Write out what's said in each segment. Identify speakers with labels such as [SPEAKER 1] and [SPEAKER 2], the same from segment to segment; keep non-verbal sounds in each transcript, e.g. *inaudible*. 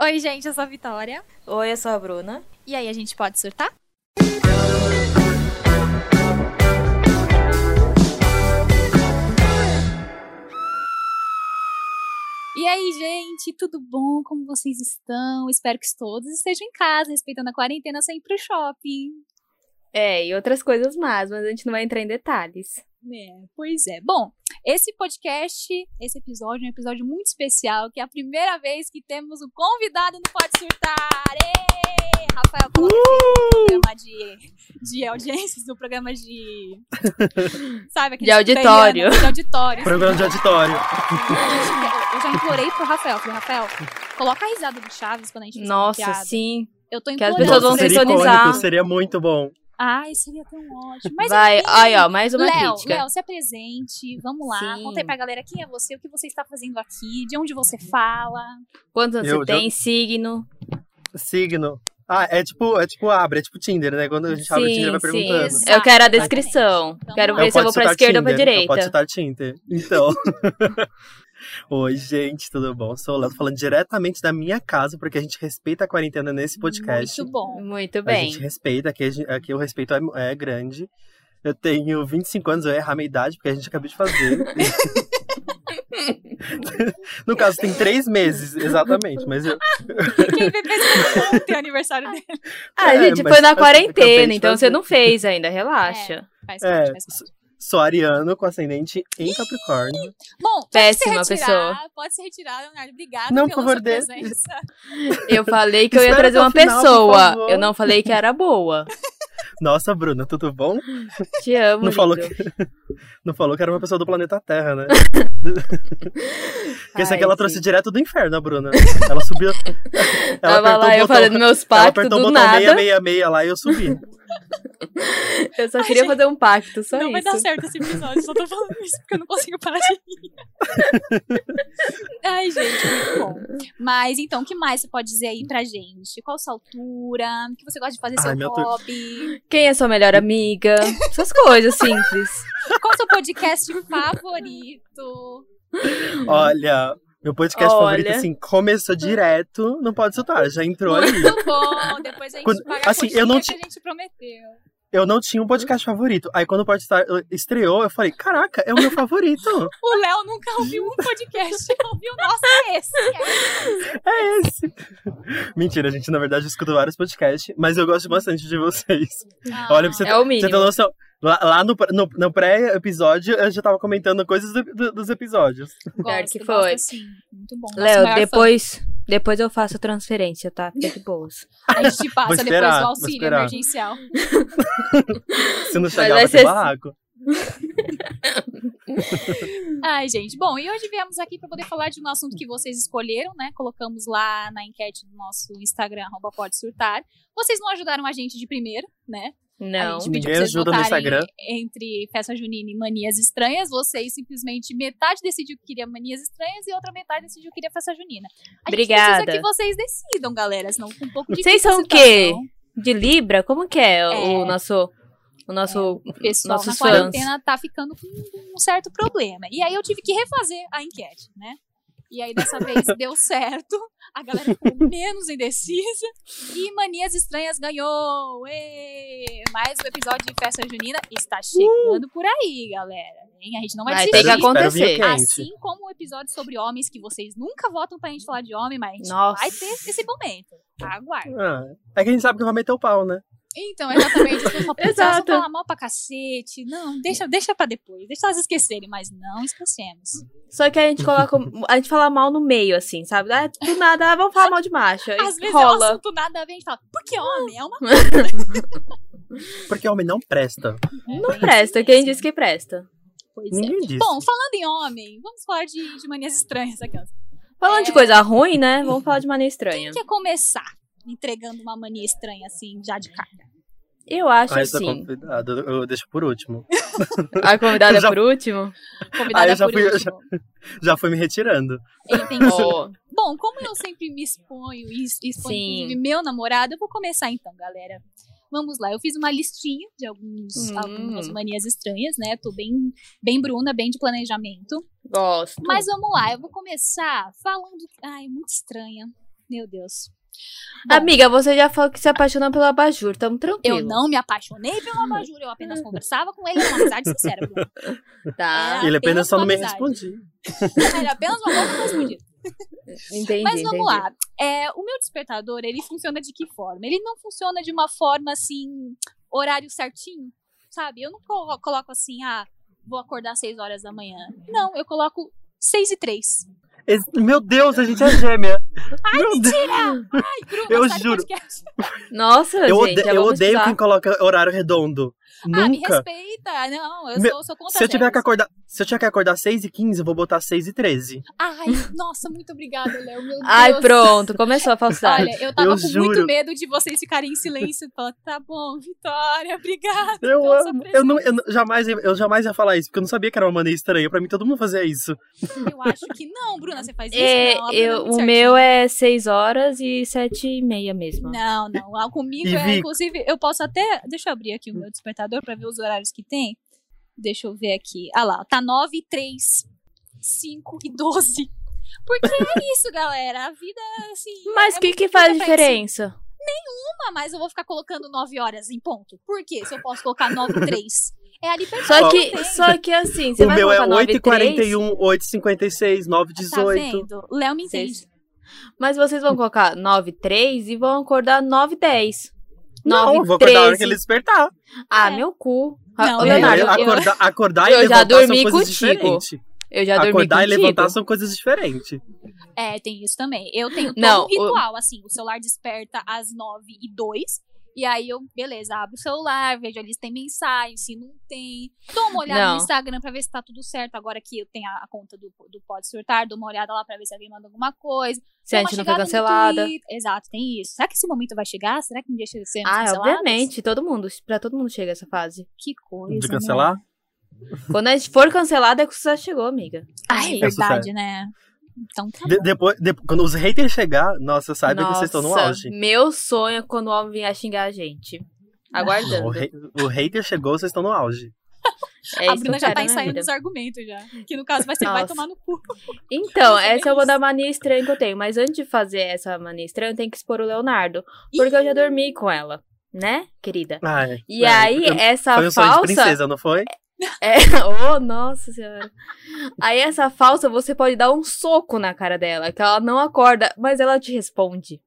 [SPEAKER 1] Oi, gente, eu sou a Vitória.
[SPEAKER 2] Oi, eu sou a Bruna.
[SPEAKER 1] E aí, a gente pode surtar? E aí, gente, tudo bom? Como vocês estão? Espero que todos estejam em casa, respeitando a quarentena, sem ir pro shopping.
[SPEAKER 2] É, e outras coisas mais, mas a gente não vai entrar em detalhes.
[SPEAKER 1] É, pois é. Bom, esse podcast, esse episódio, é um episódio muito especial, que é a primeira vez que temos um convidado no Pode Surtar. Ê! Rafael é Clóvis,
[SPEAKER 2] Uh!
[SPEAKER 1] do programa de, de audiências, do programa de. Sabe aquele
[SPEAKER 2] De auditório.
[SPEAKER 1] De auditório. assim,
[SPEAKER 3] Programa de auditório.
[SPEAKER 1] Eu já implorei pro Rafael, falei, Rafael, coloca a risada do Chaves quando a gente fizer uma
[SPEAKER 2] Nossa,
[SPEAKER 1] piada.
[SPEAKER 2] sim.
[SPEAKER 1] Eu tô
[SPEAKER 2] que as
[SPEAKER 1] implorando.
[SPEAKER 2] pessoas vão
[SPEAKER 3] Nossa, seria
[SPEAKER 2] sintonizar.
[SPEAKER 3] icônico, seria muito bom.
[SPEAKER 1] Ai, seria tão ótimo. Mas
[SPEAKER 2] vai,
[SPEAKER 1] enfim,
[SPEAKER 2] aí ó, mais uma
[SPEAKER 1] Léo,
[SPEAKER 2] crítica.
[SPEAKER 1] Léo, se apresente, vamos lá.
[SPEAKER 2] Sim.
[SPEAKER 1] Conta aí pra galera quem é você, o que você está fazendo aqui, de onde você fala.
[SPEAKER 2] Quantos anos
[SPEAKER 3] Eu
[SPEAKER 2] você
[SPEAKER 3] já-
[SPEAKER 2] tem? Signo.
[SPEAKER 3] Signo. Ah, é tipo, é tipo abre, é tipo Tinder, né? Quando a gente abre o Tinder, vai perguntando.
[SPEAKER 1] Exato,
[SPEAKER 2] Eu quero a
[SPEAKER 1] exatamente.
[SPEAKER 2] descrição.
[SPEAKER 1] Vamos
[SPEAKER 2] quero
[SPEAKER 1] lá.
[SPEAKER 2] ver
[SPEAKER 3] Eu
[SPEAKER 2] se eu
[SPEAKER 3] posso
[SPEAKER 2] vou pra
[SPEAKER 3] citar
[SPEAKER 2] esquerda ou pra
[SPEAKER 3] Tinder, Eu posso
[SPEAKER 2] direita.
[SPEAKER 3] citar Tinder. Então. *laughs* Oi, gente, tudo bom? Sou o Léo, tô falando diretamente da minha casa, porque a gente respeita a quarentena nesse podcast.
[SPEAKER 1] Muito bom.
[SPEAKER 2] Muito
[SPEAKER 3] A
[SPEAKER 2] bem.
[SPEAKER 3] gente respeita, aqui, a gente- aqui o respeito é, é grande. Eu tenho 25 anos, eu ia errar a minha idade, porque a gente acabou de fazer. *laughs* no caso, tem três meses, exatamente. Mas eu,
[SPEAKER 1] Quem vê pensa que tem aniversário
[SPEAKER 3] *laughs*
[SPEAKER 1] dele.
[SPEAKER 2] Ah,
[SPEAKER 3] É,
[SPEAKER 2] gente,
[SPEAKER 3] mas
[SPEAKER 2] foi na
[SPEAKER 3] eu acabei de
[SPEAKER 2] quarentena, então
[SPEAKER 3] fazer.
[SPEAKER 2] você não fez ainda, relaxa.
[SPEAKER 1] Faz
[SPEAKER 3] É,
[SPEAKER 1] parte, faz parte.
[SPEAKER 3] sou ariano com ascendente em Capricórnio.
[SPEAKER 1] Bom,
[SPEAKER 2] Péssima
[SPEAKER 1] pode se retirar, pode se retirar, Leonardo. Obrigada
[SPEAKER 3] Não,
[SPEAKER 1] pela
[SPEAKER 3] por
[SPEAKER 1] sua
[SPEAKER 3] favor, dê-
[SPEAKER 1] presença. É.
[SPEAKER 2] Eu falei que eu ia
[SPEAKER 3] Espera
[SPEAKER 2] trazer
[SPEAKER 3] até o
[SPEAKER 2] uma
[SPEAKER 3] final, por
[SPEAKER 2] pessoa.
[SPEAKER 3] favor.
[SPEAKER 2] Eu não falei que era boa.
[SPEAKER 3] Nossa, Bruna, tudo bom?
[SPEAKER 2] Te amo.
[SPEAKER 3] Não falou,
[SPEAKER 2] lindo.
[SPEAKER 3] que, *laughs* não falou que era uma pessoa do planeta Terra, né? Porque isso
[SPEAKER 2] Ai,
[SPEAKER 3] aqui ela
[SPEAKER 2] sim.
[SPEAKER 3] trouxe direto do inferno, a Bruna. Ela subiu. *laughs* Ela
[SPEAKER 2] Tava
[SPEAKER 3] apertou
[SPEAKER 2] lá,
[SPEAKER 3] o
[SPEAKER 2] eu
[SPEAKER 3] botão,
[SPEAKER 2] falando meus
[SPEAKER 3] ela
[SPEAKER 2] pactos
[SPEAKER 3] apertou o
[SPEAKER 2] do
[SPEAKER 3] botão
[SPEAKER 2] nada.
[SPEAKER 3] 666 lá e eu subi.
[SPEAKER 2] Eu só
[SPEAKER 1] Ai,
[SPEAKER 2] queria
[SPEAKER 1] gente,
[SPEAKER 2] fazer um pacto, só
[SPEAKER 1] não vai dar
[SPEAKER 2] isso.
[SPEAKER 1] certo esse episódio, só tô falando isso porque eu não consigo parar de rir. Ai, gente, muito bom. Mas então, o que mais você pode dizer aí pra gente? Qual sua altura? O que você gosta de fazer?
[SPEAKER 3] Ai,
[SPEAKER 1] seu
[SPEAKER 3] meu Deus.
[SPEAKER 1] hobby?
[SPEAKER 2] Quem é sua melhor amiga? Essas coisas simples.
[SPEAKER 1] Qual o seu podcast favorito?
[SPEAKER 2] *laughs*
[SPEAKER 3] Olha, meu podcast
[SPEAKER 2] Olha.
[SPEAKER 3] favorito, assim, começou direto, não pode soltar, já
[SPEAKER 2] *laughs*
[SPEAKER 3] entrou ali.
[SPEAKER 1] Muito bom. Depois a gente
[SPEAKER 3] Quando-
[SPEAKER 1] paga
[SPEAKER 3] assim,
[SPEAKER 1] a coxinha
[SPEAKER 3] eu não
[SPEAKER 1] que a gente prometeu.
[SPEAKER 3] Eu não tinha um podcast favorito. Aí quando o Pode Estar estreou, eu falei, caraca, é o meu
[SPEAKER 2] *laughs*
[SPEAKER 3] favorito.
[SPEAKER 1] O Léo nunca ouviu um podcast. ouviu o nosso é esse. É.
[SPEAKER 3] É esse. Mentira, gente, na verdade eu escuto vários podcasts, mas eu gosto bastante de vocês. *laughs* Olha, pra você, tá
[SPEAKER 2] É o
[SPEAKER 3] pra você
[SPEAKER 2] mínimo.
[SPEAKER 3] ter noção. Lá, lá no, no- no pré-episódio, eu já tava comentando coisas do- do- dos episódios.
[SPEAKER 1] Ah, Gosto,
[SPEAKER 2] que
[SPEAKER 1] gosto,
[SPEAKER 2] foi.
[SPEAKER 1] sim. Muito bom. Nosso
[SPEAKER 2] Léo,
[SPEAKER 1] maior fã.
[SPEAKER 2] depois, depois eu faço transferência, tá? Fica de boas.
[SPEAKER 1] A gente passa
[SPEAKER 3] Vou
[SPEAKER 1] depois
[SPEAKER 3] esperar,
[SPEAKER 1] do
[SPEAKER 3] vou
[SPEAKER 1] auxílio
[SPEAKER 3] esperar.
[SPEAKER 1] emergencial.
[SPEAKER 3] Se não chegar,
[SPEAKER 2] vai
[SPEAKER 3] vai
[SPEAKER 2] ser- assim.
[SPEAKER 3] ter barraco.
[SPEAKER 1] Ai, gente. Bom, e hoje viemos aqui para poder falar de um assunto que vocês escolheram, né? Colocamos lá na enquete do nosso Instagram, arroba pode surtar. Vocês não ajudaram a gente de primeira, né?
[SPEAKER 2] Não.
[SPEAKER 1] a gente pediu
[SPEAKER 3] ninguém
[SPEAKER 1] pra vocês
[SPEAKER 3] ajuda no
[SPEAKER 1] votarem
[SPEAKER 3] Instagram.
[SPEAKER 1] entre festa junina e manias estranhas. Vocês simplesmente metade decidiu que queria manias estranhas e outra metade decidiu que queria festa junina. A gente
[SPEAKER 2] Obrigada.
[SPEAKER 1] precisa que vocês decidam, galera, senão fica um pouco difícil.
[SPEAKER 2] Vocês são
[SPEAKER 1] a
[SPEAKER 2] o quê?
[SPEAKER 1] situação.
[SPEAKER 2] De Libra, como que é,
[SPEAKER 1] É.
[SPEAKER 2] o nosso. O nosso.
[SPEAKER 1] O pessoal
[SPEAKER 2] nossos
[SPEAKER 1] na
[SPEAKER 2] fãs.
[SPEAKER 1] quarentena tá ficando com um certo problema. E aí eu tive que refazer a enquete, né? E aí dessa vez deu certo, a galera ficou menos indecisa e Manias Estranhas ganhou! Ê! Mas o episódio de Festa Junina está chegando por aí, galera. hein? A gente não vai,
[SPEAKER 2] Vai ter
[SPEAKER 1] desistir.
[SPEAKER 2] que
[SPEAKER 3] Espero
[SPEAKER 2] acontecer.
[SPEAKER 3] vir quente.
[SPEAKER 1] Assim como o episódio sobre homens, que vocês nunca votam pra gente falar de homem, mas a gente
[SPEAKER 2] Nossa.
[SPEAKER 1] vai ter esse momento. Aguarde.
[SPEAKER 3] Ah, é que a gente sabe que vai meter o pau, né?
[SPEAKER 1] Então, exatamente. As
[SPEAKER 2] *laughs*
[SPEAKER 1] pessoas
[SPEAKER 2] Exato.
[SPEAKER 1] Exato. falar mal pra cacete. Não, deixa, deixa pra depois. Deixa elas esquecerem, mas não esquecemos.
[SPEAKER 2] Só que a gente coloca. A gente fala mal no meio, assim, sabe? Ah, do nada, ah, vamos falar mal de macho. Aí
[SPEAKER 1] Às vezes é um
[SPEAKER 2] rola.
[SPEAKER 1] assunto nada a ver, a gente fala, porque homem é uma...
[SPEAKER 3] Porque homem não presta.
[SPEAKER 2] Não presta, quem disse que presta?
[SPEAKER 1] é, Pois é.
[SPEAKER 3] Ninguém disse.
[SPEAKER 1] Bom, falando em homem, vamos falar de, de manias estranhas aquelas.
[SPEAKER 2] Falando de
[SPEAKER 1] É.
[SPEAKER 2] coisa ruim, né? Vamos falar de maneira estranha.
[SPEAKER 1] Quem quer começar entregando uma mania estranha, assim, já de cara?
[SPEAKER 2] Eu acho
[SPEAKER 3] Ah, eu sou
[SPEAKER 2] assim.
[SPEAKER 3] convidado, eu eu deixo por último.
[SPEAKER 2] A convidada
[SPEAKER 3] Já-
[SPEAKER 2] por
[SPEAKER 3] *laughs*
[SPEAKER 2] último?
[SPEAKER 1] Convidada
[SPEAKER 3] Ah, eu já
[SPEAKER 1] por
[SPEAKER 3] fui- eu
[SPEAKER 1] último.
[SPEAKER 3] Já fui me retirando.
[SPEAKER 1] Entendi.
[SPEAKER 3] *laughs*
[SPEAKER 2] Ó,
[SPEAKER 1] Bom, como eu sempre me exponho e es- exponho
[SPEAKER 2] Sim.
[SPEAKER 1] inclusive meu namorado, eu vou começar então, galera. Vamos lá, eu fiz uma listinha de alguns,
[SPEAKER 2] Hum.
[SPEAKER 1] algumas manias estranhas, né? Tô bem, bem bruna, bem de planejamento.
[SPEAKER 2] gosto.
[SPEAKER 1] Mas vamos lá, eu vou começar falando. Ai, muito estranha. Meu Deus. Bom,
[SPEAKER 2] Amiga, você já falou que se apaixonou pelo abajur, tamo tranquilo.
[SPEAKER 1] eu não me apaixonei pelo abajur, eu
[SPEAKER 2] *laughs*
[SPEAKER 1] apenas conversava com ele, era uma amizade sincera. Bruno.
[SPEAKER 2] Tá,
[SPEAKER 1] É.
[SPEAKER 3] Ele
[SPEAKER 1] apenas
[SPEAKER 3] apenas só
[SPEAKER 1] uma
[SPEAKER 3] não me
[SPEAKER 1] amizade.
[SPEAKER 3] respondia.
[SPEAKER 1] Era apenas uma boca correspondida.
[SPEAKER 2] entendi.
[SPEAKER 1] Mas vamos
[SPEAKER 2] entendi.
[SPEAKER 1] lá. É, o meu despertador, ele funciona de que forma? Ele não funciona de uma forma assim, horário certinho, sabe? Eu não colo- coloco assim, ah, vou acordar às 6 horas da manhã. Não, eu coloco 6 e 3.
[SPEAKER 3] Ex- Meu Deus, a gente é gêmea. Meu Deus. Eu
[SPEAKER 1] é
[SPEAKER 3] juro.
[SPEAKER 1] Ah,
[SPEAKER 2] Nossa,
[SPEAKER 3] Eu
[SPEAKER 2] gente,
[SPEAKER 3] odeio,
[SPEAKER 2] já
[SPEAKER 3] eu
[SPEAKER 2] vamos
[SPEAKER 3] odeio
[SPEAKER 2] estudar.
[SPEAKER 3] quem coloca horário redondo.
[SPEAKER 1] Ah, me
[SPEAKER 3] Nunca.
[SPEAKER 1] respeita. Não, eu
[SPEAKER 3] Meu-
[SPEAKER 1] sou, sou contra
[SPEAKER 3] Se eu tiver
[SPEAKER 1] zeros.
[SPEAKER 3] que acordar. Se eu tiver que acordar 6 e 15, eu vou botar 6 e 13.
[SPEAKER 1] Ai, nossa, muito obrigada, Léo. Meu
[SPEAKER 2] Ai,
[SPEAKER 1] Deus.
[SPEAKER 2] pronto, começou a falsidade.
[SPEAKER 1] Olha, eu tava
[SPEAKER 3] Eu
[SPEAKER 1] com muito
[SPEAKER 3] juro.
[SPEAKER 1] medo de vocês ficarem em silêncio. Falar, tá bom, Vitória, obrigada.
[SPEAKER 3] Eu
[SPEAKER 1] pela sua
[SPEAKER 3] amo. Eu, não, eu, não- jamais, eu jamais ia falar isso, porque eu não sabia que era uma maneira estranha. Pra mim, todo mundo fazia isso.
[SPEAKER 1] Eu acho que não, Bruna, você faz isso?
[SPEAKER 2] É,
[SPEAKER 1] não, a Bruna é
[SPEAKER 2] eu-
[SPEAKER 1] muito
[SPEAKER 2] o
[SPEAKER 1] certinha.
[SPEAKER 2] meu é 6 horas e 7 e meia mesmo.
[SPEAKER 1] Não, não. Ah, Comigo
[SPEAKER 3] E
[SPEAKER 1] é,
[SPEAKER 3] Vic?
[SPEAKER 1] inclusive, eu posso até. Deixa eu abrir aqui o meu despertador pra ver os horários que tem. Deixa eu ver aqui. Ah lá, tá 9 e 3, 5 e 12. Porque
[SPEAKER 3] *laughs*
[SPEAKER 1] é isso, galera. A vida, assim.
[SPEAKER 2] Mas
[SPEAKER 1] é
[SPEAKER 2] o que,
[SPEAKER 1] muito
[SPEAKER 2] que faz
[SPEAKER 1] curta pra isso.
[SPEAKER 2] diferença?
[SPEAKER 1] Uma, mas eu vou ficar colocando 9 horas em ponto. Por quê? Se eu posso colocar 9 e 3. É a liberdade.
[SPEAKER 2] Só
[SPEAKER 3] Ó,
[SPEAKER 2] que, só que assim, você
[SPEAKER 3] o
[SPEAKER 2] vai
[SPEAKER 3] meu é
[SPEAKER 2] colocar 9 e 3,
[SPEAKER 3] 8h41, 8h56, 9h18.
[SPEAKER 1] Tá vendo? Léo me entende.
[SPEAKER 2] Vocês- mas vocês vão colocar 9 e 3 e vão acordar 9 e 10. 9
[SPEAKER 3] não, eu vou acordar a hora que ele despertar.
[SPEAKER 2] Ah,
[SPEAKER 1] É.
[SPEAKER 2] meu cu.
[SPEAKER 1] Não,
[SPEAKER 2] Ô,
[SPEAKER 1] eu-
[SPEAKER 2] Leonardo,
[SPEAKER 3] Eu-
[SPEAKER 2] eu,
[SPEAKER 3] acordar, acordar
[SPEAKER 2] eu
[SPEAKER 3] e
[SPEAKER 2] já
[SPEAKER 3] levantar são
[SPEAKER 2] dormi
[SPEAKER 3] coisas
[SPEAKER 2] contigo.
[SPEAKER 3] diferentes.
[SPEAKER 2] eu já dormi
[SPEAKER 3] acordar e
[SPEAKER 2] contigo.
[SPEAKER 3] levantar são coisas diferentes.
[SPEAKER 1] É, tem isso também. Eu tenho todo
[SPEAKER 2] Não,
[SPEAKER 1] um ritual, assim, o celular desperta às 9 e 2 e aí eu, beleza, abro o celular, vejo ali se tem mensagem, se não tem. Dou uma olhada
[SPEAKER 2] Não.
[SPEAKER 1] no Instagram pra ver se tá tudo certo, agora que eu tenho a a conta do, do Pode Surtar, dou uma olhada lá pra ver se alguém manda alguma coisa.
[SPEAKER 2] Se a
[SPEAKER 1] Dou uma
[SPEAKER 2] gente não
[SPEAKER 1] chegada
[SPEAKER 2] foi
[SPEAKER 1] no
[SPEAKER 2] cancelada.
[SPEAKER 1] Twitter. Exato, tem isso. Será que esse momento vai chegar? Será que um dia chega seremos
[SPEAKER 2] Ah,
[SPEAKER 1] canceladas?
[SPEAKER 2] obviamente, todo mundo, pra todo mundo chega essa fase.
[SPEAKER 1] Que coisa,
[SPEAKER 3] De
[SPEAKER 1] né?
[SPEAKER 3] cancelar?
[SPEAKER 2] Quando a gente for cancelada é que o sucesso chegou, amiga.
[SPEAKER 1] Ah, é
[SPEAKER 2] Aí.
[SPEAKER 1] verdade, né? Então tá
[SPEAKER 3] De- depois, de- quando os haters chegar, nossa, saiba que vocês estão no
[SPEAKER 2] Nossa,
[SPEAKER 3] auge.
[SPEAKER 2] Meu sonho é quando o homem vier xingar a gente. Aguardando.
[SPEAKER 3] O, ha- o hater chegou, vocês estão no auge.
[SPEAKER 2] É
[SPEAKER 1] a
[SPEAKER 2] isso
[SPEAKER 1] Bruna
[SPEAKER 2] que eu
[SPEAKER 1] já
[SPEAKER 2] quero
[SPEAKER 1] tá
[SPEAKER 2] na
[SPEAKER 1] ensaiando
[SPEAKER 2] vida.
[SPEAKER 1] os argumentos já. Que no caso vai ser, vai
[SPEAKER 2] Nossa.
[SPEAKER 1] tomar no cu.
[SPEAKER 2] Então,
[SPEAKER 1] Nossa,
[SPEAKER 2] essa é
[SPEAKER 1] Deus.
[SPEAKER 2] uma da mania estranha que eu tenho. Mas antes de fazer essa mania estranha, eu tenho que expor o Leonardo. Porque eu já dormi com ela, né, querida?
[SPEAKER 3] Ai,
[SPEAKER 2] E
[SPEAKER 3] é,
[SPEAKER 2] aí,
[SPEAKER 3] eu-
[SPEAKER 2] essa
[SPEAKER 3] foi um sonho de
[SPEAKER 2] falsa.
[SPEAKER 3] princesa, não foi?
[SPEAKER 2] É... *laughs* Oh, nossa senhora. Aí, essa falsa, você pode dar um soco na cara dela, que ela não acorda, mas ela te responde.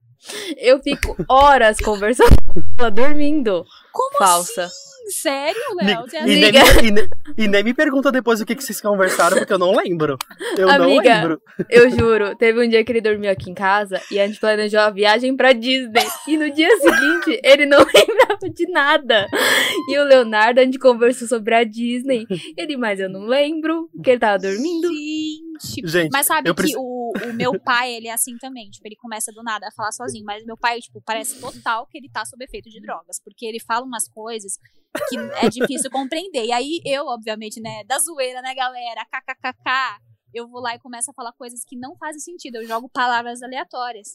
[SPEAKER 2] Eu fico
[SPEAKER 1] *laughs*
[SPEAKER 2] horas conversando com ela, dormindo.
[SPEAKER 1] Como
[SPEAKER 2] falsa.
[SPEAKER 1] assim?
[SPEAKER 3] *laughs*
[SPEAKER 1] Sério, Léo?
[SPEAKER 3] Me-
[SPEAKER 1] Você é
[SPEAKER 3] e,
[SPEAKER 1] acha-
[SPEAKER 3] nem,
[SPEAKER 2] amiga.
[SPEAKER 3] e nem- e nem me pergunta depois o que, que vocês conversaram, porque eu não lembro. Eu não
[SPEAKER 2] Amiga.
[SPEAKER 3] lembro.
[SPEAKER 2] Eu juro, teve um dia que ele dormiu aqui em casa e a gente planejou a viagem pra Disney. E
[SPEAKER 1] *laughs*
[SPEAKER 2] no dia seguinte, ele não *laughs* lembrava de nada. E o Leonardo, a gente conversou sobre a Disney. Ele, mas eu não lembro, porque ele tava dormindo.
[SPEAKER 1] Gente.
[SPEAKER 3] tá Gente,
[SPEAKER 1] assim, tipo, Mas sabe
[SPEAKER 3] eu
[SPEAKER 1] que
[SPEAKER 3] preciso-
[SPEAKER 1] o, o meu pai, ele é assim também. Tipo, ele começa do nada a falar sozinho. Mas meu pai, tipo, parece total que ele tá sob efeito de drogas. Porque ele fala umas coisas que é difícil compreender. E aí eu, obviamente, né, da zoeira, né, galera? KKKK. Eu vou lá e começo a falar coisas que não fazem sentido. Eu jogo palavras aleatórias.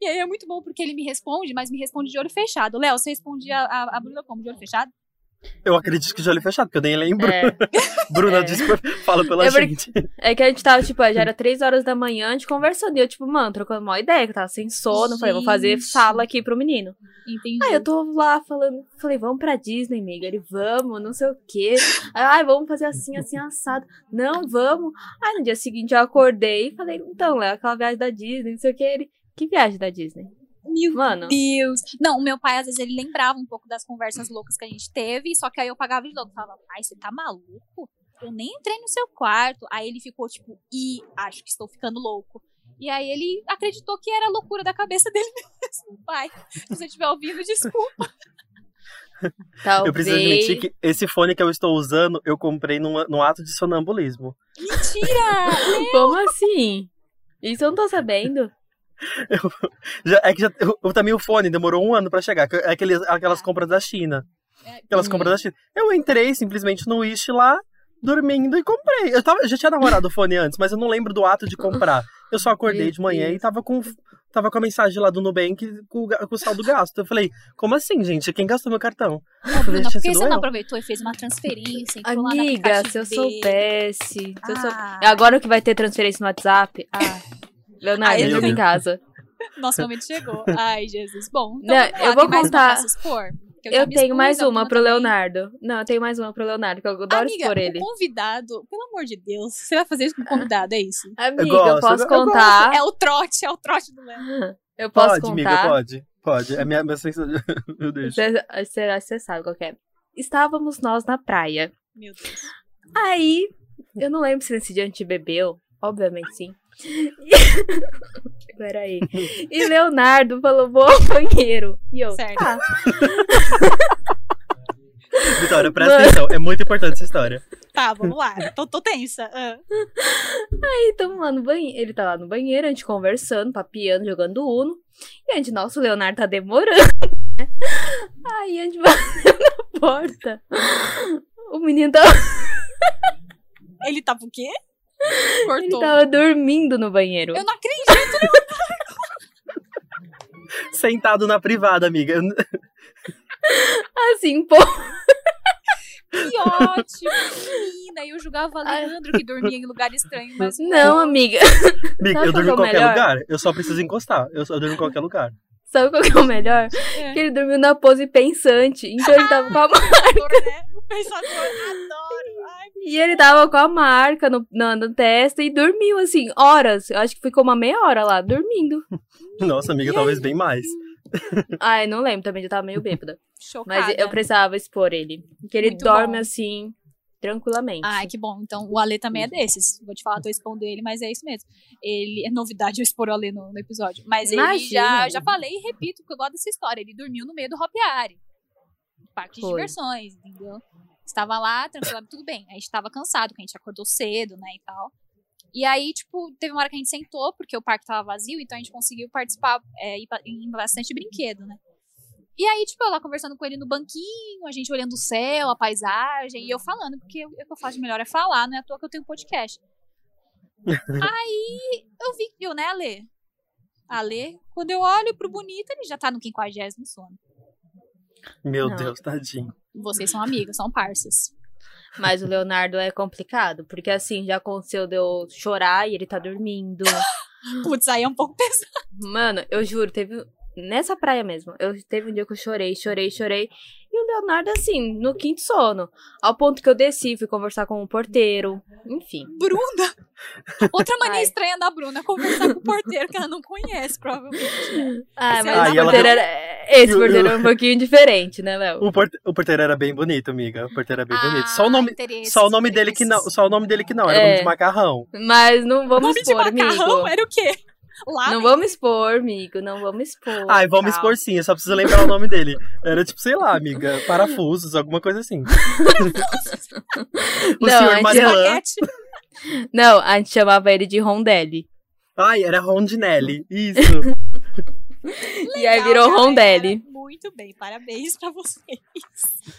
[SPEAKER 1] E aí é muito bom porque ele me responde, mas me responde de olho fechado. Léo, você respondia a, a Bruna como? De olho fechado?
[SPEAKER 3] eu acredito que já olho fechado, porque eu
[SPEAKER 2] *laughs*
[SPEAKER 3] nem lembro.
[SPEAKER 2] É,
[SPEAKER 3] Bruna
[SPEAKER 2] é.
[SPEAKER 3] disse, fala pela
[SPEAKER 2] É porque-
[SPEAKER 3] gente.
[SPEAKER 2] é que a gente tava, tipo, já era três horas da manhã, a gente conversando. E eu, tipo, mano, trocando uma ideia, que eu tava sem sono. Falei, vou fazer
[SPEAKER 1] Gente.
[SPEAKER 2] sala aqui pro menino.
[SPEAKER 1] Entendi.
[SPEAKER 3] Ah,
[SPEAKER 2] Aí eu tô lá falando, falei, vamos pra Disney, amiga. Ele, vamos, não sei o quê. Aí, Ai, vamos fazer assim, assim, assado. Não, vamos. Aí no dia seguinte eu acordei e falei, então, Léo, aquela viagem da Disney, não sei o quê. Ele, que viagem da Disney?
[SPEAKER 1] Meu
[SPEAKER 2] Mano,
[SPEAKER 1] Deus. Não, o meu pai, às vezes, ele lembrava um pouco das conversas loucas que a gente teve, só que aí eu pagava de louco. Falava, pai, você tá maluco? Eu nem entrei no seu quarto. Aí ele ficou tipo, ih, acho que estou ficando louco. E aí ele acreditou que era loucura da cabeça dele *laughs* mesmo. Pai, se você estiver ouvindo, desculpa.
[SPEAKER 2] talvez...
[SPEAKER 3] Eu preciso admitir que esse fone que eu estou usando, eu comprei num, num ato de sonambulismo.
[SPEAKER 1] Mentira!
[SPEAKER 2] *laughs* Como assim? Isso eu não tô sabendo.
[SPEAKER 3] Já- é que já, eu, eu- também o fone demorou um ano pra chegar. que É aqueles, aquelas
[SPEAKER 2] Ah.
[SPEAKER 3] compras da China. Aquelas
[SPEAKER 2] Hum.
[SPEAKER 3] compras da China. Eu entrei simplesmente no Wish lá, dormindo e comprei. Eu, tava, eu já tinha namorado o fone antes, mas eu não lembro do ato de comprar. Eu só acordei
[SPEAKER 2] Meu
[SPEAKER 3] de manhã
[SPEAKER 2] Deus.
[SPEAKER 3] e tava com. Tava com a mensagem lá do Nubank com, o ga- com o saldo gasto. Eu falei, como assim, gente? Quem gastou meu cartão?
[SPEAKER 1] Ô, Bruna,
[SPEAKER 3] Tinha
[SPEAKER 1] por que
[SPEAKER 3] sido
[SPEAKER 1] você não
[SPEAKER 3] eu.
[SPEAKER 1] aproveitou e fez uma transferência? entrou lá no
[SPEAKER 2] Amiga, se eu
[SPEAKER 1] aplicativo dele?
[SPEAKER 2] soubesse. se eu soubesse-
[SPEAKER 1] Ah.
[SPEAKER 2] Agora que vai ter transferência no WhatsAe. Ah, Leonardo,
[SPEAKER 1] Aí
[SPEAKER 2] entra
[SPEAKER 3] ele-
[SPEAKER 2] em casa.
[SPEAKER 1] Nosso momento chegou. Ai, Jesus. Bom, então,
[SPEAKER 2] Não,
[SPEAKER 1] vamos lá,
[SPEAKER 2] eu vou
[SPEAKER 1] tem mais uma
[SPEAKER 2] contar-
[SPEAKER 1] pra se expor? Que já
[SPEAKER 2] Eu
[SPEAKER 1] me
[SPEAKER 2] tenho
[SPEAKER 1] expus,
[SPEAKER 2] mais
[SPEAKER 1] a
[SPEAKER 2] uma
[SPEAKER 1] Bruna
[SPEAKER 2] pro
[SPEAKER 1] também.
[SPEAKER 2] Leonardo. Não, eu tenho mais uma pro Leonardo, que eu adoro
[SPEAKER 1] Amiga,
[SPEAKER 2] expor
[SPEAKER 1] o
[SPEAKER 2] ele.
[SPEAKER 1] convidado, pelo amor de Deus, você vai fazer isso com o convidado, é isso?
[SPEAKER 2] Amiga, eu,
[SPEAKER 3] gosto,
[SPEAKER 2] posso
[SPEAKER 3] eu gosto.
[SPEAKER 2] contar.
[SPEAKER 1] É o trote, é o trote do Léo.
[SPEAKER 2] Eu posso
[SPEAKER 3] Pode,
[SPEAKER 2] contar.
[SPEAKER 3] amiga, pode. Pode. É minha, minha sensação. *laughs* Meu Deus.
[SPEAKER 2] Você, você, você sabe qual que é. Estávamos nós na praia.
[SPEAKER 1] Meu Deus.
[SPEAKER 2] Aí, eu não lembro se nesse dia a gente bebeu. Obviamente sim. *laughs* Peraí. E Leonardo falou, vou ao banheiro. E eu,
[SPEAKER 1] Certo.
[SPEAKER 2] tá.
[SPEAKER 3] Vitória, presta
[SPEAKER 2] Mano.
[SPEAKER 3] atenção. É muito importante essa história.
[SPEAKER 1] Tá, vamos lá. Tô, tô tensa. Ah.
[SPEAKER 2] Aí tamo Então, lá no banheiro. Ele tá lá no banheiro, a gente conversando, papiando, jogando Uno. E a gente, nossa, o Leonardo tá demorando. né? Aí a gente bateu *laughs* na porta. O menino tava,
[SPEAKER 1] Ele tá por quê?
[SPEAKER 2] ele
[SPEAKER 1] Cortou.
[SPEAKER 2] tava dormindo no banheiro.
[SPEAKER 1] Eu não acredito.
[SPEAKER 3] Sentado na privada, amiga.
[SPEAKER 2] Assim, pô.
[SPEAKER 1] Que *laughs* ótimo. Menina, eu julgava o Leandro que dormia em lugar estranho, mas.
[SPEAKER 2] Não, amiga.
[SPEAKER 3] Amiga,
[SPEAKER 2] Sabe qual que
[SPEAKER 3] eu durmo
[SPEAKER 2] é
[SPEAKER 3] em
[SPEAKER 2] o
[SPEAKER 3] qualquer
[SPEAKER 2] melhor?
[SPEAKER 3] lugar. Eu só preciso encostar. Eu, só, eu durmo em qualquer lugar.
[SPEAKER 2] Sabe qual que é o melhor?
[SPEAKER 1] É.
[SPEAKER 2] Que ele dormiu na pose pensante. Então ele tava com a
[SPEAKER 1] pensador,
[SPEAKER 2] *laughs*
[SPEAKER 1] né? O pensador, adoro. Ai,
[SPEAKER 2] E ele tava com a marca no, na, na testa e dormiu, assim, horas. Eu acho que ficou uma meia hora lá, dormindo.
[SPEAKER 3] Nossa, amiga,
[SPEAKER 1] E
[SPEAKER 3] talvez bem mais.
[SPEAKER 2] Ai, não lembro também, já tava meio bêbada.
[SPEAKER 1] chocada.
[SPEAKER 2] Mas eu precisava expor ele. Que ele
[SPEAKER 1] Muito
[SPEAKER 2] dorme,
[SPEAKER 1] bom.
[SPEAKER 2] assim, tranquilamente.
[SPEAKER 1] Ai, que bom. Então, o Ale também é desses. Vou te falar, tô expondo ele, mas é isso mesmo. Ele é novidade eu expor o Ale no, no episódio. Mas ele
[SPEAKER 2] Imagina.
[SPEAKER 1] já, já falei e repito, porque eu gosto dessa história. Ele dormiu no meio do Hopiari. Parque de
[SPEAKER 2] Foi.
[SPEAKER 1] diversões, entendeu? Estava lá, tranquilo, tudo bem. A gente tava cansado, porque a gente acordou cedo, né, e tal. E aí, tipo, teve uma hora que a gente sentou, porque o parque tava vazio, então a gente conseguiu participar é, ir pa- em bastante brinquedo, né? E aí, tipo, eu lá conversando com ele no banquinho, a gente olhando o céu, a paisagem, e eu falando, porque o que eu faço de melhor é falar, não é à toa que eu tenho podcast. aí eu vi, eu, né, Ale? Ale, quando eu olho pro bonito, ele já tá no quinquagésimo sono.
[SPEAKER 3] Meu
[SPEAKER 2] Não.
[SPEAKER 3] Deus, tadinho.
[SPEAKER 1] Vocês são amigos, são parças.
[SPEAKER 2] Mas o Leonardo é complicado, porque, assim, já aconteceu de eu chorar e ele tá dormindo.
[SPEAKER 1] Putz, aí é um pouco pesado.
[SPEAKER 2] Mano, eu juro, teve. Nessa praia mesmo, eu teve um dia que eu chorei, chorei, chorei. E o Leonardo, assim, no quinto sono. Ao ponto que eu desci, fui conversar com o porteiro. Enfim.
[SPEAKER 1] Bruna! Outra mania
[SPEAKER 2] Ai.
[SPEAKER 1] estranha da Bruna, é conversar com o porteiro que ela não conhece, provavelmente. né?
[SPEAKER 2] Ah,
[SPEAKER 1] Esse
[SPEAKER 2] mas
[SPEAKER 3] aí
[SPEAKER 2] esse
[SPEAKER 3] ela
[SPEAKER 2] porteiro,
[SPEAKER 3] deu-
[SPEAKER 2] era... esse
[SPEAKER 3] Eu-
[SPEAKER 2] porteiro
[SPEAKER 3] eu- *laughs*
[SPEAKER 2] é um pouquinho diferente, né, Léo?
[SPEAKER 3] O, porte- o porteiro era bem bonito, amiga. O porteiro era bem bonito. Só
[SPEAKER 1] Ah,
[SPEAKER 3] o nome,
[SPEAKER 1] interesses,
[SPEAKER 3] só o nome dele que não,
[SPEAKER 1] interesses.
[SPEAKER 3] só o nome dele que não, era
[SPEAKER 2] É.
[SPEAKER 3] o nome de macarrão.
[SPEAKER 2] Mas não vamos
[SPEAKER 1] Nome de
[SPEAKER 2] expor,
[SPEAKER 1] macarrão é,
[SPEAKER 2] amigo.
[SPEAKER 1] era o quê? Lá
[SPEAKER 2] Não vamos expor, amigo. Não vamos expor.
[SPEAKER 3] Ai, vamos
[SPEAKER 2] tal.
[SPEAKER 3] expor sim, eu só preciso lembrar o nome dele. Era tipo, sei lá, amiga, parafusos, alguma coisa assim. o
[SPEAKER 2] Não,
[SPEAKER 3] senhor
[SPEAKER 2] antes-
[SPEAKER 3] Marilã.
[SPEAKER 1] *laughs* Paquete.
[SPEAKER 2] Não, a gente chamava ele de Rondelli.
[SPEAKER 3] Ai, era Rondinelli. Isso.
[SPEAKER 1] *laughs*
[SPEAKER 2] E aí
[SPEAKER 1] Legal,
[SPEAKER 2] virou
[SPEAKER 1] galera.
[SPEAKER 2] Rondelli.
[SPEAKER 1] Muito bem, parabéns pra vocês.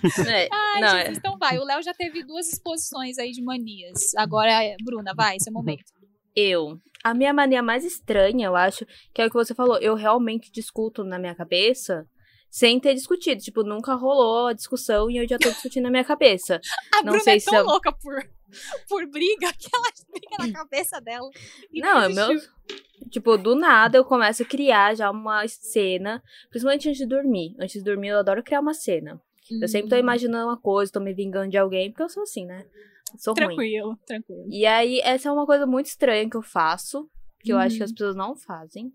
[SPEAKER 2] *laughs* É,
[SPEAKER 1] *laughs* Ai,
[SPEAKER 2] não, é-
[SPEAKER 1] Jesus, então vai. O Léo já teve duas exposições aí de manias. Agora, é, Bruna, vai, seu momento.
[SPEAKER 2] é Eu. A minha mania mais estranha, eu acho, que é o que você falou. Eu realmente discuto na minha cabeça sem ter discutido. Tipo, nunca rolou a discussão e eu já tô discutindo na minha cabeça.
[SPEAKER 1] A
[SPEAKER 2] Não
[SPEAKER 1] Bruna
[SPEAKER 2] sei
[SPEAKER 1] é
[SPEAKER 2] se
[SPEAKER 1] tão
[SPEAKER 2] eu-
[SPEAKER 1] louca por, por briga *laughs* que ela briga na cabeça dela. E
[SPEAKER 2] Não, é
[SPEAKER 1] desistiu.
[SPEAKER 2] meu. Tipo, do nada eu começo a criar já uma cena, principalmente antes de dormir. Antes de dormir eu adoro criar uma cena. Eu sempre tô
[SPEAKER 1] Hum,
[SPEAKER 2] imaginando uma coisa, tô me vingando de alguém, porque eu sou assim, né? Sou ruim.
[SPEAKER 1] Hum. Tranquilo, tranquilo.
[SPEAKER 2] E aí, essa é uma coisa muito estranha que eu faço, que eu acho que
[SPEAKER 1] Hum.
[SPEAKER 2] as pessoas não fazem.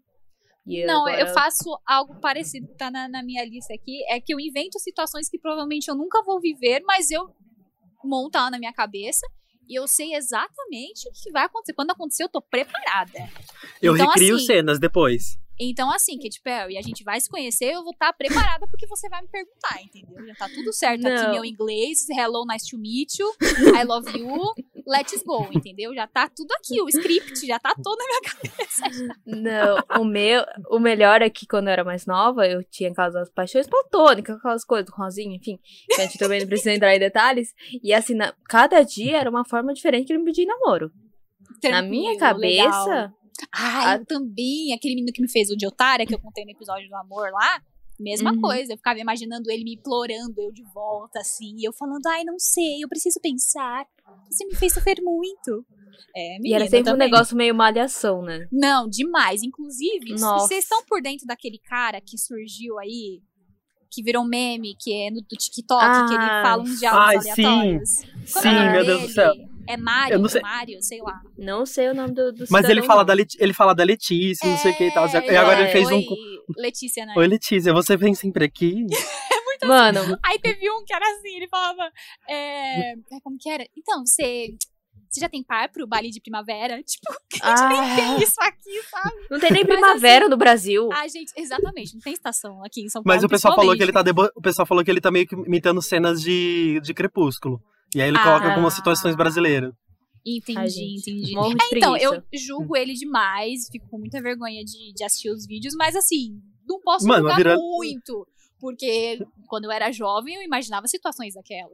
[SPEAKER 2] E
[SPEAKER 1] Não,
[SPEAKER 2] agora
[SPEAKER 1] eu faço algo parecido, tá na, na minha lista aqui. É que eu invento situações que provavelmente eu nunca vou viver, mas eu monto ela na minha cabeça e eu sei exatamente o que vai acontecer. Quando acontecer, eu tô preparada.
[SPEAKER 3] Eu
[SPEAKER 1] Então,
[SPEAKER 3] recrio
[SPEAKER 1] assim-
[SPEAKER 3] cenas depois.
[SPEAKER 1] Então, assim, Kate Perry, a gente vai se conhecer, eu vou estar preparada porque você vai me perguntar, entendeu? Já tá tudo certo aqui,
[SPEAKER 2] Não.
[SPEAKER 1] meu inglês, hello, nice to meet you, I love you, let's go, entendeu? Já tá tudo aqui, o script já tá todo na minha cabeça.
[SPEAKER 2] Não, o meu, o melhor é que quando eu era mais nova, eu tinha aquelas paixões platônicas, aquelas coisas do Rosinho, enfim, que a gente também não precisa entrar em detalhes. E assim, na- cada dia era uma forma diferente que ele me pedia em namoro. na minha
[SPEAKER 1] Tranquilo, legal.
[SPEAKER 2] cabeça,
[SPEAKER 1] Ai,
[SPEAKER 2] A-
[SPEAKER 1] Ah, eu também, aquele menino que me fez o de otária, que eu contei no episódio do amor lá, mesma
[SPEAKER 2] Uhum.
[SPEAKER 1] coisa. Eu ficava imaginando ele me implorando, eu de volta, assim, e eu falando, ai, não sei, eu preciso pensar. Você me fez sofrer muito. É,
[SPEAKER 2] E
[SPEAKER 1] menina,
[SPEAKER 2] era sempre um
[SPEAKER 1] também.
[SPEAKER 2] negócio meio malhação, né?
[SPEAKER 1] Não, demais. Inclusive, s-
[SPEAKER 2] Nossa.
[SPEAKER 1] vocês estão por dentro daquele cara que surgiu aí, que virou meme, que é no, do TikTok, que ele
[SPEAKER 2] Ah.
[SPEAKER 1] fala uns diálogos
[SPEAKER 3] Ai, sim.
[SPEAKER 1] aleatórios. Como é o
[SPEAKER 3] Sim,
[SPEAKER 1] nome
[SPEAKER 3] meu Deus do
[SPEAKER 1] dele?
[SPEAKER 3] céu.
[SPEAKER 1] É
[SPEAKER 3] Eu
[SPEAKER 1] Mário,
[SPEAKER 3] não sei.
[SPEAKER 1] Mário, sei lá.
[SPEAKER 2] Não sei o nome do, do
[SPEAKER 3] Mas ele
[SPEAKER 2] cidadão,
[SPEAKER 3] fala,
[SPEAKER 2] não.
[SPEAKER 3] da Leti- ele fala da Letícia, não sei o que e tal. E agora ele fez um.
[SPEAKER 1] É,
[SPEAKER 3] co-
[SPEAKER 1] Oi, Letícia, né?
[SPEAKER 3] Oi, Letícia, você vem sempre aqui?
[SPEAKER 2] Mano,
[SPEAKER 1] Aí teve um que era assim, ele falava. É... ai, Como que era? Então, você. Você já tem par pro baile de primavera? *laughs* Tipo,
[SPEAKER 2] ah,
[SPEAKER 1] tem isso aqui,
[SPEAKER 3] Tipo,
[SPEAKER 1] sabe?
[SPEAKER 2] não tem nem
[SPEAKER 1] Mas
[SPEAKER 2] primavera no Brasil.
[SPEAKER 1] Ah, gente, exatamente, não tem estação aqui
[SPEAKER 2] Tipo,
[SPEAKER 1] em São Paulo.
[SPEAKER 2] é
[SPEAKER 3] Mas
[SPEAKER 2] um
[SPEAKER 3] o pessoal falou que ele
[SPEAKER 1] principalmente,
[SPEAKER 3] tá debo- o pessoal falou que ele tá meio que imitando cenas de, de crepúsculo. E aí ele
[SPEAKER 1] Ah.
[SPEAKER 3] coloca algumas situações brasileiras.
[SPEAKER 1] Entendi,
[SPEAKER 2] Ai, gente,
[SPEAKER 1] entendi.
[SPEAKER 2] Morro de
[SPEAKER 1] É, então, eu
[SPEAKER 2] preguiça.
[SPEAKER 1] julgo ele demais, fico com muita vergonha de, de assistir os vídeos, mas assim, não posso
[SPEAKER 3] Mano,
[SPEAKER 1] julgar
[SPEAKER 3] vira-
[SPEAKER 1] muito. Porque quando eu era jovem, eu imaginava situações daquela.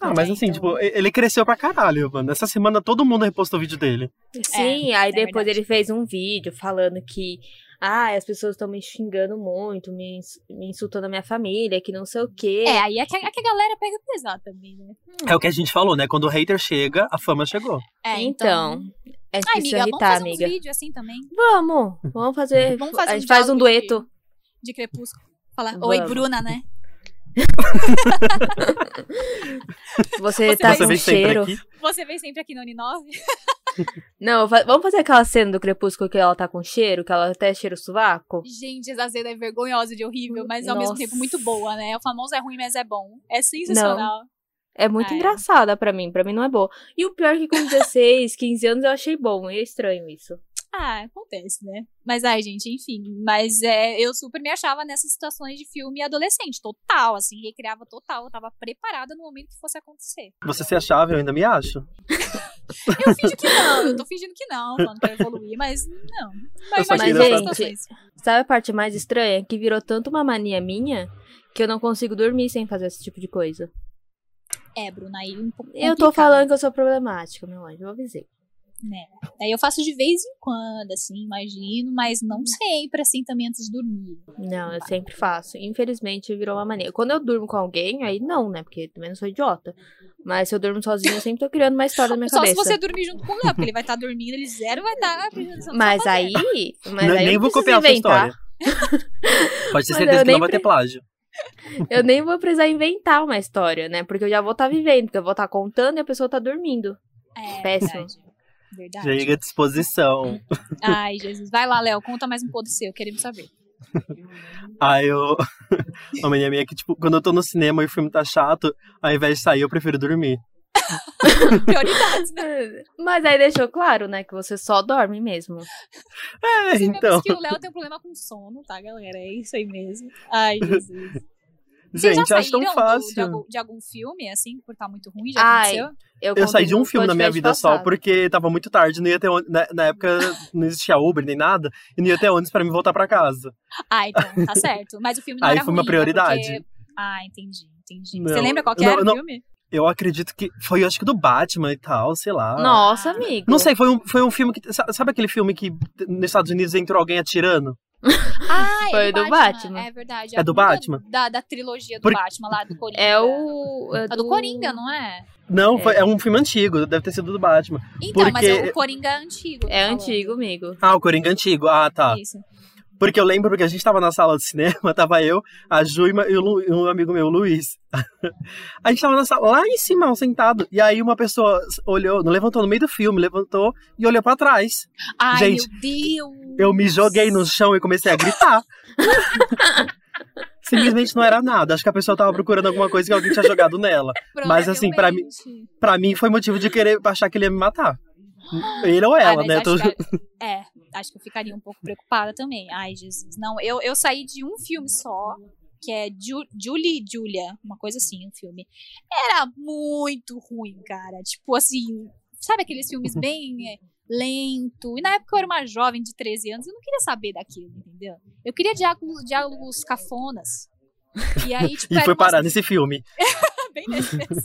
[SPEAKER 3] Ah, mas
[SPEAKER 1] É,
[SPEAKER 3] assim,
[SPEAKER 1] então.
[SPEAKER 3] tipo, e- ele cresceu pra caralho, mano. Essa semana todo mundo repostou o vídeo dele.
[SPEAKER 2] Sim, aí
[SPEAKER 1] é
[SPEAKER 2] depois
[SPEAKER 1] verdade.
[SPEAKER 2] ele fez um vídeo falando que ah, as pessoas estão me xingando muito, me, ins- me insultando a minha família, que não sei o quê.
[SPEAKER 1] É, aí é que, é que a galera pega pesado também, né?
[SPEAKER 3] É o que a gente falou, né? Quando o hater chega, a fama chegou.
[SPEAKER 1] É,
[SPEAKER 2] então, é
[SPEAKER 1] Ai,
[SPEAKER 2] difícil
[SPEAKER 1] amiga, vamos
[SPEAKER 2] irritar,
[SPEAKER 1] fazer
[SPEAKER 2] amiga.
[SPEAKER 1] uns vídeos assim também,
[SPEAKER 2] Vamos, vamos fazer.
[SPEAKER 1] Vamos fazer
[SPEAKER 2] a
[SPEAKER 1] um
[SPEAKER 2] gente faz um
[SPEAKER 1] diálogo de-
[SPEAKER 2] dueto.
[SPEAKER 1] de crepúsculo. Falar, oi,
[SPEAKER 2] Vamos.
[SPEAKER 1] Bruna, né?
[SPEAKER 2] Você,
[SPEAKER 1] Você
[SPEAKER 2] tá
[SPEAKER 1] faz um
[SPEAKER 3] você
[SPEAKER 2] com
[SPEAKER 3] vem sempre
[SPEAKER 2] cheiro.
[SPEAKER 3] aqui.
[SPEAKER 1] Você vem sempre aqui no Uninove?
[SPEAKER 2] Não, fa- vamos fazer aquela cena do crepúsculo que ela tá com cheiro, que ela até cheira o sovaco?
[SPEAKER 1] Gente, essa cena é vergonhosa de horrível, mas ao mesmo
[SPEAKER 2] Nossa.
[SPEAKER 1] tempo muito boa, né? O famoso é ruim, mas é bom. É sensacional.
[SPEAKER 2] É muito
[SPEAKER 1] Ah, é.
[SPEAKER 2] engraçada pra mim, pra mim não é boa. E o pior é que com 16, 15 anos eu achei bom, e é estranho isso.
[SPEAKER 1] Ah, acontece, né? Mas, ai, gente, enfim. Mas é, eu super me achava nessas situações de filme adolescente, total, assim, recriava total. Eu tava preparada no momento que fosse acontecer.
[SPEAKER 3] Você se achava, eu ainda me acho.
[SPEAKER 1] Eu finjo que não, eu tô fingindo que não, falando que eu evoluí, mas não. Não
[SPEAKER 3] Eu só
[SPEAKER 1] imagino
[SPEAKER 2] queria
[SPEAKER 1] essas
[SPEAKER 2] falar-
[SPEAKER 1] situações.
[SPEAKER 2] Sabe a parte mais estranha? Que virou tanto uma mania minha que eu não consigo dormir sem fazer esse tipo de coisa.
[SPEAKER 1] É, Bruna, aí um pouco
[SPEAKER 2] Eu tô
[SPEAKER 1] complicado,
[SPEAKER 2] falando que eu sou problemática, meu anjo, eu avisei.
[SPEAKER 1] Né? Daí eu faço de vez em quando, assim, imagino, mas não
[SPEAKER 2] Uhum.
[SPEAKER 1] sempre, assim, também antes de dormir.
[SPEAKER 2] Não, eu sempre faço. Infelizmente virou uma mania. Quando eu durmo com alguém, aí não, né? Porque também não sou idiota. Mas se eu durmo sozinha, eu sempre tô criando uma história na
[SPEAKER 1] *laughs*
[SPEAKER 2] minha
[SPEAKER 1] Só
[SPEAKER 2] cabeça.
[SPEAKER 1] se você dormir junto com o Léo, porque ele vai estar dormindo, ele zero vai tá
[SPEAKER 2] *laughs*
[SPEAKER 1] estar prestando atenção.
[SPEAKER 2] Mas aí. Mas
[SPEAKER 3] Nem-
[SPEAKER 2] aí eu
[SPEAKER 3] nem
[SPEAKER 2] não
[SPEAKER 3] vou
[SPEAKER 2] preciso
[SPEAKER 3] copiar a sua
[SPEAKER 2] inventar.
[SPEAKER 3] história.
[SPEAKER 2] *laughs*
[SPEAKER 3] Pode ter
[SPEAKER 2] Mas
[SPEAKER 3] certeza
[SPEAKER 2] eu
[SPEAKER 3] que não
[SPEAKER 2] nem
[SPEAKER 3] vai ter
[SPEAKER 2] pre-
[SPEAKER 3] plágio.
[SPEAKER 2] Eu nem vou precisar inventar uma história, né? Porque eu já vou estar vivendo, porque eu vou estar contando e a pessoa tá dormindo.
[SPEAKER 1] É,
[SPEAKER 2] Péssimo.
[SPEAKER 1] Verdade. verdade.
[SPEAKER 3] Chega à disposição.
[SPEAKER 1] Ai, Jesus. Vai lá, Léo, conta mais um pouco do seu, queremos
[SPEAKER 3] *laughs*
[SPEAKER 1] saber.
[SPEAKER 3] Aí eu. *laughs* Uma mania minha que, tipo, quando eu tô no cinema e o filme tá chato, ao invés de sair, eu prefiro dormir.
[SPEAKER 1] Prioridades, né?
[SPEAKER 2] Mas aí deixou claro, né? Que você só dorme mesmo.
[SPEAKER 3] É,
[SPEAKER 1] Você mesmo
[SPEAKER 3] então.
[SPEAKER 1] disse que o Léo tem um problema com sono, tá, galera? É isso aí mesmo.
[SPEAKER 3] *laughs*
[SPEAKER 1] Ai, Jesus. Vocês
[SPEAKER 3] Gente,
[SPEAKER 1] já
[SPEAKER 3] acho
[SPEAKER 1] saíram
[SPEAKER 3] tão
[SPEAKER 1] do-
[SPEAKER 3] fácil.
[SPEAKER 1] de, algum, de algum filme, assim, por estar muito ruim? Já
[SPEAKER 2] Ai,
[SPEAKER 1] aconteceu?
[SPEAKER 3] Eu saí de um filme na minha vida só,
[SPEAKER 2] porque.
[SPEAKER 3] porque tava muito tarde, não ia ter ônibus- na, na época não existia Uber nem nada, e não ia ter ônibus pra me voltar pra casa.
[SPEAKER 1] Ah, então, tá certo. Mas o filme não
[SPEAKER 3] Aí
[SPEAKER 1] era
[SPEAKER 3] foi
[SPEAKER 1] ruim,
[SPEAKER 3] uma
[SPEAKER 1] né,
[SPEAKER 3] prioridade.
[SPEAKER 1] porque- Ah, entendi, entendi.
[SPEAKER 3] Não,
[SPEAKER 1] Você lembra qual que
[SPEAKER 3] não,
[SPEAKER 1] era
[SPEAKER 3] não.
[SPEAKER 1] o filme?
[SPEAKER 3] Eu acredito que foi, acho que do Batman e tal, sei lá.
[SPEAKER 2] Nossa, amigo.
[SPEAKER 3] Não sei, foi um, foi um filme que. sa- Sabe aquele filme que nos Estados Unidos entrou alguém atirando?
[SPEAKER 1] Ah,
[SPEAKER 2] *laughs* Foi
[SPEAKER 1] é do
[SPEAKER 2] do Batman.
[SPEAKER 1] É verdade.
[SPEAKER 3] É do
[SPEAKER 1] alguma
[SPEAKER 3] Batman?
[SPEAKER 1] Da, da trilogia do
[SPEAKER 3] Por-
[SPEAKER 1] Batman lá
[SPEAKER 2] *laughs*
[SPEAKER 1] do Coringa.
[SPEAKER 2] É o. É
[SPEAKER 1] A do Coringa, não é?
[SPEAKER 3] Não,
[SPEAKER 2] É.
[SPEAKER 3] foi- é um filme antigo, deve ter sido do Batman.
[SPEAKER 1] Então, mas é
[SPEAKER 3] Porque-
[SPEAKER 1] o Coringa antigo.
[SPEAKER 2] É
[SPEAKER 1] tá falando.
[SPEAKER 2] antigo, amigo.
[SPEAKER 3] Ah, o Coringa antigo. Ah, tá.
[SPEAKER 1] Isso.
[SPEAKER 3] Porque eu lembro, porque a gente tava na sala de cinema, *laughs* tava eu, a Juima e o Lu- e um amigo meu, o Luiz. *laughs* a gente tava na sala, lá em cima, um sentado. E aí uma pessoa s- olhou, não levantou no meio do filme, levantou e olhou pra trás.
[SPEAKER 1] Ai,
[SPEAKER 3] Gente,
[SPEAKER 1] meu Deus.
[SPEAKER 3] Eu me joguei no chão e comecei a gritar. *laughs* Simplesmente não era nada. Acho que a pessoa tava procurando alguma coisa que alguém tinha jogado nela. mas assim, pra mim-
[SPEAKER 1] Provavelmente.
[SPEAKER 3] Pra mim foi motivo de querer achar que ele ia me matar. Ele ou
[SPEAKER 1] Ai,
[SPEAKER 3] ela,
[SPEAKER 1] Ah, mas
[SPEAKER 3] né? Eu tô-
[SPEAKER 1] acho
[SPEAKER 3] *laughs*
[SPEAKER 1] que- é, acho que eu ficaria um pouco preocupada também. Ai, Jesus. Não, eu, eu saí de um filme só, que é Ju- Julie e Julia, uma coisa assim, um filme. Era muito ruim, cara. Tipo assim, sabe aqueles filmes
[SPEAKER 3] *laughs*
[SPEAKER 1] bem é, lento? E na época eu era uma jovem de 13 anos, eu não queria saber daquilo, entendeu? Eu queria diálogos, diálogos cafonas. E aí, tipo,
[SPEAKER 3] *laughs* E
[SPEAKER 1] era
[SPEAKER 3] foi
[SPEAKER 1] umas
[SPEAKER 3] parar nesse filme.
[SPEAKER 1] *laughs* bem nesse mesmo.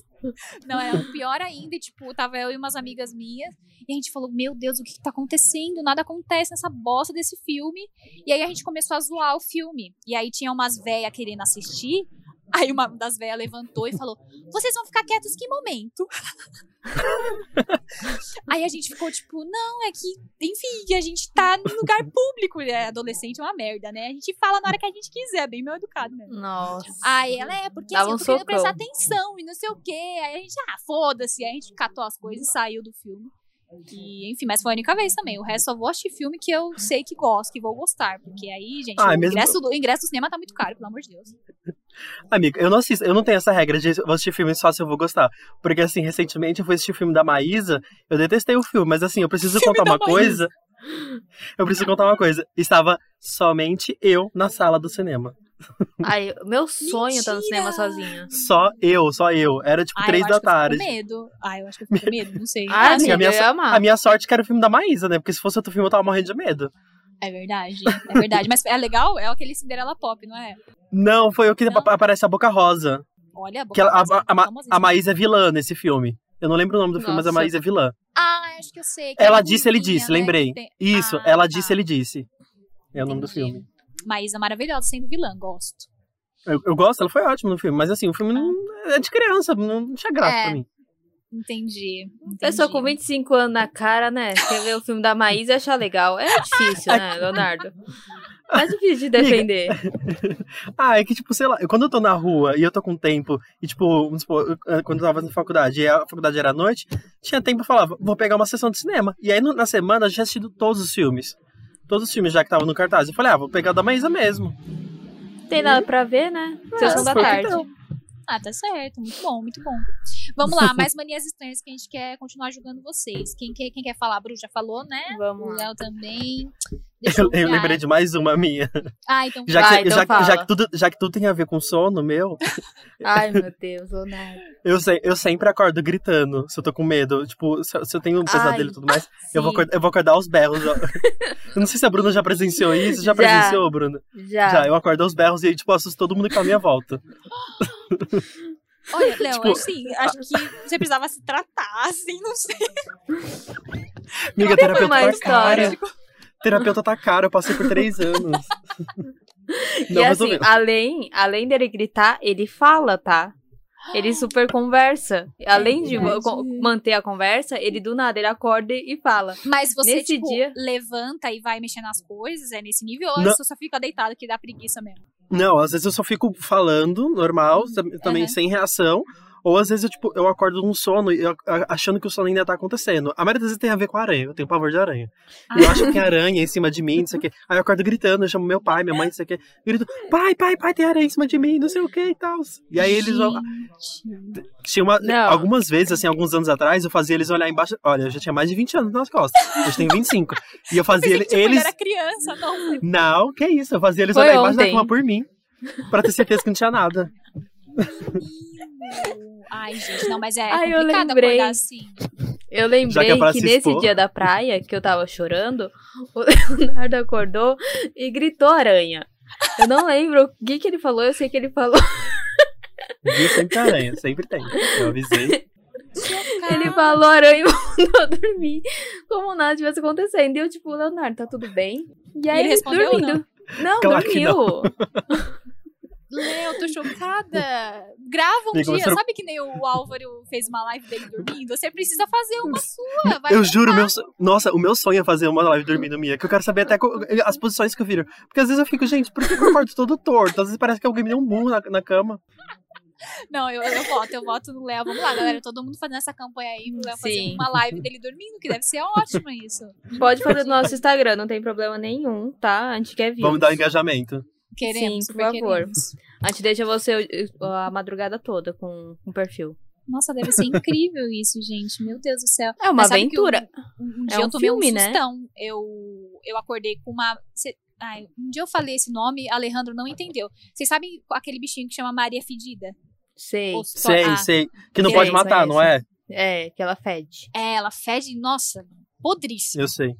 [SPEAKER 1] Não, era o pior ainda. E, tipo, tava eu e umas amigas minhas. E a gente falou: Meu Deus, o que, que tá acontecendo? Nada acontece nessa bosta desse filme. E aí a gente começou a zoar o filme. E aí tinha umas véias querendo assistir. Aí uma das velhas levantou e falou: Vocês vão ficar quietos que momento? *laughs* Aí a gente ficou tipo: Não, é que, enfim, a gente tá no lugar público. né? Adolescente é uma merda, né? A gente fala na hora que a gente quiser, é bem mal educado mesmo.
[SPEAKER 2] Nossa.
[SPEAKER 1] Aí ela é, porque
[SPEAKER 2] Dava
[SPEAKER 1] assim, eu
[SPEAKER 2] um
[SPEAKER 1] tô querendo
[SPEAKER 2] socão.
[SPEAKER 1] prestar atenção e não sei o quê. Aí a gente, ah, foda-se. Aí a gente catou as coisas e saiu do filme. E, enfim, mas foi a única vez também. O resto só vou assistir filme que eu sei que gosto, que vou gostar. Porque aí, gente,
[SPEAKER 3] Ah,
[SPEAKER 1] o,
[SPEAKER 3] é mesmo-
[SPEAKER 1] ingresso do, o ingresso do cinema tá muito caro, pelo amor de Deus.
[SPEAKER 3] Amiga, eu não assisto, eu não tenho essa regra de vou assistir filme só se eu vou gostar. Porque assim, recentemente eu fui assistir o filme da Maísa, eu detestei o filme, mas assim, eu preciso contar
[SPEAKER 1] da
[SPEAKER 3] uma coisa. Eu preciso contar uma coisa. Estava somente eu na sala do cinema.
[SPEAKER 2] Ai, meu sonho tá no cinema
[SPEAKER 1] Mentira!
[SPEAKER 2] sozinha.
[SPEAKER 3] Só eu, só eu. Era tipo
[SPEAKER 1] Ah,
[SPEAKER 3] três
[SPEAKER 1] eu
[SPEAKER 3] da
[SPEAKER 1] acho
[SPEAKER 3] tarde.
[SPEAKER 1] Que eu fico com medo. Ah, eu acho
[SPEAKER 3] *laughs*
[SPEAKER 1] que eu fico com medo, não sei.
[SPEAKER 2] Ah,
[SPEAKER 1] sim,
[SPEAKER 2] amiga,
[SPEAKER 3] a minha
[SPEAKER 2] eu ia amar.
[SPEAKER 3] A minha sorte que era o filme da Maísa, né? Porque se fosse outro filme eu tava morrendo de medo.
[SPEAKER 1] É verdade, é verdade. Mas é legal? É aquele Cinderela Pop, não é?
[SPEAKER 3] Não, foi o que
[SPEAKER 1] Não?
[SPEAKER 3] apa- aparece a Boca Rosa.
[SPEAKER 1] Olha, a boca
[SPEAKER 3] Que
[SPEAKER 1] tá
[SPEAKER 3] ela- a,
[SPEAKER 1] rosa,
[SPEAKER 3] a, a, Ma-
[SPEAKER 1] famosíssima.
[SPEAKER 3] a Maísa é vilã nesse filme. Eu não lembro o nome do filme, mas a
[SPEAKER 2] Nossa.
[SPEAKER 3] Maísa é vilã.
[SPEAKER 1] Ah, acho que eu sei. que
[SPEAKER 3] Ela
[SPEAKER 1] é
[SPEAKER 3] disse, ele
[SPEAKER 1] ruivinha,
[SPEAKER 3] disse,
[SPEAKER 1] né,
[SPEAKER 3] lembrei.
[SPEAKER 1] que tem-
[SPEAKER 3] Isso,
[SPEAKER 1] Ah,
[SPEAKER 3] ela
[SPEAKER 1] tá.
[SPEAKER 3] disse, ele disse. É o nome do
[SPEAKER 1] Entendi.
[SPEAKER 3] filme.
[SPEAKER 1] Maísa maravilhosa sendo vilã, gosto.
[SPEAKER 3] Eu, eu gosto, ela foi ótima no filme, mas assim, o filme não, é de criança, não tinha graça
[SPEAKER 1] É.
[SPEAKER 3] pra mim.
[SPEAKER 1] Entendi. entendi.
[SPEAKER 2] Pessoa com 25 anos na cara, né? Quer ver o filme da Maísa e achar legal. É difícil, né, Leonardo? Tá difícil de defender.
[SPEAKER 3] Ah, é que, tipo, sei lá, eu- quando eu tô na rua e eu tô com tempo, e tipo, vamos supor, eu- quando eu tava na faculdade e a faculdade era à noite, tinha tempo eu falava, vou pegar uma sessão de cinema. E aí no- na semana eu já tinha assistido todos os filmes. Todos os filmes já que estavam no cartaz. Eu falei, ah, vou pegar o da Maísa mesmo.
[SPEAKER 2] Tem nada pra ver, né? Sessão da
[SPEAKER 3] foi o que
[SPEAKER 2] tarde.
[SPEAKER 3] deu.
[SPEAKER 1] Ah, tá certo. Muito bom, muito bom. Vamos lá, mais manias estranhas que a gente quer continuar julgando vocês. Quem, quer- quem quer falar, a Bru já falou, né? O
[SPEAKER 2] Vamos lá.
[SPEAKER 1] Léo
[SPEAKER 3] *laughs*
[SPEAKER 1] também. Deixa
[SPEAKER 3] Eu,
[SPEAKER 1] eu,
[SPEAKER 3] eu
[SPEAKER 1] olhar.
[SPEAKER 3] lembrei de mais uma minha.
[SPEAKER 2] *laughs*
[SPEAKER 1] Ah, então
[SPEAKER 3] Já que,
[SPEAKER 2] Vai,
[SPEAKER 3] cê-
[SPEAKER 2] então
[SPEAKER 3] já, que- já
[SPEAKER 2] fala.
[SPEAKER 3] que tudo, já que tudo tem a ver com sono meu,
[SPEAKER 2] Ai, meu Deus, Leonardo.
[SPEAKER 3] eu, sei, eu sempre acordo gritando se eu tô com medo. Tipo, se, eu- se eu tenho um pesadelo
[SPEAKER 2] Ai,
[SPEAKER 3] e tudo mais, eu vou, acordar, eu vou acordar aos berros.
[SPEAKER 2] *laughs*
[SPEAKER 3] ó. eu não sei se a Bruna já presenciou isso. Já
[SPEAKER 2] Já.
[SPEAKER 3] presenciou, Bruna?
[SPEAKER 2] Já.
[SPEAKER 3] Já, eu acordo aos berros e aí, tipo, assusto todo mundo que tá à minha volta.
[SPEAKER 1] Olha, Léo,
[SPEAKER 3] Tipo-
[SPEAKER 1] assim, acho que você precisava se tratar, assim, não sei.
[SPEAKER 3] Amiga,
[SPEAKER 2] Nunca foi
[SPEAKER 3] terapeuta
[SPEAKER 2] uma
[SPEAKER 3] tá cara.
[SPEAKER 2] é história.
[SPEAKER 3] Terapeuta tá cara, eu passei por três
[SPEAKER 2] *laughs*
[SPEAKER 3] anos.
[SPEAKER 2] E
[SPEAKER 3] Não
[SPEAKER 2] assim,
[SPEAKER 3] resolveu.
[SPEAKER 2] além, além dele gritar, ele fala, tá?
[SPEAKER 1] *gasps*
[SPEAKER 2] Ele super conversa. Além de
[SPEAKER 1] verdade.
[SPEAKER 2] co- manter a conversa, ele do nada ele acorda e fala.
[SPEAKER 1] Mas você,
[SPEAKER 2] Nesse
[SPEAKER 1] tipo,
[SPEAKER 2] dia-
[SPEAKER 1] levanta e vai mexendo nas coisas, é nesse nível? Ou
[SPEAKER 3] Não.
[SPEAKER 1] você só fica deitado que dá preguiça mesmo?
[SPEAKER 3] Não, às vezes eu só fico falando, normal, tam- também
[SPEAKER 1] Aham.
[SPEAKER 3] sem reação. Ou às vezes eu, tipo, eu acordo num sono e eu- a- achando que o sono ainda tá acontecendo. A maioria das vezes tem a ver com aranha, eu tenho pavor de aranha. Eu acho que tem aranha em cima de mim, não sei o quê. Aí eu acordo gritando, eu chamo meu pai, minha mãe, não sei o quê. Eu grito, pai, pai, pai, tem aranha em cima de mim, não sei o quê e tal. E aí eles vão.
[SPEAKER 1] Gente.
[SPEAKER 3] Tinha uma,
[SPEAKER 2] Não.
[SPEAKER 3] algumas vezes, assim, alguns anos atrás, eu fazia eles olhar embaixo. Olha, eu já tinha mais de 20 anos nas costas. Hoje tenho 25. E eu fazia
[SPEAKER 1] Pensei que,
[SPEAKER 3] ele-
[SPEAKER 1] tipo, ele
[SPEAKER 3] eles.
[SPEAKER 1] era criança, não.
[SPEAKER 3] Não, que isso. Eu fazia eles
[SPEAKER 2] Foi
[SPEAKER 3] olhar embaixo da
[SPEAKER 2] ontem.
[SPEAKER 3] cama por mim. Pra ter certeza que não tinha nada.
[SPEAKER 1] Menino. Ai, gente, não, mas é
[SPEAKER 2] Ai, eu
[SPEAKER 1] complicado
[SPEAKER 2] lembrei.
[SPEAKER 1] acordar assim.
[SPEAKER 2] Eu
[SPEAKER 3] Já
[SPEAKER 2] lembrei
[SPEAKER 3] que é pra
[SPEAKER 2] que
[SPEAKER 3] se
[SPEAKER 2] nesse
[SPEAKER 3] expor.
[SPEAKER 2] dia da praia, que eu tava
[SPEAKER 1] *laughs*
[SPEAKER 2] chorando, o Leonardo acordou e gritou aranha. Eu não lembro o que, que ele falou, eu sei que ele falou.
[SPEAKER 3] Viu? Sempre tem aranha, sempre tem. Eu avisei.
[SPEAKER 2] Ele falou aranha e voltou a *laughs* dormir. Como nada tivesse acontecendo. E eu, tipo, Leonardo, tá tudo bem? E aí
[SPEAKER 1] ele respondeu ou
[SPEAKER 2] dormindo. Não,
[SPEAKER 3] Claro que
[SPEAKER 2] dormiu.
[SPEAKER 1] Léo, tô
[SPEAKER 2] *laughs*
[SPEAKER 1] chocada. Grava um
[SPEAKER 3] Ele
[SPEAKER 1] dia.
[SPEAKER 3] começou-
[SPEAKER 1] Sabe que nem o Álvaro fez uma live dele dormindo? Você precisa fazer
[SPEAKER 2] *laughs*
[SPEAKER 1] uma sua. Vai
[SPEAKER 3] Eu juro, meu so- nossa, o meu sonho é fazer uma live dormindo minha, que eu quero saber até co- as posições que eu viro. Porque às vezes eu fico, gente, por que que eu acordo todo torto? Às vezes parece que alguém me deu um burro na, na cama.
[SPEAKER 1] Não, eu, eu voto, eu voto no Léo. Vamos lá, galera. Todo mundo fazendo essa campanha aí pro Léo fazer
[SPEAKER 2] Sim.
[SPEAKER 1] uma live dele dormindo, que deve ser ótimo isso.
[SPEAKER 2] Pode fazer no nosso Instagram, não tem problema nenhum, tá? A gente quer vir.
[SPEAKER 3] Vamos dar um engajamento.
[SPEAKER 1] Queremos,
[SPEAKER 2] Sim, por
[SPEAKER 1] super
[SPEAKER 2] favor.
[SPEAKER 1] queremos.
[SPEAKER 2] A gente deixa você eh, a madrugada toda com o perfil.
[SPEAKER 1] Nossa, deve ser incrível isso, gente. Meu Deus do céu.
[SPEAKER 2] É uma
[SPEAKER 1] Mas sabe que
[SPEAKER 2] aventura.
[SPEAKER 1] Um, um
[SPEAKER 2] É
[SPEAKER 1] dia
[SPEAKER 2] um
[SPEAKER 1] eu tomei
[SPEAKER 2] filme,
[SPEAKER 1] um
[SPEAKER 2] né?
[SPEAKER 1] sustão. Eu, eu acordei com uma. cê- ai, um dia eu falei esse nome, Alejandro não entendeu. Vocês sabem aquele bichinho que chama Maria Fedida?
[SPEAKER 2] Sei.
[SPEAKER 1] Ou só-
[SPEAKER 3] Sei,
[SPEAKER 1] ah,
[SPEAKER 3] sei. Que não
[SPEAKER 2] sei,
[SPEAKER 3] pode matar, não é?
[SPEAKER 2] É, que ela fede.
[SPEAKER 1] É, ela fede, nossa, podríssima.
[SPEAKER 3] Eu sei.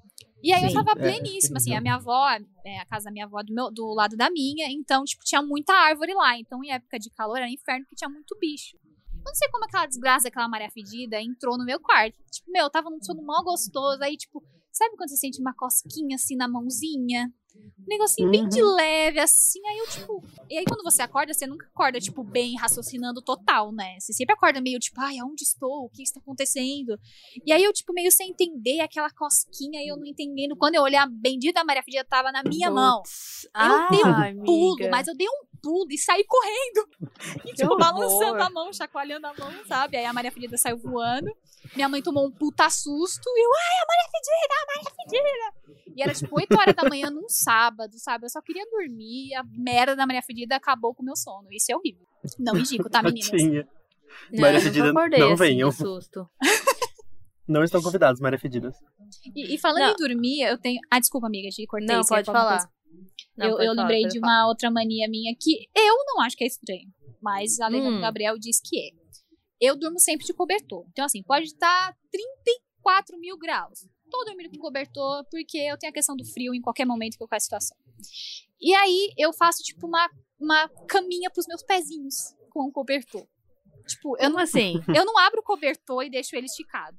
[SPEAKER 1] E aí eu
[SPEAKER 2] Sim,
[SPEAKER 1] tava
[SPEAKER 3] é,
[SPEAKER 1] pleníssima, assim,
[SPEAKER 3] entendeu.
[SPEAKER 1] a minha avó, é, a casa da minha avó é do, meu- do lado da minha, então, tipo, tinha muita árvore lá. Então, em época de calor, era inferno porque tinha muito bicho. Eu não sei como aquela desgraça, aquela maré fedida, entrou no meu quarto. Tipo, meu, eu tava num sono mal gostoso, aí, tipo, sabe quando você sente uma cosquinha, assim, na mãozinha? Um negocinho bem de leve, assim, aí eu, tipo, E aí, quando você acorda, você nunca acorda, tipo, bem raciocinando total, né? Você sempre acorda meio tipo, ai, onde estou? O que está acontecendo? E aí eu, tipo, meio sem entender aquela cosquinha e eu não entendendo. Quando eu olhei, a bendita Maria Fidget tava na minha mão.
[SPEAKER 2] Putz.
[SPEAKER 1] Eu dei
[SPEAKER 2] Ah,
[SPEAKER 1] um pulo,
[SPEAKER 2] amiga.
[SPEAKER 1] mas eu dei um pulo e saí correndo. E,
[SPEAKER 2] *laughs*
[SPEAKER 1] tipo,
[SPEAKER 2] horror.
[SPEAKER 1] balançando a mão, chacoalhando a mão, sabe? Aí a Maria Fedida saiu voando. Minha mãe tomou um puta susto e eu, ai, a Maria Fedida, a Maria Fedida. E era tipo 8 horas da manhã num sábado, sabe? Eu só queria dormir. A merda da Maria Fedida acabou com o meu sono. Isso é horrível. Não indico,
[SPEAKER 2] *laughs*
[SPEAKER 1] tá, meninas?
[SPEAKER 3] Tadinha.
[SPEAKER 2] Não,
[SPEAKER 3] Maria
[SPEAKER 2] eu nunca
[SPEAKER 3] Fedida,
[SPEAKER 2] acordei
[SPEAKER 3] não
[SPEAKER 2] assim,
[SPEAKER 3] venham.
[SPEAKER 2] de susto.
[SPEAKER 3] Não estão convidados, Maria Fedidas.
[SPEAKER 1] E, e falando
[SPEAKER 2] Não.
[SPEAKER 1] em dormir, eu tenho. Ah, desculpa, amiga, de cortei.
[SPEAKER 2] Não,
[SPEAKER 1] você ia
[SPEAKER 2] pode
[SPEAKER 1] alguma
[SPEAKER 2] falar. Não,
[SPEAKER 1] eu
[SPEAKER 2] pode
[SPEAKER 1] eu
[SPEAKER 2] falar,
[SPEAKER 1] lembrei
[SPEAKER 2] pode
[SPEAKER 1] de
[SPEAKER 2] falar.
[SPEAKER 1] uma outra mania minha que eu não acho que é estranho, mas a Leila do
[SPEAKER 2] Hum.
[SPEAKER 1] Gabriel diz que é. Eu durmo sempre de cobertor. Então, assim, pode estar 34 mil graus. Tô dormindo com cobertor porque eu tenho a questão do frio em qualquer momento que eu com a situação. E aí eu faço, tipo, uma, uma caminha pros meus pezinhos com o cobertor. Tipo, eu não,
[SPEAKER 2] Como assim?
[SPEAKER 1] *laughs* eu não abro o cobertor e deixo ele esticado.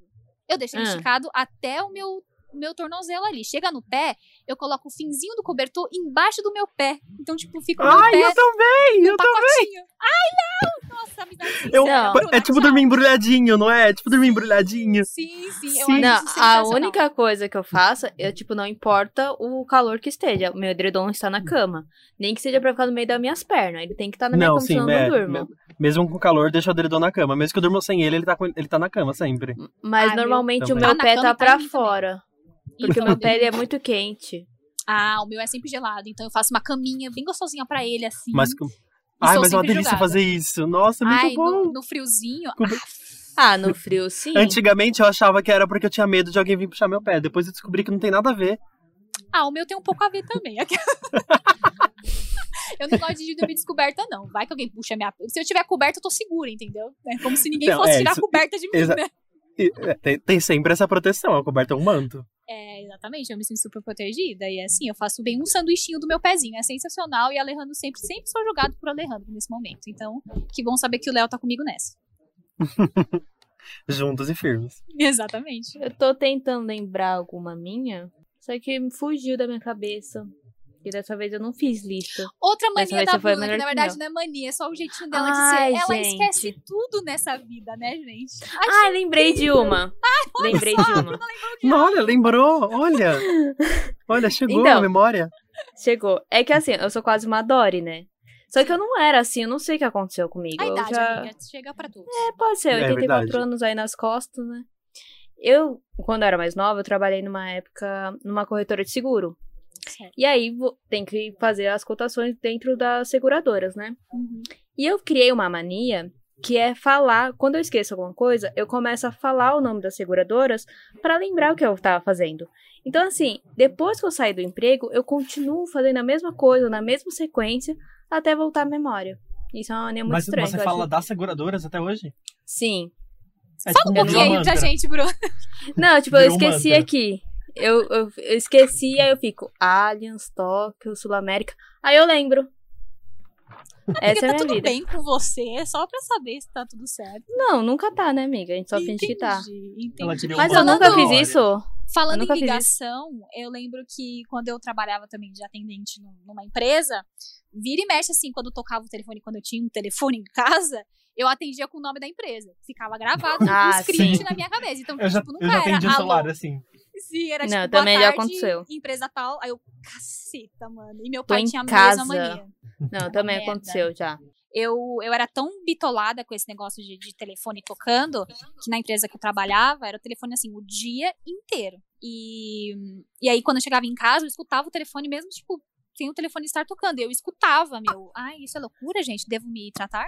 [SPEAKER 1] Eu deixo ele
[SPEAKER 2] Ah.
[SPEAKER 1] esticado até o meu, meu tornozelo ali. Chega no pé, eu coloco o finzinho do cobertor embaixo do meu pé. Então, tipo, fica o meu
[SPEAKER 3] Ai,
[SPEAKER 1] pé
[SPEAKER 3] eu também! Eu
[SPEAKER 1] no pacotinho. Ai, não! Nossa, me dá
[SPEAKER 3] Eu-
[SPEAKER 1] licença, Bruna,
[SPEAKER 3] É tipo
[SPEAKER 1] tchau.
[SPEAKER 3] dormir embrulhadinho, não é? É tipo dormir embrulhadinho.
[SPEAKER 1] Sim, sim, eu acho
[SPEAKER 3] Sim.
[SPEAKER 1] é
[SPEAKER 2] Não,
[SPEAKER 1] isso
[SPEAKER 2] a
[SPEAKER 1] sensacional.
[SPEAKER 2] única coisa que eu faço, eu, tipo, não importa o calor que esteja. O meu edredom está na cama. Nem que seja pra ficar no meio das minhas pernas. Ele tem que estar na minha
[SPEAKER 3] Não,
[SPEAKER 2] cama,
[SPEAKER 3] sim,
[SPEAKER 2] senão eu
[SPEAKER 3] é,
[SPEAKER 2] não durmo.
[SPEAKER 3] Mesmo com calor, deixa o edredom na cama. Mesmo que eu durma sem ele, ele tá, com- ele tá na cama sempre.
[SPEAKER 2] Mas
[SPEAKER 1] Ah, meu-
[SPEAKER 2] normalmente o
[SPEAKER 3] Também.
[SPEAKER 2] meu
[SPEAKER 1] Tá na
[SPEAKER 2] pé
[SPEAKER 1] cama
[SPEAKER 2] tá
[SPEAKER 1] e tá em
[SPEAKER 2] pra
[SPEAKER 1] mim também.
[SPEAKER 2] fora. Porque
[SPEAKER 1] Então,
[SPEAKER 2] o meu pé ele é muito quente.
[SPEAKER 1] Ah, o meu é sempre gelado, então eu faço uma caminha bem gostosinha pra ele, assim.
[SPEAKER 3] Mas, com-
[SPEAKER 1] e
[SPEAKER 3] ai,
[SPEAKER 1] sou
[SPEAKER 3] mas é uma
[SPEAKER 1] sempre
[SPEAKER 3] delícia
[SPEAKER 1] jogada.
[SPEAKER 3] fazer isso. Nossa, é muito
[SPEAKER 1] Ai,
[SPEAKER 3] bom.
[SPEAKER 1] No, no friozinho.
[SPEAKER 3] Com-
[SPEAKER 2] Ah, no frio, sim.
[SPEAKER 3] Antigamente eu achava que era porque eu tinha medo de alguém vir puxar meu pé. Depois eu descobri que não tem nada a ver.
[SPEAKER 1] Ah, o meu tem um pouco a ver também. *laughs* eu não gosto de dormir descoberta, não. Vai que alguém puxa minha. Se eu tiver coberta, eu tô segura, entendeu? É como se ninguém
[SPEAKER 3] Então,
[SPEAKER 1] fosse
[SPEAKER 3] é,
[SPEAKER 1] tirar
[SPEAKER 3] isso-
[SPEAKER 1] a coberta de mim,
[SPEAKER 3] exa-
[SPEAKER 1] né?
[SPEAKER 3] E, é, tem, tem sempre essa proteção. A coberta é um manto.
[SPEAKER 1] É, exatamente. Eu me sinto super protegida. E assim, eu faço bem um sanduichinho do meu pezinho. É sensacional. E Alejandro sempre, sempre sou jogado por Alejandro nesse momento. Então, que bom saber que o Léo tá comigo
[SPEAKER 2] *laughs*
[SPEAKER 1] nessa.
[SPEAKER 3] Juntos e firmes.
[SPEAKER 1] Exatamente.
[SPEAKER 2] Eu tô tentando lembrar alguma minha, só que fugiu da minha cabeça. E dessa vez eu não fiz lista.
[SPEAKER 1] Outra
[SPEAKER 2] Dessa
[SPEAKER 1] mania
[SPEAKER 2] vez
[SPEAKER 1] da
[SPEAKER 2] você foi
[SPEAKER 1] Bruna, que
[SPEAKER 2] melhor
[SPEAKER 1] na
[SPEAKER 2] que
[SPEAKER 1] verdade
[SPEAKER 2] eu.
[SPEAKER 1] não é mania, é só o jeitinho dela
[SPEAKER 2] Ai,
[SPEAKER 1] de ser. Ela
[SPEAKER 2] gente.
[SPEAKER 1] esquece tudo nessa vida, né, gente? Ai,
[SPEAKER 2] Ah, lembrei de uma. Lembrei de uma.
[SPEAKER 3] Não, olha, lembrou.
[SPEAKER 1] *laughs*
[SPEAKER 3] Olha. Olha, chegou
[SPEAKER 2] Então.
[SPEAKER 3] a memória.
[SPEAKER 2] Chegou. É que assim, eu sou quase uma Dory, né? Só que eu não era assim, eu não sei o que aconteceu comigo.
[SPEAKER 1] A
[SPEAKER 2] eu
[SPEAKER 1] idade,
[SPEAKER 2] já...
[SPEAKER 1] amiga, chega pra todos.
[SPEAKER 2] É, pode ser,
[SPEAKER 3] É
[SPEAKER 2] 84
[SPEAKER 3] verdade.
[SPEAKER 2] anos aí nas costas, né? Eu, quando eu era mais nova, eu trabalhei numa época numa corretora de seguro.
[SPEAKER 1] Certo.
[SPEAKER 2] E aí vo- tem que fazer as cotações dentro das seguradoras, né?
[SPEAKER 1] Uhum.
[SPEAKER 2] E eu criei uma mania que é falar, quando eu esqueço alguma coisa, eu começo a falar o nome das seguradoras pra lembrar o que eu tava fazendo. Então assim, depois que eu saí do emprego, eu continuo fazendo a mesma coisa na mesma sequência até voltar à memória. Isso é uma mania muito estranha. que eu acho-
[SPEAKER 3] das seguradoras até hoje?
[SPEAKER 2] Sim.
[SPEAKER 4] É tipo
[SPEAKER 1] Fala um
[SPEAKER 2] Virou
[SPEAKER 1] pouquinho aí pra gente, Bruno.
[SPEAKER 3] *laughs*
[SPEAKER 2] Não, tipo, eu
[SPEAKER 3] Virou um
[SPEAKER 2] esqueci
[SPEAKER 3] mantra.
[SPEAKER 2] aqui. Eu, eu, eu esqueci, aí eu fico. Aliens, Tóquio, Sul América. Aí eu
[SPEAKER 3] *laughs*
[SPEAKER 2] lembro.
[SPEAKER 1] Porque
[SPEAKER 2] Essa é a
[SPEAKER 1] tá
[SPEAKER 2] minha
[SPEAKER 1] tudo
[SPEAKER 2] vida.
[SPEAKER 1] bem com você, é só pra saber se tá tudo certo.
[SPEAKER 2] Não, nunca tá, né, amiga? A gente só finge que tá.
[SPEAKER 1] Entendi, entendi.
[SPEAKER 3] Ela criou
[SPEAKER 2] Mas
[SPEAKER 3] uma
[SPEAKER 2] eu nunca
[SPEAKER 1] Falando-
[SPEAKER 2] fiz isso. Eu
[SPEAKER 1] Falando
[SPEAKER 2] nunca
[SPEAKER 1] em
[SPEAKER 2] fiz isso.
[SPEAKER 1] ligação, eu lembro que quando eu trabalhava também de atendente num- numa empresa, vira e mexe assim, quando eu tocava o telefone, quando eu tinha um telefone em casa, eu atendia com o nome da empresa. Ficava gravado
[SPEAKER 2] Ah,
[SPEAKER 1] um script
[SPEAKER 2] sim.
[SPEAKER 1] na minha cabeça. Então,
[SPEAKER 4] Eu já, eu
[SPEAKER 1] tipo, nunca
[SPEAKER 4] já
[SPEAKER 1] era
[SPEAKER 4] atendi o
[SPEAKER 1] alô.
[SPEAKER 4] celular, assim.
[SPEAKER 1] Sim, era tipo,
[SPEAKER 2] Não,
[SPEAKER 1] boa
[SPEAKER 2] também já
[SPEAKER 1] tarde,
[SPEAKER 2] aconteceu.
[SPEAKER 1] empresa tal. Aí eu, caceta, mano. E meu
[SPEAKER 2] Tô
[SPEAKER 1] pai
[SPEAKER 2] em
[SPEAKER 1] tinha a
[SPEAKER 2] casa.
[SPEAKER 1] mesma mania.
[SPEAKER 2] Não, também
[SPEAKER 1] merda.
[SPEAKER 2] aconteceu já.
[SPEAKER 1] eu, eu era tão bitolada com esse negócio de, de telefone tocando, que na empresa que eu trabalhava, era o telefone assim, o dia inteiro. E, e aí, quando eu chegava em casa, eu escutava o telefone mesmo, tipo, sem o telefone estar tocando. E eu escutava, meu, ai, isso é loucura, gente, devo me tratar?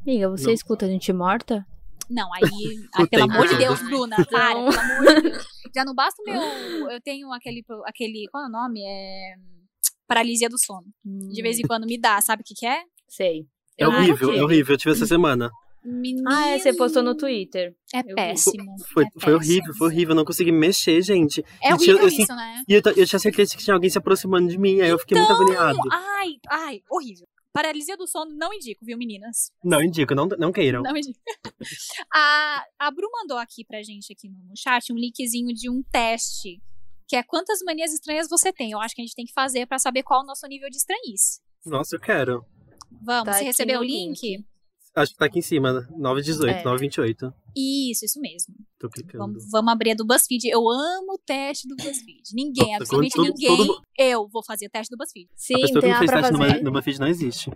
[SPEAKER 2] Amiga, você
[SPEAKER 3] Não.
[SPEAKER 2] escuta gente morta?
[SPEAKER 1] Não, aí, aí, pelo
[SPEAKER 3] Tem
[SPEAKER 1] amor de
[SPEAKER 3] tudo.
[SPEAKER 1] Deus, Bruna, para, pelo amor de Deus. Já não basta o meu, eu tenho aquele, aquele, qual é o nome? É... Paralisia do sono. De vez em quando me dá, sabe o que que é?
[SPEAKER 2] Hum, Sei.
[SPEAKER 3] É
[SPEAKER 2] Eu nunca
[SPEAKER 3] horrível,
[SPEAKER 2] tive.
[SPEAKER 3] é horrível. Eu tive
[SPEAKER 1] Hum.
[SPEAKER 3] essa semana.
[SPEAKER 1] Menino.
[SPEAKER 2] Ah, é, você postou no Twitter.
[SPEAKER 1] É
[SPEAKER 2] vi.
[SPEAKER 1] péssimo.
[SPEAKER 3] Foi,
[SPEAKER 1] é
[SPEAKER 3] foi
[SPEAKER 1] péssimo.
[SPEAKER 3] horrível, foi horrível. Eu não consegui mexer, gente.
[SPEAKER 1] É
[SPEAKER 3] Gente, eu-
[SPEAKER 1] horrível
[SPEAKER 3] eu
[SPEAKER 1] isso, né?
[SPEAKER 3] E eu, t- eu tinha certeza que tinha alguém se aproximando de mim. Aí eu fiquei
[SPEAKER 2] Então,
[SPEAKER 3] muito agoniado.
[SPEAKER 1] Ai, ai, horrível. Paralisia do sono, não indico, viu, meninas?
[SPEAKER 3] Não, indico, não, não queiram.
[SPEAKER 1] Não indico. *laughs* a, a Bru mandou aqui pra gente, aqui no no chat, um linkzinho de um teste. Que é quantas manias estranhas você tem. Eu acho que a gente tem que fazer pra saber qual o nosso nível de estranhice.
[SPEAKER 3] Nossa, eu quero.
[SPEAKER 1] Vamos,
[SPEAKER 2] Tá
[SPEAKER 1] você
[SPEAKER 2] aqui
[SPEAKER 1] recebeu
[SPEAKER 2] no
[SPEAKER 1] o link?
[SPEAKER 3] Acho que tá aqui em cima, né? 918,
[SPEAKER 2] É.
[SPEAKER 3] 928.
[SPEAKER 1] Isso, isso mesmo.
[SPEAKER 3] Tô clicando.
[SPEAKER 1] Vamos, vamos abrir a do BuzzFeed. Eu amo o teste do BuzzFeed. Ninguém,
[SPEAKER 3] Nossa,
[SPEAKER 1] absolutamente
[SPEAKER 3] quando todo-
[SPEAKER 1] ninguém,
[SPEAKER 3] todo-
[SPEAKER 1] eu vou fazer o teste do BuzzFeed.
[SPEAKER 3] A
[SPEAKER 2] Sim,
[SPEAKER 3] pessoa que
[SPEAKER 2] tem
[SPEAKER 3] não
[SPEAKER 2] lá
[SPEAKER 3] fez
[SPEAKER 2] pra
[SPEAKER 3] teste
[SPEAKER 2] fazer.
[SPEAKER 3] no, Bu- no BuzzFeed não existe.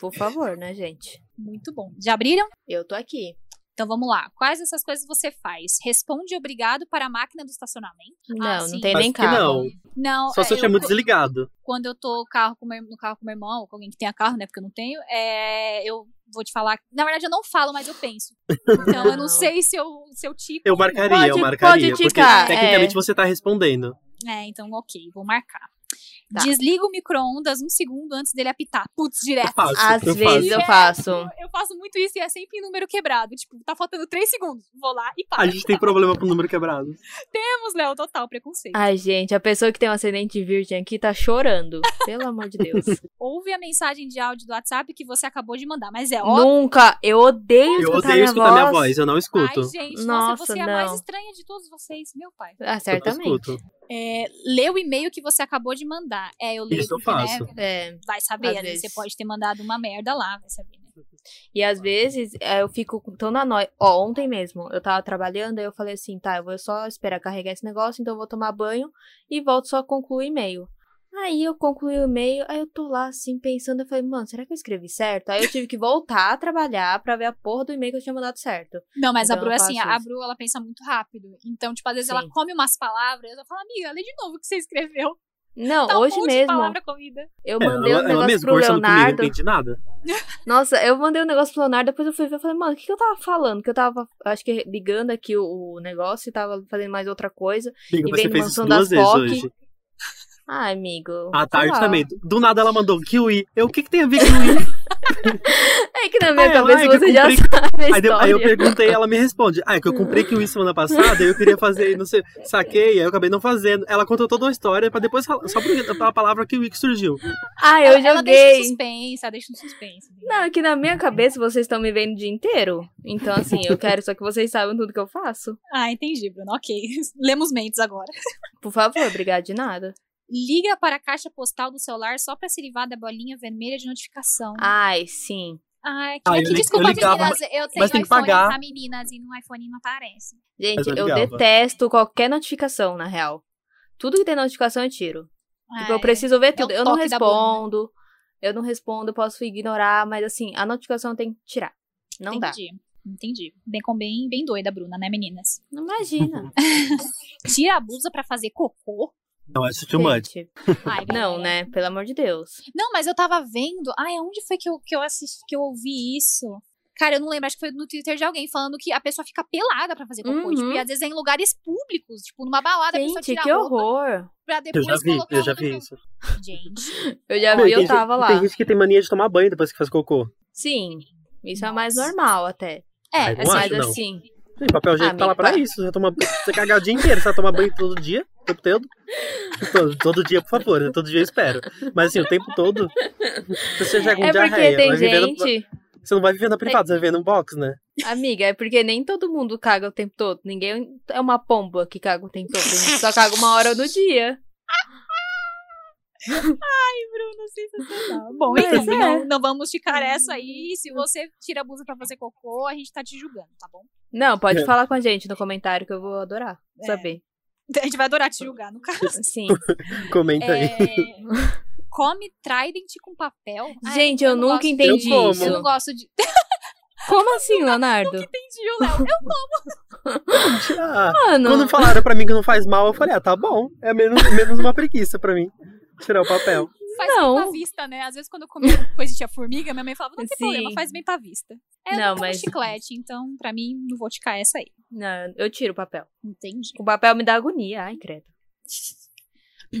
[SPEAKER 2] Por favor, né, gente?
[SPEAKER 1] Muito bom. Já abriram?
[SPEAKER 2] Eu tô aqui.
[SPEAKER 1] Então vamos lá. Quais essas coisas você faz? Responde obrigado para a máquina do estacionamento?
[SPEAKER 2] Não,
[SPEAKER 1] Ah,
[SPEAKER 2] não
[SPEAKER 1] sim.
[SPEAKER 2] tem
[SPEAKER 3] Acho
[SPEAKER 2] É, nem
[SPEAKER 3] que
[SPEAKER 2] carro.
[SPEAKER 3] não.
[SPEAKER 1] Não,
[SPEAKER 3] Só se eu
[SPEAKER 1] é,
[SPEAKER 3] tiver muito
[SPEAKER 1] co-
[SPEAKER 3] desligado.
[SPEAKER 1] quando eu tô carro com meu- no carro com meu irmão, ou com alguém que tenha carro, né? Porque eu não tenho, é, eu vou te falar. Na verdade, eu não falo, mas eu penso. Então eu não
[SPEAKER 2] *laughs* Não.
[SPEAKER 1] sei se eu, se eu tico.
[SPEAKER 3] Eu marcaria, eu
[SPEAKER 2] Pode-
[SPEAKER 3] marcaria.
[SPEAKER 2] pode
[SPEAKER 3] porque
[SPEAKER 2] ticar,
[SPEAKER 3] tecnicamente
[SPEAKER 2] é.
[SPEAKER 3] você tá respondendo.
[SPEAKER 1] É, então ok, vou marcar.
[SPEAKER 2] Tá.
[SPEAKER 1] Desliga o micro-ondas um segundo antes dele apitar. Putz,
[SPEAKER 3] Eu
[SPEAKER 1] direto. é
[SPEAKER 3] faço,
[SPEAKER 2] Às
[SPEAKER 3] eu
[SPEAKER 2] vezes
[SPEAKER 3] faço.
[SPEAKER 2] eu faço.
[SPEAKER 1] Eu faço muito isso e é sempre em número quebrado. Tipo, tá faltando três segundos. Vou lá e
[SPEAKER 3] A
[SPEAKER 1] paro.
[SPEAKER 3] gente tem problema com o número quebrado.
[SPEAKER 1] Temos, Léo, total preconceito.
[SPEAKER 2] Ai, gente, a pessoa que tem um acidente de virgem aqui tá chorando. Pelo amor de
[SPEAKER 3] *laughs*
[SPEAKER 2] Deus.
[SPEAKER 1] Ouve a mensagem de áudio do WhatsApp que você acabou de mandar, mas é óbvio.
[SPEAKER 2] Nunca. Eu odeio
[SPEAKER 3] Eu
[SPEAKER 2] escutar,
[SPEAKER 3] odeio
[SPEAKER 2] minha,
[SPEAKER 3] escutar
[SPEAKER 2] voz.
[SPEAKER 3] minha voz, eu não escuto.
[SPEAKER 1] Ai, gente, nossa,
[SPEAKER 2] Nossa,
[SPEAKER 1] você é a mais
[SPEAKER 2] não.
[SPEAKER 1] estranha de todos vocês, meu pai.
[SPEAKER 2] Ah,
[SPEAKER 3] eu não
[SPEAKER 2] certamente.
[SPEAKER 3] escuto.
[SPEAKER 1] É, lê o e-mail que você acabou de mandar. É, eu leio.
[SPEAKER 3] Isso eu
[SPEAKER 1] porque, né,
[SPEAKER 3] faço.
[SPEAKER 2] É.
[SPEAKER 1] vai saber,
[SPEAKER 2] Às
[SPEAKER 1] né?
[SPEAKER 2] vezes.
[SPEAKER 1] Você pode ter mandado uma merda lá, vai saber. né?
[SPEAKER 2] E às vezes é, eu fico com- tão na noia. Ó, ontem mesmo eu tava trabalhando, aí eu falei assim, tá, eu vou só esperar carregar esse negócio, então eu vou tomar banho e volto só concluir o e-mail. Aí eu concluí o e-mail, aí eu tô lá assim pensando, eu falei, mano, será que eu escrevi certo? Aí eu tive que voltar a trabalhar pra ver a porra do e-mail que eu tinha mandado certo.
[SPEAKER 1] Não, mas a
[SPEAKER 2] Então
[SPEAKER 1] Bru,
[SPEAKER 2] eu
[SPEAKER 1] é assim,
[SPEAKER 2] faço
[SPEAKER 1] a
[SPEAKER 2] isso.
[SPEAKER 1] Bru, ela pensa muito rápido. Então, tipo, às vezes ela
[SPEAKER 2] Sim.
[SPEAKER 1] come umas palavras, ela fala, amiga, lê de novo o que você escreveu.
[SPEAKER 2] Não,
[SPEAKER 1] Tá um
[SPEAKER 2] hoje
[SPEAKER 1] monte de
[SPEAKER 2] mesmo
[SPEAKER 1] palavra comida.
[SPEAKER 2] eu
[SPEAKER 3] É,
[SPEAKER 2] mandei um
[SPEAKER 3] ela, ela
[SPEAKER 2] negócio
[SPEAKER 3] mesma
[SPEAKER 2] pro
[SPEAKER 3] conversando comigo,
[SPEAKER 2] Leonardo.
[SPEAKER 3] não entendi nada.
[SPEAKER 2] Nossa, eu mandei um negócio pro Leonardo, depois eu fui ver e falei, mano, o que, que eu tava falando? Que eu tava, acho que ligando aqui o, o negócio e tava fazendo mais outra coisa.
[SPEAKER 3] Amiga,
[SPEAKER 2] E
[SPEAKER 3] você
[SPEAKER 2] vem
[SPEAKER 3] fez isso
[SPEAKER 2] mansão das
[SPEAKER 3] duas vezes
[SPEAKER 2] POC.
[SPEAKER 3] hoje.
[SPEAKER 2] Ai, amigo.
[SPEAKER 3] À
[SPEAKER 2] sei
[SPEAKER 3] tarde
[SPEAKER 2] lá.
[SPEAKER 3] Ah, tá, também. Do nada ela mandou kiwi. Eu, o que que tem a
[SPEAKER 2] *laughs*
[SPEAKER 3] ver kiwi?
[SPEAKER 2] É que na minha
[SPEAKER 3] Ai,
[SPEAKER 2] cabeça
[SPEAKER 3] ai, que eu
[SPEAKER 2] você já
[SPEAKER 3] comprei-
[SPEAKER 2] sabe a
[SPEAKER 3] aí, deu-
[SPEAKER 2] história.
[SPEAKER 3] aí eu perguntei, ela me responde. Ah, é que eu comprei kiwi semana passada, eu queria fazer, não sei, saquei, aí eu acabei não fazendo. Ela contou toda a história pra depois falar, só porque a palavra kiwi que surgiu.
[SPEAKER 2] Ai, Ah, eu
[SPEAKER 1] ela, ela deixa um
[SPEAKER 2] joguei.
[SPEAKER 1] suspense, ela deixa um suspense.
[SPEAKER 2] Não, é que na minha cabeça vocês estão me vendo o dia inteiro. Então, assim, eu quero só que vocês saibam tudo que eu faço.
[SPEAKER 1] Ah, entendi, Bruno. Ok. *laughs* Lemos mentes agora.
[SPEAKER 2] Por favor, obrigado de nada.
[SPEAKER 1] Liga para a caixa postal do celular só para se livrar da bolinha vermelha de notificação.
[SPEAKER 2] Ai, sim.
[SPEAKER 1] Ai, que,
[SPEAKER 3] Ah, eu
[SPEAKER 1] que
[SPEAKER 3] li-
[SPEAKER 1] desculpa,
[SPEAKER 3] eu ligava,
[SPEAKER 1] meninas. Eu tenho
[SPEAKER 3] mas tem que
[SPEAKER 1] iPhone,
[SPEAKER 3] pagar.
[SPEAKER 1] tá, meninas? E no iPhone não aparece.
[SPEAKER 2] Gente,
[SPEAKER 3] Mas eu
[SPEAKER 2] eu
[SPEAKER 3] ligava.
[SPEAKER 2] detesto qualquer notificação, na real. Tudo que tem notificação eu tiro. Tipo,
[SPEAKER 1] Ai,
[SPEAKER 2] eu preciso ver tudo.
[SPEAKER 1] É, o
[SPEAKER 2] eu não
[SPEAKER 1] toque da Bruna.
[SPEAKER 2] respondo. Eu não respondo, eu posso ignorar, mas assim, a notificação tem que tirar. Não dá.
[SPEAKER 1] entendi. Entendi. Bem com bem, bem doida, Bruna, né, meninas?
[SPEAKER 2] Não imagina.
[SPEAKER 1] Tira a blusa pra fazer cocô.
[SPEAKER 3] Não, acho *laughs* too much.
[SPEAKER 2] Gente,
[SPEAKER 3] *laughs*
[SPEAKER 1] Ai,
[SPEAKER 2] Não,
[SPEAKER 1] galera.
[SPEAKER 2] né? Pelo amor de Deus.
[SPEAKER 1] Não, mas eu tava vendo. Ai, onde foi que eu, que eu assisti, que eu ouvi isso? Cara, eu não lembro, acho que foi no Twitter de alguém falando que a pessoa fica pelada pra fazer cocô.
[SPEAKER 2] Uhum.
[SPEAKER 1] Tipo, e às vezes é em lugares públicos, tipo, numa balada, a pessoa
[SPEAKER 2] Gente,
[SPEAKER 1] tira
[SPEAKER 2] que
[SPEAKER 1] a roupa
[SPEAKER 2] horror.
[SPEAKER 1] pra
[SPEAKER 3] Eu
[SPEAKER 1] depois
[SPEAKER 3] já vi,
[SPEAKER 1] colocar
[SPEAKER 3] eu já
[SPEAKER 1] outra
[SPEAKER 3] vi
[SPEAKER 1] roupa.
[SPEAKER 3] isso.
[SPEAKER 1] Gente,
[SPEAKER 2] Eu já
[SPEAKER 1] Não,
[SPEAKER 2] vi, eu
[SPEAKER 3] tem
[SPEAKER 2] tava
[SPEAKER 3] gente-
[SPEAKER 2] lá.
[SPEAKER 3] Tem gente que tem mania de tomar banho depois que faz cocô.
[SPEAKER 2] Sim. Isso é mais
[SPEAKER 1] Nossa.
[SPEAKER 2] normal até.
[SPEAKER 1] é,
[SPEAKER 3] Ai, não
[SPEAKER 1] assim,
[SPEAKER 2] Mas
[SPEAKER 3] acho, né? não.
[SPEAKER 2] assim,
[SPEAKER 3] Tem papel
[SPEAKER 1] Ah,
[SPEAKER 3] higiênico tá lá
[SPEAKER 2] Amiga,
[SPEAKER 3] pra isso. Você, toma, você cagar o dia inteiro, você vai tomar banho todo dia, o tempo todo. Todo, todo dia, por favor, né? Todo dia eu espero. Mas assim, o tempo todo. Se você já com
[SPEAKER 2] é porque
[SPEAKER 3] diarreia,
[SPEAKER 2] tem
[SPEAKER 3] vai viver na- *laughs*
[SPEAKER 2] gente.
[SPEAKER 3] você não vai
[SPEAKER 1] É.
[SPEAKER 3] viver na privada, você vai viver num box, né?
[SPEAKER 2] Amiga, é porque nem todo mundo caga o tempo todo. Ninguém é uma pomba que caga o tempo todo. A gente só caga uma hora no dia.
[SPEAKER 1] Bruno, sensacional. *laughs* Bom,
[SPEAKER 2] é Mas
[SPEAKER 1] então,
[SPEAKER 2] é.
[SPEAKER 1] não, não vamos ficar essa aí. Se você tira a blusa pra fazer cocô, a gente tá te julgando, tá bom? *laughs*
[SPEAKER 2] Não, pode
[SPEAKER 3] É.
[SPEAKER 2] falar com a gente no comentário que eu vou adorar
[SPEAKER 1] É.
[SPEAKER 2] saber.
[SPEAKER 1] A gente vai adorar te julgar, no caso.
[SPEAKER 2] Sim.
[SPEAKER 3] Comenta aí.
[SPEAKER 1] É, Come Trident com papel? Ah,
[SPEAKER 2] gente, eu,
[SPEAKER 1] não
[SPEAKER 2] nunca
[SPEAKER 1] gosto de-
[SPEAKER 2] entendi
[SPEAKER 3] Eu como.
[SPEAKER 2] isso.
[SPEAKER 1] Eu não gosto de.
[SPEAKER 2] Como assim, Leonardo?
[SPEAKER 1] Entendi, o Léo. Eu-
[SPEAKER 3] Ah,
[SPEAKER 2] Mano,
[SPEAKER 3] quando falaram pra mim que não faz mal, eu falei, ah, tá bom. É menos, menos uma preguiça pra mim. Tirar o papel.
[SPEAKER 1] Faz
[SPEAKER 2] Não.
[SPEAKER 1] bem pra vista, né? Às vezes quando eu comia alguma coisa e tinha formiga, minha mãe falava, não tem
[SPEAKER 2] Sim.
[SPEAKER 1] problema, faz bem pra vista. É,
[SPEAKER 2] Não,
[SPEAKER 1] não, mas...
[SPEAKER 2] mas-
[SPEAKER 1] chiclete, então pra mim não vou ticar essa aí.
[SPEAKER 2] não, eu tiro o papel.
[SPEAKER 1] Entendi.
[SPEAKER 2] O papel me dá agonia. Ai, credo.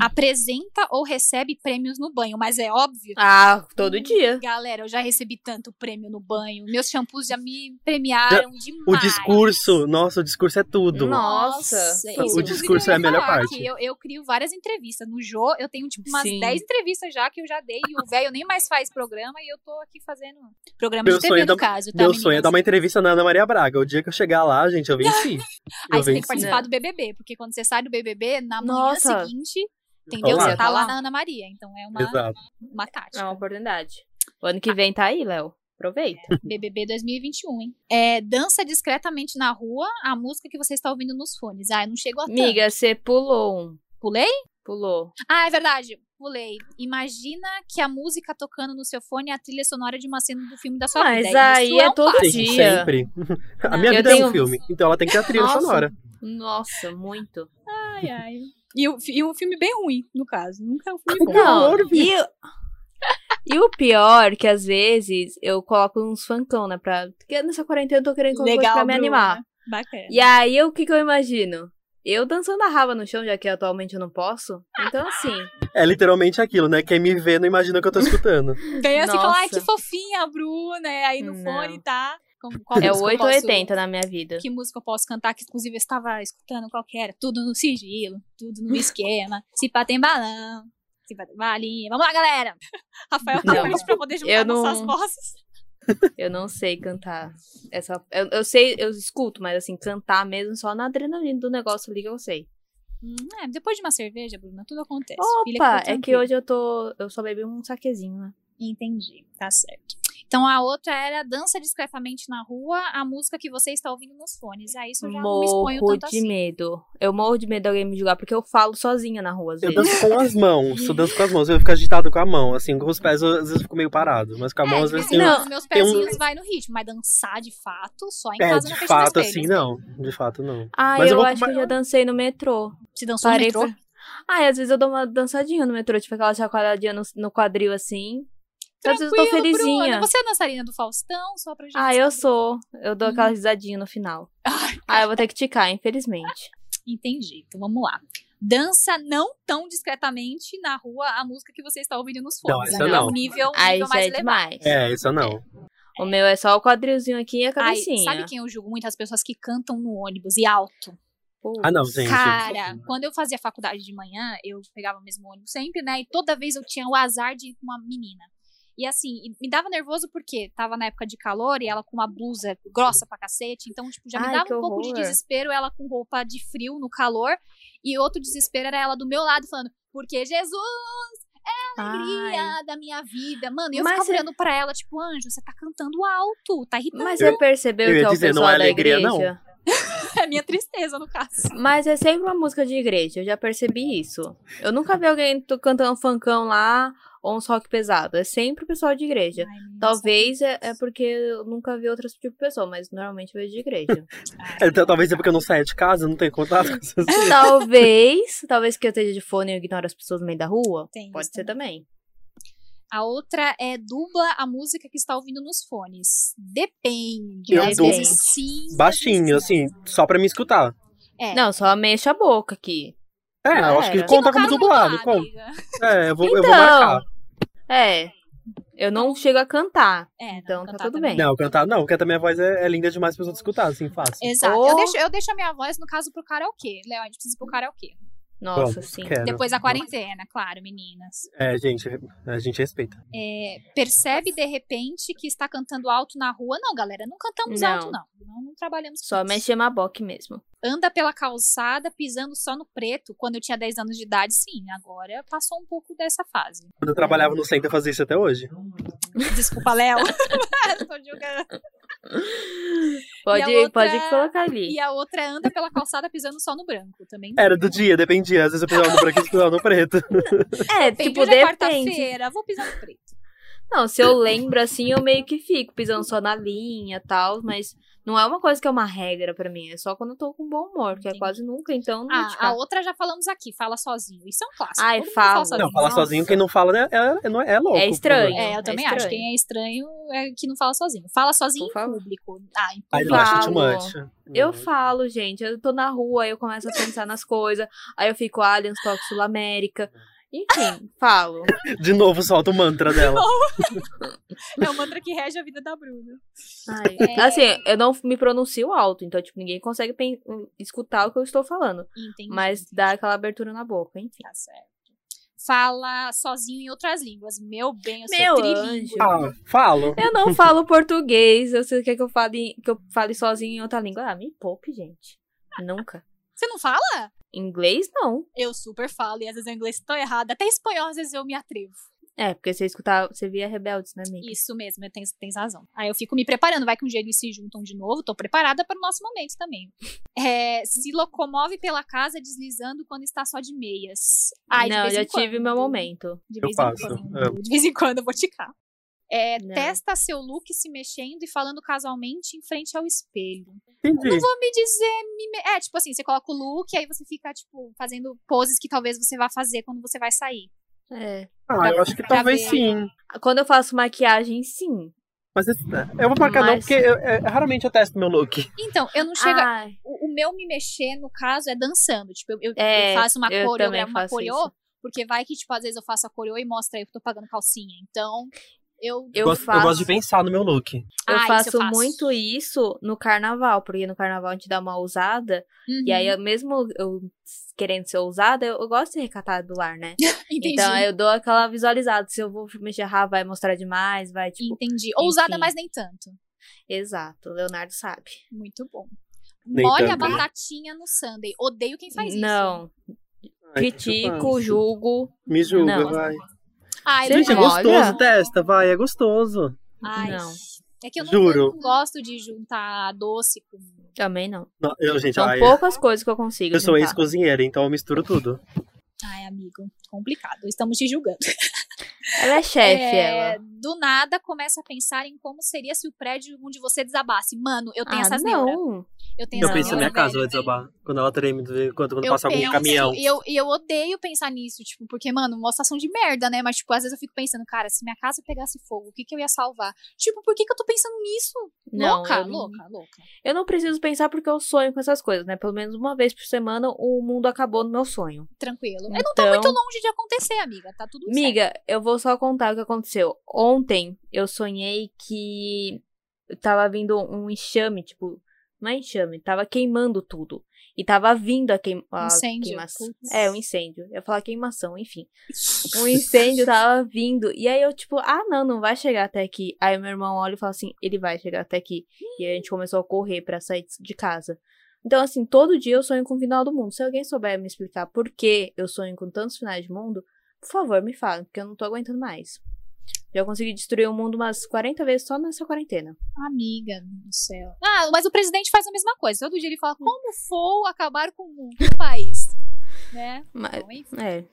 [SPEAKER 1] Apresenta ou recebe prêmios no banho, mas é óbvio.
[SPEAKER 2] Ah, todo dia.
[SPEAKER 1] Galera, eu já recebi tanto prêmio no banho. Meus shampoos já me premiaram demais.
[SPEAKER 3] O discurso, é nossa, o discurso é tudo.
[SPEAKER 2] Nossa.
[SPEAKER 3] O
[SPEAKER 1] inclusive,
[SPEAKER 3] discurso
[SPEAKER 1] eu
[SPEAKER 3] é a
[SPEAKER 1] ia
[SPEAKER 3] melhor
[SPEAKER 1] falar
[SPEAKER 3] parte.
[SPEAKER 1] que Eu, eu crio várias entrevistas. No Jô, eu tenho tipo umas
[SPEAKER 2] Sim.
[SPEAKER 1] 10 entrevistas já que eu já dei. E o velho nem mais faz programa e eu tô aqui fazendo programa
[SPEAKER 3] Meu
[SPEAKER 1] de TV,
[SPEAKER 3] sonho é
[SPEAKER 1] no
[SPEAKER 3] dar-
[SPEAKER 1] caso. Tá,
[SPEAKER 3] Meu sonho é
[SPEAKER 1] meninas?
[SPEAKER 3] dar uma entrevista na Ana Maria Braga. O dia que eu chegar lá,
[SPEAKER 1] *laughs*
[SPEAKER 3] gente, eu venci.
[SPEAKER 1] Aí
[SPEAKER 3] Eu
[SPEAKER 1] você tem que
[SPEAKER 3] venci.
[SPEAKER 1] participar do BBB, porque quando você sai do BBB, na manhã
[SPEAKER 2] Nossa.
[SPEAKER 1] seguinte, entendeu?
[SPEAKER 3] Olá.
[SPEAKER 1] Você tá lá
[SPEAKER 2] Olá.
[SPEAKER 1] na Ana Maria. Então é uma,
[SPEAKER 3] Exato.
[SPEAKER 1] uma tática.
[SPEAKER 2] É uma oportunidade. O ano que vem tá aí, Léo. Aproveita.
[SPEAKER 1] BBB 2021, hein? É, dança discretamente na rua a música que você está ouvindo nos fones. Ah, eu não chego a tanto.
[SPEAKER 2] Miga, você pulou um.
[SPEAKER 1] Pulei?
[SPEAKER 2] Pulou.
[SPEAKER 1] Ah, é verdade. Pulei. Imagina que a música tocando no seu fone é a trilha sonora de uma cena do filme da sua
[SPEAKER 2] Mas
[SPEAKER 1] vida.
[SPEAKER 2] aí
[SPEAKER 1] Isso
[SPEAKER 2] é
[SPEAKER 1] um
[SPEAKER 2] todo
[SPEAKER 1] fato.
[SPEAKER 3] Sim,
[SPEAKER 2] Dia.
[SPEAKER 3] sempre. *laughs* A
[SPEAKER 1] Não,
[SPEAKER 3] minha
[SPEAKER 2] eu
[SPEAKER 3] vida é
[SPEAKER 2] tenho-
[SPEAKER 3] um filme, então ela tem que ter a trilha
[SPEAKER 2] Nossa.
[SPEAKER 3] sonora.
[SPEAKER 2] Nossa, muito.
[SPEAKER 1] Ai, ai. E, o- e um filme bem ruim, no caso. Nunca é um filme bom.
[SPEAKER 2] Não,
[SPEAKER 3] horror,
[SPEAKER 2] e, o- e o pior, que às vezes eu coloco uns funkão, né? Pra, porque nessa quarentena eu tô querendo colocar coisa pra me
[SPEAKER 1] Bruna.
[SPEAKER 2] animar.
[SPEAKER 1] Bacana.
[SPEAKER 2] E aí, o que que eu imagino? Eu dançando a raba no chão, já que atualmente eu não posso. Então, assim,
[SPEAKER 3] É literalmente aquilo, né? Quem me vê não imagina o que eu tô escutando.
[SPEAKER 1] Daí assim, fala, ai,
[SPEAKER 2] Nossa.
[SPEAKER 1] que fofinha a Bruna. é, Aí no
[SPEAKER 2] Não.
[SPEAKER 1] fone tá. Com- qual
[SPEAKER 2] é
[SPEAKER 1] música eu
[SPEAKER 2] 8 ou
[SPEAKER 1] posso-
[SPEAKER 2] 80 na minha vida.
[SPEAKER 1] Que música eu posso cantar? Que inclusive eu estava escutando qual que era. Tudo no sigilo, tudo no
[SPEAKER 2] *laughs*
[SPEAKER 1] esquema. Se pá tem balão, se pá tem balinha. Vamos lá, galera! *laughs* Rafael tá
[SPEAKER 2] Não,
[SPEAKER 1] feliz pra poder juntar
[SPEAKER 2] eu
[SPEAKER 1] não...
[SPEAKER 2] não-
[SPEAKER 1] nossas vozes.
[SPEAKER 2] Eu não sei cantar. Essa, eu, eu sei, eu escuto, mas assim, cantar mesmo só na adrenalina do negócio ali que eu sei.
[SPEAKER 1] Hum, é, depois de uma cerveja, Bruna, tudo acontece. Filha,
[SPEAKER 2] Opa,
[SPEAKER 1] fica
[SPEAKER 2] é que
[SPEAKER 1] tranquila.
[SPEAKER 2] hoje eu tô. Eu só bebi um saquezinho, né?
[SPEAKER 1] Entendi, tá certo. Então a outra era dança discretamente na rua, a música que você está ouvindo nos fones. Ah, isso eu já não me exponho
[SPEAKER 2] Morro
[SPEAKER 1] tanto
[SPEAKER 2] de
[SPEAKER 1] assim.
[SPEAKER 2] medo. Eu morro de medo de alguém me julgar, porque eu falo sozinha na rua às
[SPEAKER 3] Eu
[SPEAKER 2] vezes.
[SPEAKER 3] danço com as mãos, eu danço com as mãos. Eu fico agitado com a mão, assim, com os pés eu, às vezes eu fico meio parado. Mas com a mão, às
[SPEAKER 1] é,
[SPEAKER 3] vezes
[SPEAKER 1] assim,
[SPEAKER 3] tem
[SPEAKER 2] não.
[SPEAKER 3] um
[SPEAKER 1] os meus
[SPEAKER 3] tem um-
[SPEAKER 1] pezinhos vai no ritmo, mas dançar de fato, só em
[SPEAKER 3] pé,
[SPEAKER 1] casa na
[SPEAKER 3] é, de
[SPEAKER 1] frente do
[SPEAKER 3] fato,
[SPEAKER 1] espelho.
[SPEAKER 3] assim, não. De fato, não.
[SPEAKER 2] Ah,
[SPEAKER 3] Mas
[SPEAKER 2] eu,
[SPEAKER 3] eu vou-
[SPEAKER 2] acho que eu já dancei no metrô.
[SPEAKER 1] Se dançou no
[SPEAKER 2] Parei
[SPEAKER 1] metrô,
[SPEAKER 2] pra- Ah, e às vezes eu dou uma dançadinha no metrô, tipo aquela chacoalhadinha no, no quadril assim. às vezes eu tô
[SPEAKER 1] Tranquilo,
[SPEAKER 2] felizinha.
[SPEAKER 1] Bruna. Você é dançarina do Faustão, só pra gente.
[SPEAKER 2] Ah, eu
[SPEAKER 1] saber.
[SPEAKER 2] sou. Eu dou aquela
[SPEAKER 1] Hum.
[SPEAKER 2] risadinha no final.
[SPEAKER 1] Ai,
[SPEAKER 2] Ah, eu vou ter que ticar, infelizmente.
[SPEAKER 1] Entendi. Então vamos lá. Dança não tão discretamente na rua a música que você está ouvindo nos
[SPEAKER 3] Não,
[SPEAKER 1] fones.
[SPEAKER 3] essa
[SPEAKER 1] Aí é
[SPEAKER 3] não.
[SPEAKER 1] Um nível, um
[SPEAKER 2] Aí
[SPEAKER 1] nível
[SPEAKER 2] já
[SPEAKER 1] mais
[SPEAKER 2] é
[SPEAKER 1] elevado.
[SPEAKER 2] demais.
[SPEAKER 3] É, isso não.
[SPEAKER 2] O meu é só o quadrilzinho aqui e a
[SPEAKER 1] Ai,
[SPEAKER 2] cabecinha.
[SPEAKER 1] sabe quem eu julgo muito? As pessoas que cantam no ônibus e alto.
[SPEAKER 2] Pô.
[SPEAKER 3] Ah, não, gente.
[SPEAKER 1] Cara, quando eu fazia faculdade de manhã, eu pegava o mesmo ônibus sempre, né? E toda vez eu tinha o azar de ir com uma menina. E assim, e me dava nervoso porque tava na época de calor e ela com uma blusa grossa pra cacete. Então, tipo, já me
[SPEAKER 2] Ai,
[SPEAKER 1] dava
[SPEAKER 2] que
[SPEAKER 1] um pouco de
[SPEAKER 2] horror.
[SPEAKER 1] desespero ela com roupa de frio no calor. E outro desespero era ela do meu lado falando, porque Jesus, É
[SPEAKER 2] Ai.
[SPEAKER 1] alegria da minha vida. Mano, e eu
[SPEAKER 2] Mas
[SPEAKER 1] ficava
[SPEAKER 2] é-
[SPEAKER 1] olhando pra ela, tipo, anjo, você tá cantando alto, tá irritando.
[SPEAKER 2] Mas você percebeu
[SPEAKER 3] Eu ia
[SPEAKER 2] que é o
[SPEAKER 3] dizer, não
[SPEAKER 2] pessoal
[SPEAKER 3] é
[SPEAKER 2] da
[SPEAKER 3] alegria, não.
[SPEAKER 2] igreja?
[SPEAKER 1] É *laughs* a minha tristeza, no caso.
[SPEAKER 2] Mas é sempre uma música de igreja, eu já percebi isso. Eu nunca vi alguém to- cantando um funkão lá ou um rock pesado. É sempre o pessoal de igreja.
[SPEAKER 1] Ai, menina,
[SPEAKER 2] Talvez é, é porque eu nunca vi outro tipo de pessoa, mas normalmente eu vejo de
[SPEAKER 3] *laughs*
[SPEAKER 2] igreja.
[SPEAKER 1] sabe?
[SPEAKER 3] É, então, talvez é porque eu não saia de casa, não tenho contato com essas pessoas.
[SPEAKER 2] talvez, talvez que eu esteja de fone e eu ignoro as pessoas no meio da rua.
[SPEAKER 1] Tem
[SPEAKER 2] É, Pode
[SPEAKER 1] isso
[SPEAKER 2] ser também.
[SPEAKER 1] A outra é dubla a música que está ouvindo nos fones. Depende.
[SPEAKER 3] Eu
[SPEAKER 1] às
[SPEAKER 2] dublo.
[SPEAKER 1] vezes sim. às
[SPEAKER 3] Baixinho,
[SPEAKER 1] vezes
[SPEAKER 3] assim, só pra me escutar.
[SPEAKER 1] É.
[SPEAKER 2] Não, só mexe a boca aqui.
[SPEAKER 3] É,
[SPEAKER 2] Ah,
[SPEAKER 3] eu acho que
[SPEAKER 2] era.
[SPEAKER 1] Que no
[SPEAKER 3] conta como
[SPEAKER 1] caso não
[SPEAKER 3] dublado,
[SPEAKER 1] dá,
[SPEAKER 3] conta.
[SPEAKER 1] amiga.
[SPEAKER 3] É, eu vou, eu vou
[SPEAKER 2] Então.
[SPEAKER 3] marcar.
[SPEAKER 2] É. Eu não chego a cantar.
[SPEAKER 1] É, não,
[SPEAKER 2] Então tá
[SPEAKER 1] cantar
[SPEAKER 2] tudo
[SPEAKER 1] também.
[SPEAKER 2] bem.
[SPEAKER 3] Não, cantar não, porque também a minha voz é, é linda demais pra pessoa escutar, assim, fácil.
[SPEAKER 1] Exato.
[SPEAKER 2] Ou-
[SPEAKER 1] Eu, deixo, eu deixo a minha voz, no caso, pro karaokê. Léo, a gente precisa ir pro karaokê.
[SPEAKER 2] Nossa,
[SPEAKER 3] Vamos,
[SPEAKER 2] sim.
[SPEAKER 3] quero.
[SPEAKER 1] Depois da quarentena, claro, meninas.
[SPEAKER 3] É, gente, a gente respeita.
[SPEAKER 1] É, percebe de repente que está cantando alto na rua. Não, galera, não cantamos
[SPEAKER 2] Não.
[SPEAKER 1] alto, não. Não, não trabalhamos com
[SPEAKER 2] Só
[SPEAKER 1] isso.
[SPEAKER 2] mexer a boca mesmo.
[SPEAKER 1] Anda pela calçada pisando só no preto. Quando eu tinha 10 anos de idade, sim. Agora passou um pouco dessa fase.
[SPEAKER 3] Quando eu trabalhava no centro, eu fazia isso até hoje.
[SPEAKER 1] Desculpa,
[SPEAKER 2] *laughs*
[SPEAKER 1] Léo. *laughs* Tô julgando.
[SPEAKER 2] Pode,
[SPEAKER 1] outra-
[SPEAKER 2] pode colocar ali.
[SPEAKER 1] E a outra anda pela calçada pisando só no branco também.
[SPEAKER 3] Era do dia, dependia. Às vezes eu pisava no branco e pisava
[SPEAKER 2] *laughs*
[SPEAKER 3] no preto.
[SPEAKER 2] É,
[SPEAKER 1] Depende,
[SPEAKER 2] tipo,
[SPEAKER 1] hoje é
[SPEAKER 2] depende.
[SPEAKER 1] quarta-feira, vou pisar no preto.
[SPEAKER 2] Não, se eu lembro assim, eu meio que fico pisando só na linha e tal, mas não é uma coisa que é uma regra pra mim, é só quando eu tô com bom humor, que é
[SPEAKER 1] Entendi.
[SPEAKER 2] quase nunca, então não
[SPEAKER 1] Ah,
[SPEAKER 2] tipo,
[SPEAKER 1] a outra já falamos aqui, fala sozinho. Isso é um clássico.
[SPEAKER 2] Ai,
[SPEAKER 1] todo mundo
[SPEAKER 2] fala.
[SPEAKER 1] sozinho.
[SPEAKER 3] Não, falar
[SPEAKER 2] Nossa.
[SPEAKER 3] sozinho, quem não fala né, é, é, não é, é louco.
[SPEAKER 2] É estranho.
[SPEAKER 1] É, eu
[SPEAKER 2] É
[SPEAKER 1] também acho.
[SPEAKER 2] estranho.
[SPEAKER 1] Quem é estranho é que não fala sozinho. Fala sozinho
[SPEAKER 2] Por
[SPEAKER 1] em
[SPEAKER 2] favor.
[SPEAKER 1] público. Ah, em
[SPEAKER 3] Aí
[SPEAKER 1] público.
[SPEAKER 3] eu acho too
[SPEAKER 2] Falo.
[SPEAKER 3] much.
[SPEAKER 1] é
[SPEAKER 2] Eu falo, gente, eu tô na rua, aí eu começo a pensar nas coisas, aí eu fico Aliens, Toque Sul América. Enfim, falo.
[SPEAKER 3] De novo, solta o mantra dela.
[SPEAKER 1] É o mantra que rege a vida da Bruna.
[SPEAKER 2] *laughs* Ai,
[SPEAKER 1] É.
[SPEAKER 2] Assim, eu não me pronuncio alto, então, tipo, ninguém consegue pen- escutar o que eu estou falando.
[SPEAKER 1] Entendi.
[SPEAKER 2] Mas dá aquela abertura na boca, enfim.
[SPEAKER 1] Tá certo. Fala sozinho em outras línguas. Meu bem, eu sou
[SPEAKER 2] Meu
[SPEAKER 1] trilíngue.
[SPEAKER 2] anjo.
[SPEAKER 3] Ah, falo.
[SPEAKER 2] Eu não falo português, eu sei que eu fale, que eu fale sozinho em outra língua. Ah, me poupe, gente. Nunca.
[SPEAKER 1] Você não fala?
[SPEAKER 2] Inglês, não.
[SPEAKER 1] Eu super falo, e às vezes o inglês tão errado. Até espanhol, às vezes eu me atrevo.
[SPEAKER 2] É, porque você escutava, você via Rebeldes, né, amiga?
[SPEAKER 1] Isso mesmo, tem, tem razão. Aí eu fico me preparando, vai que um dia eles se juntam de novo, tô preparada para o nosso momento também. É, se locomove pela casa deslizando quando está só de meias. Ai, de
[SPEAKER 2] não,
[SPEAKER 1] vez
[SPEAKER 2] já
[SPEAKER 1] em quando.
[SPEAKER 2] tive meu momento.
[SPEAKER 1] De
[SPEAKER 3] Eu
[SPEAKER 1] vez
[SPEAKER 3] passo,
[SPEAKER 1] em quando. De vez em quando eu vou ticar. É,
[SPEAKER 2] Não.
[SPEAKER 1] testa seu look se mexendo e falando casualmente em frente ao espelho.
[SPEAKER 2] É.
[SPEAKER 3] Entendi.
[SPEAKER 1] Não vou me dizer. me me- É, tipo assim, você coloca o look, aí você fica, tipo, fazendo poses que talvez você vá fazer quando você vai sair.
[SPEAKER 2] É.
[SPEAKER 3] Ah, eu acho que
[SPEAKER 1] pra
[SPEAKER 3] talvez
[SPEAKER 1] ver.
[SPEAKER 3] sim.
[SPEAKER 2] Quando eu faço maquiagem, sim.
[SPEAKER 3] Mas eu eu vou marcar não,
[SPEAKER 2] Mas-
[SPEAKER 3] porque eu- é, raramente eu testo meu look.
[SPEAKER 1] Então, eu não chego. a-
[SPEAKER 2] Ai,
[SPEAKER 1] O, o meu me mexer, no caso, é dançando. Tipo, eu, eu-
[SPEAKER 2] É,
[SPEAKER 1] eu faço uma
[SPEAKER 2] eu
[SPEAKER 1] coreo,
[SPEAKER 2] também
[SPEAKER 1] gravo uma
[SPEAKER 2] faço
[SPEAKER 1] coreo,
[SPEAKER 2] isso.
[SPEAKER 1] porque vai que, tipo, às vezes eu faço a coreo e mostra aí que eu tô pagando calcinha. Então, eu.
[SPEAKER 2] eu
[SPEAKER 3] gosto,
[SPEAKER 2] faço.
[SPEAKER 3] eu gosto de pensar no meu look.
[SPEAKER 2] Eu
[SPEAKER 1] Ah, isso eu
[SPEAKER 2] faço
[SPEAKER 1] faço.
[SPEAKER 2] muito isso no carnaval, porque no carnaval a gente dá uma ousada.
[SPEAKER 1] Uhum,
[SPEAKER 2] E aí, eu- mesmo eu querendo ser ousada, eu, eu gosto de ser recatada do lar, né?
[SPEAKER 1] *laughs* *laughs* entendi.
[SPEAKER 2] Então aí eu dou aquela visualizada. Se eu vou me errar, vai mostrar demais, vai tipo.
[SPEAKER 1] Entendi. Ousada,
[SPEAKER 2] enfim.
[SPEAKER 1] mas nem tanto.
[SPEAKER 2] Exato, o Leonardo sabe.
[SPEAKER 1] Muito bom.
[SPEAKER 3] Nem
[SPEAKER 1] Molha a
[SPEAKER 3] tanto, né?
[SPEAKER 1] batatinha no Sunday. Odeio quem faz isso.
[SPEAKER 2] Não,
[SPEAKER 3] Ai,
[SPEAKER 2] critico,
[SPEAKER 3] eu
[SPEAKER 2] julgo.
[SPEAKER 3] Me julga,
[SPEAKER 2] Não.
[SPEAKER 3] vai.
[SPEAKER 1] Ai,
[SPEAKER 2] Você
[SPEAKER 3] Gente, é
[SPEAKER 2] olha.
[SPEAKER 3] gostoso, testa, vai, é gostoso.
[SPEAKER 1] Ai,
[SPEAKER 2] Não.
[SPEAKER 1] É que eu não,
[SPEAKER 3] Juro.
[SPEAKER 1] eu não gosto de juntar doce com.
[SPEAKER 2] Também não.
[SPEAKER 3] Não, eu, gente,
[SPEAKER 2] São
[SPEAKER 3] ai,
[SPEAKER 2] poucas coisas que eu consigo.
[SPEAKER 3] eu sou
[SPEAKER 2] um juntar.
[SPEAKER 3] ex-cozinheira, então eu misturo tudo.
[SPEAKER 1] Ai, amigo, complicado. Estamos te julgando.
[SPEAKER 2] Ela é chefe,
[SPEAKER 1] É,
[SPEAKER 2] ela.
[SPEAKER 1] Do nada começa a pensar em como seria se o prédio onde você desabasse. Mano, eu tenho
[SPEAKER 2] ah,
[SPEAKER 1] essas neura.
[SPEAKER 2] não.
[SPEAKER 1] Eu tenho
[SPEAKER 3] Eu
[SPEAKER 1] essa
[SPEAKER 3] penso
[SPEAKER 1] neura,
[SPEAKER 3] na minha casa, vai
[SPEAKER 1] velho.
[SPEAKER 3] desabar. Quando ela treme, quando, quando
[SPEAKER 1] Eu
[SPEAKER 3] passa algum
[SPEAKER 1] penso,
[SPEAKER 3] caminhão.
[SPEAKER 1] E eu, e eu odeio pensar nisso, tipo, porque, mano, uma situação de merda, né? Mas, tipo, às vezes eu fico pensando, cara, se minha casa pegasse fogo, o que, que eu ia salvar? Tipo, por que, que eu tô pensando nisso?
[SPEAKER 2] Não,
[SPEAKER 1] louca,
[SPEAKER 2] eu não-
[SPEAKER 1] louca, louca.
[SPEAKER 2] Eu não preciso pensar porque eu sonho com essas coisas, né? Pelo menos uma vez por semana o mundo acabou no meu sonho.
[SPEAKER 1] Tranquilo.
[SPEAKER 2] Então,
[SPEAKER 1] É, não tá muito longe de acontecer, amiga. Tá tudo certo.
[SPEAKER 2] Miga, eu vou só contar o que aconteceu. Ontem eu sonhei que tava vindo um enxame, tipo, não é enxame, tava queimando tudo. E tava vindo a, queim a
[SPEAKER 1] Incêndio,
[SPEAKER 2] queimação.
[SPEAKER 1] putz.
[SPEAKER 2] É, um incêndio. Eu ia falar queimação, enfim. Um incêndio tava vindo. E aí eu, tipo, ah, não, não vai chegar até aqui. Aí meu irmão olha e fala assim, ele vai chegar até aqui. E aí a gente começou a correr pra sair de casa. Então, assim, todo dia eu sonho com o final do mundo. Se alguém souber me explicar por que eu sonho com tantos finais de mundo, por favor, me falem, porque eu não tô aguentando mais. Já consegui destruir o mundo umas 40 vezes só nessa quarentena.
[SPEAKER 1] Amiga do céu. Ah, mas o presidente faz a mesma coisa. Todo dia ele fala como for acabar com o mundo, o país. Né?
[SPEAKER 2] Mas,
[SPEAKER 1] Bom, enfim.
[SPEAKER 2] é.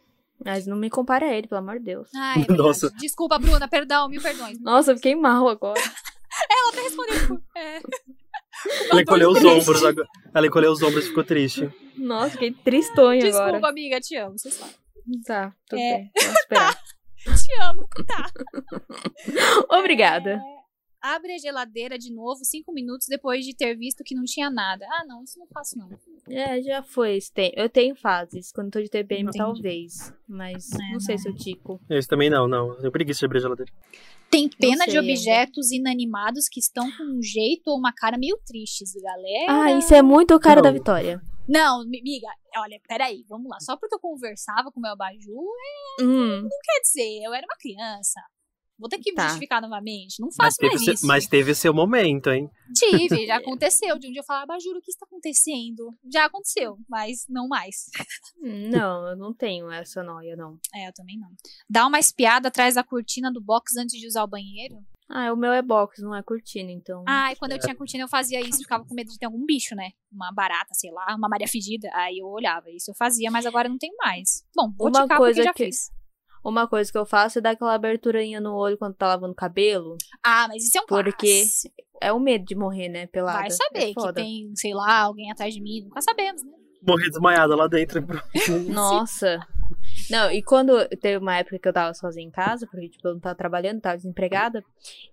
[SPEAKER 2] Mas não me compara a ele, pelo amor de Deus.
[SPEAKER 1] Ai, é verdade.
[SPEAKER 3] *laughs* Nossa.
[SPEAKER 1] Desculpa, Bruna, perdão, mil perdões.
[SPEAKER 2] Nossa, eu fiquei mal agora.
[SPEAKER 1] Ela até respondeu, *laughs* tipo, é.
[SPEAKER 3] Ela encolheu os
[SPEAKER 1] Triste.
[SPEAKER 3] ombros agora. Ela encolheu os ombros e ficou triste.
[SPEAKER 2] Nossa, fiquei tristonha
[SPEAKER 1] Desculpa,
[SPEAKER 2] agora.
[SPEAKER 1] amiga, te amo, vocês falam.
[SPEAKER 2] Tá, tudo
[SPEAKER 1] É.
[SPEAKER 2] bem. Vamos esperar.
[SPEAKER 1] Te amo, tá.
[SPEAKER 2] Obrigada.
[SPEAKER 1] Abre a geladeira de novo cinco minutos depois de ter visto que não tinha nada. Ah, não, isso não faço, não.
[SPEAKER 2] É, já foi esse tempo. Eu tenho fases. Quando tô de TPM,
[SPEAKER 1] Entendi.
[SPEAKER 2] talvez. Mas não, sei se eu tico.
[SPEAKER 3] Esse também não, não. Eu tenho preguiça de abrir a geladeira.
[SPEAKER 1] Tem pena
[SPEAKER 2] sei
[SPEAKER 1] de
[SPEAKER 2] ainda.
[SPEAKER 1] objetos inanimados que estão com um jeito ou uma cara meio tristes, galera.
[SPEAKER 2] Ah, isso é muito o cara da
[SPEAKER 3] Não.
[SPEAKER 2] Vitória.
[SPEAKER 1] Não, amiga, olha, peraí, vamos lá. Só porque eu conversava com o meu abajur,
[SPEAKER 2] Hum,
[SPEAKER 1] quer dizer, eu era uma criança. Vou ter que me
[SPEAKER 2] Tá.
[SPEAKER 1] justificar novamente. Não
[SPEAKER 3] Mas
[SPEAKER 1] faço
[SPEAKER 3] teve,
[SPEAKER 1] mais
[SPEAKER 3] o
[SPEAKER 1] isso.
[SPEAKER 3] seu, mas teve o seu momento, hein?
[SPEAKER 1] Tive,
[SPEAKER 2] *laughs*
[SPEAKER 1] já aconteceu. De um dia eu falava, abajur, o que está acontecendo? Já aconteceu, mas não mais.
[SPEAKER 2] não, eu não tenho essa noia, não.
[SPEAKER 1] É, eu também não. Dá uma espiada atrás da cortina do box antes de usar o banheiro.
[SPEAKER 2] Ah, o meu é box, não é cortina, então.
[SPEAKER 1] Ai, quando eu tinha cortina, eu fazia isso, ficava com medo de ter algum bicho, né? Uma barata, sei lá, uma maria fedida. Aí eu olhava, isso eu fazia, mas agora não tem mais. Bom, vou
[SPEAKER 2] Uma
[SPEAKER 1] ticar
[SPEAKER 2] coisa
[SPEAKER 1] porque já
[SPEAKER 2] que-
[SPEAKER 1] fiz.
[SPEAKER 2] Uma coisa que eu faço é dar aquela aberturinha no olho quando tá lavando o cabelo.
[SPEAKER 1] Ah, mas isso é um
[SPEAKER 2] Porque
[SPEAKER 1] clássico.
[SPEAKER 2] É o medo de morrer, né? Pelada.
[SPEAKER 1] Vai saber
[SPEAKER 2] é
[SPEAKER 1] que
[SPEAKER 2] foda.
[SPEAKER 1] tem, sei lá, alguém atrás de mim. Nunca sabemos, né?
[SPEAKER 3] Morri desmaiada lá dentro. *laughs*
[SPEAKER 2] Nossa. Não, e quando teve uma época que eu tava sozinha em casa, porque tipo, eu não tava trabalhando, tava desempregada,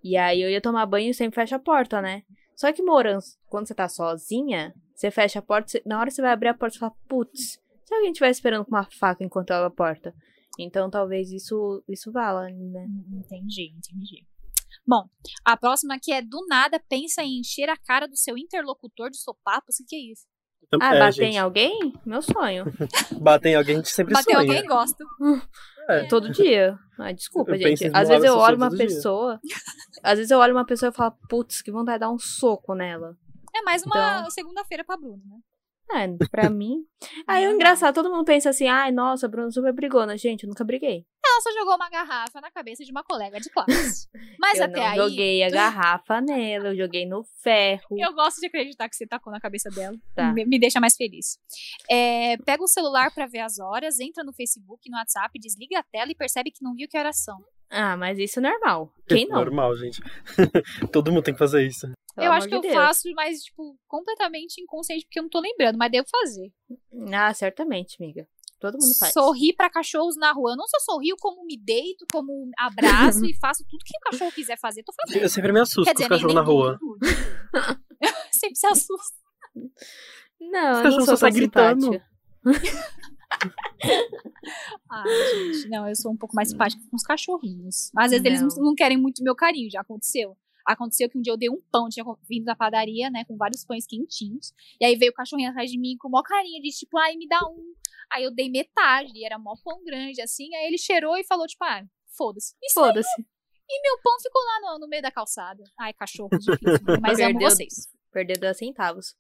[SPEAKER 2] e aí eu ia tomar banho e sempre fecha a porta, né? Só que morando, quando você tá sozinha, você fecha a porta, você- na hora que você vai abrir a porta, você fala, putz, se alguém estiver esperando com uma faca enquanto eu abro a porta. Então talvez isso, isso vala, né?
[SPEAKER 1] Entendi, entendi. Bom, a próxima aqui é do nada pensa em encher a cara do seu interlocutor de sopapos. O que, que é isso?
[SPEAKER 2] Ah,
[SPEAKER 3] é,
[SPEAKER 2] bater em
[SPEAKER 3] gente,
[SPEAKER 2] alguém? Meu
[SPEAKER 3] *laughs*
[SPEAKER 2] sonio.
[SPEAKER 3] bater em alguém, a gente sempre
[SPEAKER 1] Bateu
[SPEAKER 3] sonha.
[SPEAKER 1] alguém, gosto.
[SPEAKER 3] É.
[SPEAKER 2] Todo dia. Ah, desculpa,
[SPEAKER 3] Eu penso
[SPEAKER 2] gente.
[SPEAKER 3] em
[SPEAKER 2] Às
[SPEAKER 3] zoar
[SPEAKER 2] vezes eu
[SPEAKER 3] essa
[SPEAKER 2] olho
[SPEAKER 3] pessoa
[SPEAKER 2] uma
[SPEAKER 3] todo dia.
[SPEAKER 2] pessoa. Às vezes eu olho uma pessoa e falo, putz, que vontade de dar um soco nela.
[SPEAKER 1] É mais uma
[SPEAKER 2] Então.
[SPEAKER 1] segunda-feira pra Bruno, né?
[SPEAKER 2] É,
[SPEAKER 3] *laughs*
[SPEAKER 2] pra mim. Aí o engraçado, todo mundo pensa assim, ai, nossa, Bruno super brigona. Gente, eu nunca briguei.
[SPEAKER 1] Celso jogou uma garrafa na cabeça de uma colega de classe. Mas
[SPEAKER 2] eu
[SPEAKER 1] até
[SPEAKER 2] não
[SPEAKER 1] aí.
[SPEAKER 2] joguei a garrafa nela, eu joguei no ferro.
[SPEAKER 1] Eu gosto de acreditar que você tacou na cabeça dela.
[SPEAKER 2] Tá.
[SPEAKER 1] Me, me deixa mais feliz. É, pega o celular pra ver as horas, entra no Facebook, no WhatsApp, desliga a tela e percebe que não viu que horas são.
[SPEAKER 2] Ah, mas isso é normal. Quem não?
[SPEAKER 3] Normal, gente. *laughs* Todo mundo tem que fazer isso.
[SPEAKER 2] Pelo
[SPEAKER 1] eu
[SPEAKER 2] amor
[SPEAKER 1] acho que
[SPEAKER 2] de
[SPEAKER 1] eu
[SPEAKER 2] Deus.
[SPEAKER 1] faço, mas, tipo, completamente inconsciente, porque eu não tô lembrando, mas devo fazer.
[SPEAKER 2] Ah, certamente, amiga. Todo mundo faz.
[SPEAKER 1] Sorri pra cachorros na rua. Eu não só sorrio, como me deito, como abraço
[SPEAKER 2] *laughs*
[SPEAKER 1] e faço tudo que o cachorro quiser fazer, tô fazendo.
[SPEAKER 3] Eu sempre me assusto
[SPEAKER 1] Quer
[SPEAKER 3] com os
[SPEAKER 1] dizer,
[SPEAKER 3] cachorros
[SPEAKER 1] nem,
[SPEAKER 3] na
[SPEAKER 1] nem
[SPEAKER 3] rua.
[SPEAKER 1] tudo, tipo. *laughs* Sempre se assusta.
[SPEAKER 2] Não,
[SPEAKER 3] Os
[SPEAKER 2] eu não sou
[SPEAKER 3] cachorros só
[SPEAKER 2] tão
[SPEAKER 3] saem gritando.
[SPEAKER 2] simpática.
[SPEAKER 1] Ah, gente, não, eu sou um pouco mais simpática com os cachorrinhos. Às vezes eles
[SPEAKER 2] Não.
[SPEAKER 1] não querem muito meu carinho, já aconteceu. Aconteceu que um dia eu dei um pão, tinha co- vindo da padaria, né, com vários pães quentinhos. E aí veio o cachorrinho atrás de mim com mó carinha, disse tipo, ai, me dá um. Aí eu dei metade, e era mó pão grande, assim. Aí ele cheirou e falou, tipo, ah, foda-se. E saiu.
[SPEAKER 2] Foda-se.
[SPEAKER 1] E meu pão ficou lá no, no meio da calçada. Ai, cachorro, difícil. né?
[SPEAKER 2] *laughs*
[SPEAKER 1] Mas eu amo
[SPEAKER 2] Perdeu.
[SPEAKER 1] vocês.
[SPEAKER 2] Perder 10 centavos.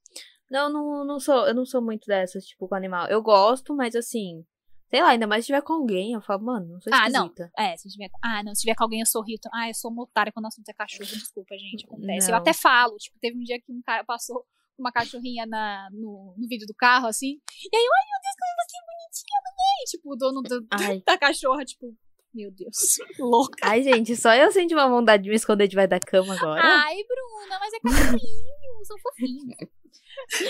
[SPEAKER 2] Não, não, não sou, eu não sou muito dessas, tipo, com animal. Eu gosto, mas assim, sei lá, ainda mais se tiver com alguém, eu falo, mano, não sou
[SPEAKER 1] Ah, não.
[SPEAKER 2] esquisita.
[SPEAKER 1] É, se tiver. Ah, não, se tiver com alguém, eu sorrio. tam- Ah, eu sou uma otária quando o assunto é cachorro, desculpa, gente. Acontece.
[SPEAKER 2] Não.
[SPEAKER 1] Eu até falo, tipo, teve um dia que um cara passou com uma cachorrinha na, no, no vídeo do carro, assim. E aí, eu, ai, meu Deus, como você é bonitinha, mamãe! Tipo, o dono do-
[SPEAKER 2] Ai,
[SPEAKER 1] da cachorra, tipo, meu Deus, louca.
[SPEAKER 2] ai, gente, só eu senti uma vontade de me esconder debaixo da cama agora.
[SPEAKER 1] Ai, Bruna, mas é cachorrinho, são fofinhos.